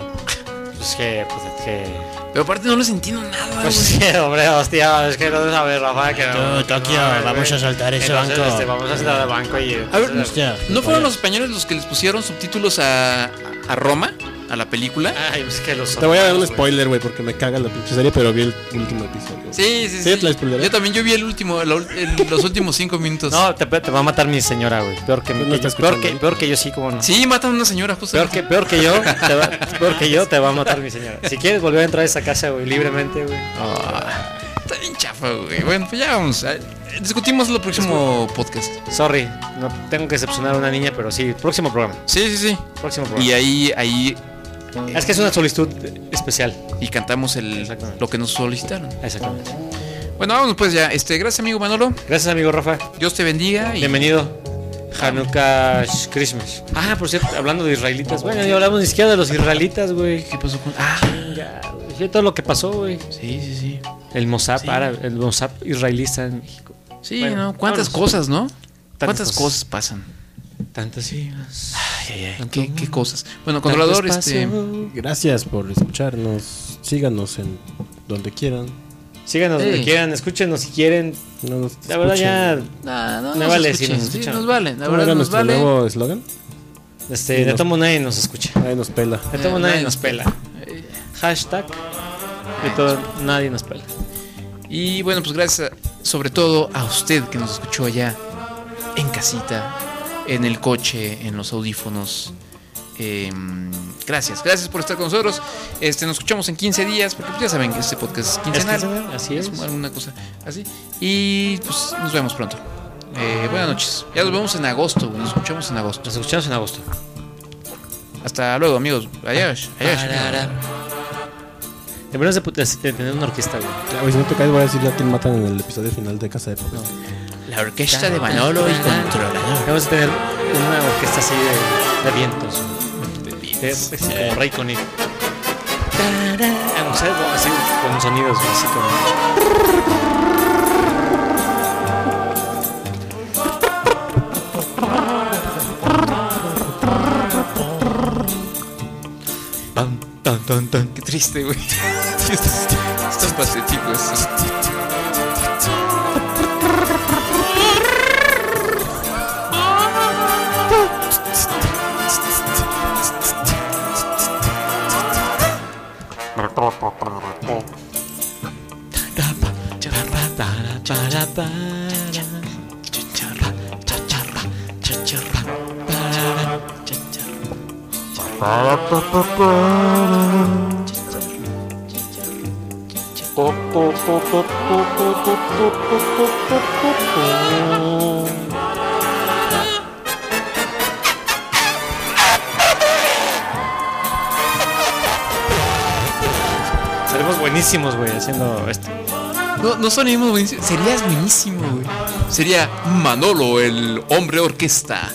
Speaker 2: Es que, pues, es que.
Speaker 1: Pero aparte no les entiendo nada,
Speaker 2: Pues
Speaker 1: güey.
Speaker 2: sí, hombre, hostia, es que no sabes, Rafa, que no.
Speaker 10: Tokio, vamos a saltar ese
Speaker 2: Entonces,
Speaker 10: banco.
Speaker 2: este, vamos a saltar al banco y.
Speaker 1: A ver,
Speaker 10: Hostia.
Speaker 1: ¿no fueron los españoles los que les pusieron subtítulos a, a Roma? ¿A la película?
Speaker 2: Ay, pues que los.
Speaker 3: Te voy a dar un
Speaker 2: güey.
Speaker 3: spoiler, güey, porque me caga la pinche serie, pero vi el último episodio.
Speaker 1: Sí, sí, sí.
Speaker 3: ¿Sí? ¿Te la spoileré?
Speaker 1: yo también, yo vi el último, la ul- el- los últimos cinco minutos.
Speaker 2: No, te, te va a matar mi señora, güey. Peor que,
Speaker 3: No
Speaker 2: que- peor
Speaker 3: está escuchando
Speaker 2: que,
Speaker 3: ahorita.
Speaker 2: peor que yo, sí, como no.
Speaker 1: Sí, matan a una señora, justo.
Speaker 2: Peor que, peor que yo, te va, peor que yo te va a matar mi señora. Si quieres volver a entrar a esa casa, güey, libremente, güey.
Speaker 1: Ah, está bien chafa, güey. Bueno, pues ya vamos. a- Discutimos el próximo podcast.
Speaker 2: Sorry, no tengo que decepcionar a una niña, pero sí, próximo programa.
Speaker 1: Sí, sí, sí.
Speaker 2: Próximo
Speaker 1: Y
Speaker 2: programa.
Speaker 1: ahí, ahí.
Speaker 2: Es que es una solicitud especial.
Speaker 1: Y cantamos el,
Speaker 2: Exactamente.
Speaker 1: lo que nos solicitaron.
Speaker 2: Exactamente.
Speaker 1: Bueno, vámonos pues ya. Este, gracias, amigo Manolo.
Speaker 2: Gracias, amigo Rafa.
Speaker 1: Dios te bendiga. Y...
Speaker 2: Bienvenido. Hanukkah Christmas. Ah, por cierto, hablando de israelitas. Bueno, ya hablamos ni siquiera de los israelitas, güey.
Speaker 1: ¿Qué pasó con.? Ah,
Speaker 2: Ya, güey, ya todo lo que pasó, güey.
Speaker 1: sí, sí, sí.
Speaker 2: El Mossad árabe, el Mossad israelita en México.
Speaker 1: Sí,
Speaker 2: Bueno,
Speaker 1: ¿no? ¿Cuántas
Speaker 2: vámonos.
Speaker 1: cosas, no? ¿Cuántas
Speaker 2: cosas.
Speaker 1: cosas pasan?
Speaker 2: Tantas vidas.
Speaker 1: ¿Qué, qué cosas? Bueno, controlador,
Speaker 2: tanto
Speaker 1: este.
Speaker 2: espacio.
Speaker 3: Gracias por escucharnos. Síganos en donde quieran.
Speaker 2: Síganos donde
Speaker 1: Sí.
Speaker 2: quieran, escúchenos si quieren.
Speaker 3: No nos
Speaker 2: La verdad ya
Speaker 3: escuchen.
Speaker 1: Nah, no,
Speaker 2: Me
Speaker 1: nos
Speaker 2: vale si
Speaker 1: escuchen,
Speaker 2: nos
Speaker 1: sí,
Speaker 2: escuchan.
Speaker 1: nos vale. La
Speaker 3: ¿Cómo era
Speaker 1: verdad, nos
Speaker 3: nuestro
Speaker 1: vale.
Speaker 3: nuevo eslogan?
Speaker 2: este, de
Speaker 3: nos-
Speaker 2: tomo nadie nos escucha.
Speaker 3: Nadie nos pela.
Speaker 2: De tomo
Speaker 1: Eh,
Speaker 2: nadie
Speaker 1: nadie
Speaker 2: nos
Speaker 1: nos
Speaker 2: pela. Hashtag de todo nadie nos pela.
Speaker 1: Y bueno, pues gracias a- sobre todo a usted que nos escuchó allá en casita, en el coche, en los audífonos. Eh, gracias, gracias por estar con nosotros. Este, nos escuchamos en 15 días, porque pues ya saben que este podcast es quincenal.
Speaker 2: quincenal, así es.
Speaker 1: Alguna cosa así. Y pues nos vemos pronto. Eh, buenas noches. Ya nos vemos en agosto, güey, nos escuchamos en agosto.
Speaker 2: Nos escuchamos en agosto.
Speaker 1: Hasta luego, amigos. Adiós. Adiós.
Speaker 2: Deberíamos de, put- de tener una orquesta, güey.
Speaker 3: Ya, güey, si no te caes, voy a decir a quién matan en el episodio final de Casa de Papel.
Speaker 1: La orquesta de Manolo y Controlador.
Speaker 2: Deberíamos de tener una orquesta así de, de vientos. De, es como Rey con él. Así con sonidos, güey, así como.
Speaker 1: Qué triste, güey. Estos, estos patéticos.
Speaker 2: Seremos buenísimos, güey, haciendo esto.
Speaker 1: No, no sonaríamos buenísimo. Serías buenísimo, güey. Sería Manolo, el hombre orquesta.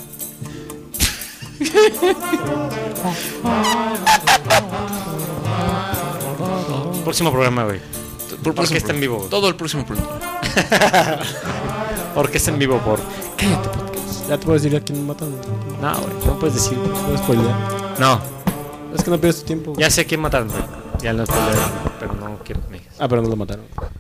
Speaker 2: Próximo programa, güey.
Speaker 1: T- por-
Speaker 2: Orquesta
Speaker 1: próximo
Speaker 2: en vivo, güey.
Speaker 1: Todo el próximo pronto.
Speaker 2: Orquesta en vivo por.
Speaker 3: Ya te puedo decir a quién matan.
Speaker 2: No, güey, no puedes decir.
Speaker 3: No puedo spoilear.
Speaker 2: No,
Speaker 3: Es que no pierdes tu tiempo. güey.
Speaker 2: ya sé a quién mataron, güey. Ya lo spoilearon, pero no quiero que me digas.
Speaker 3: Ah, pero no lo mataron.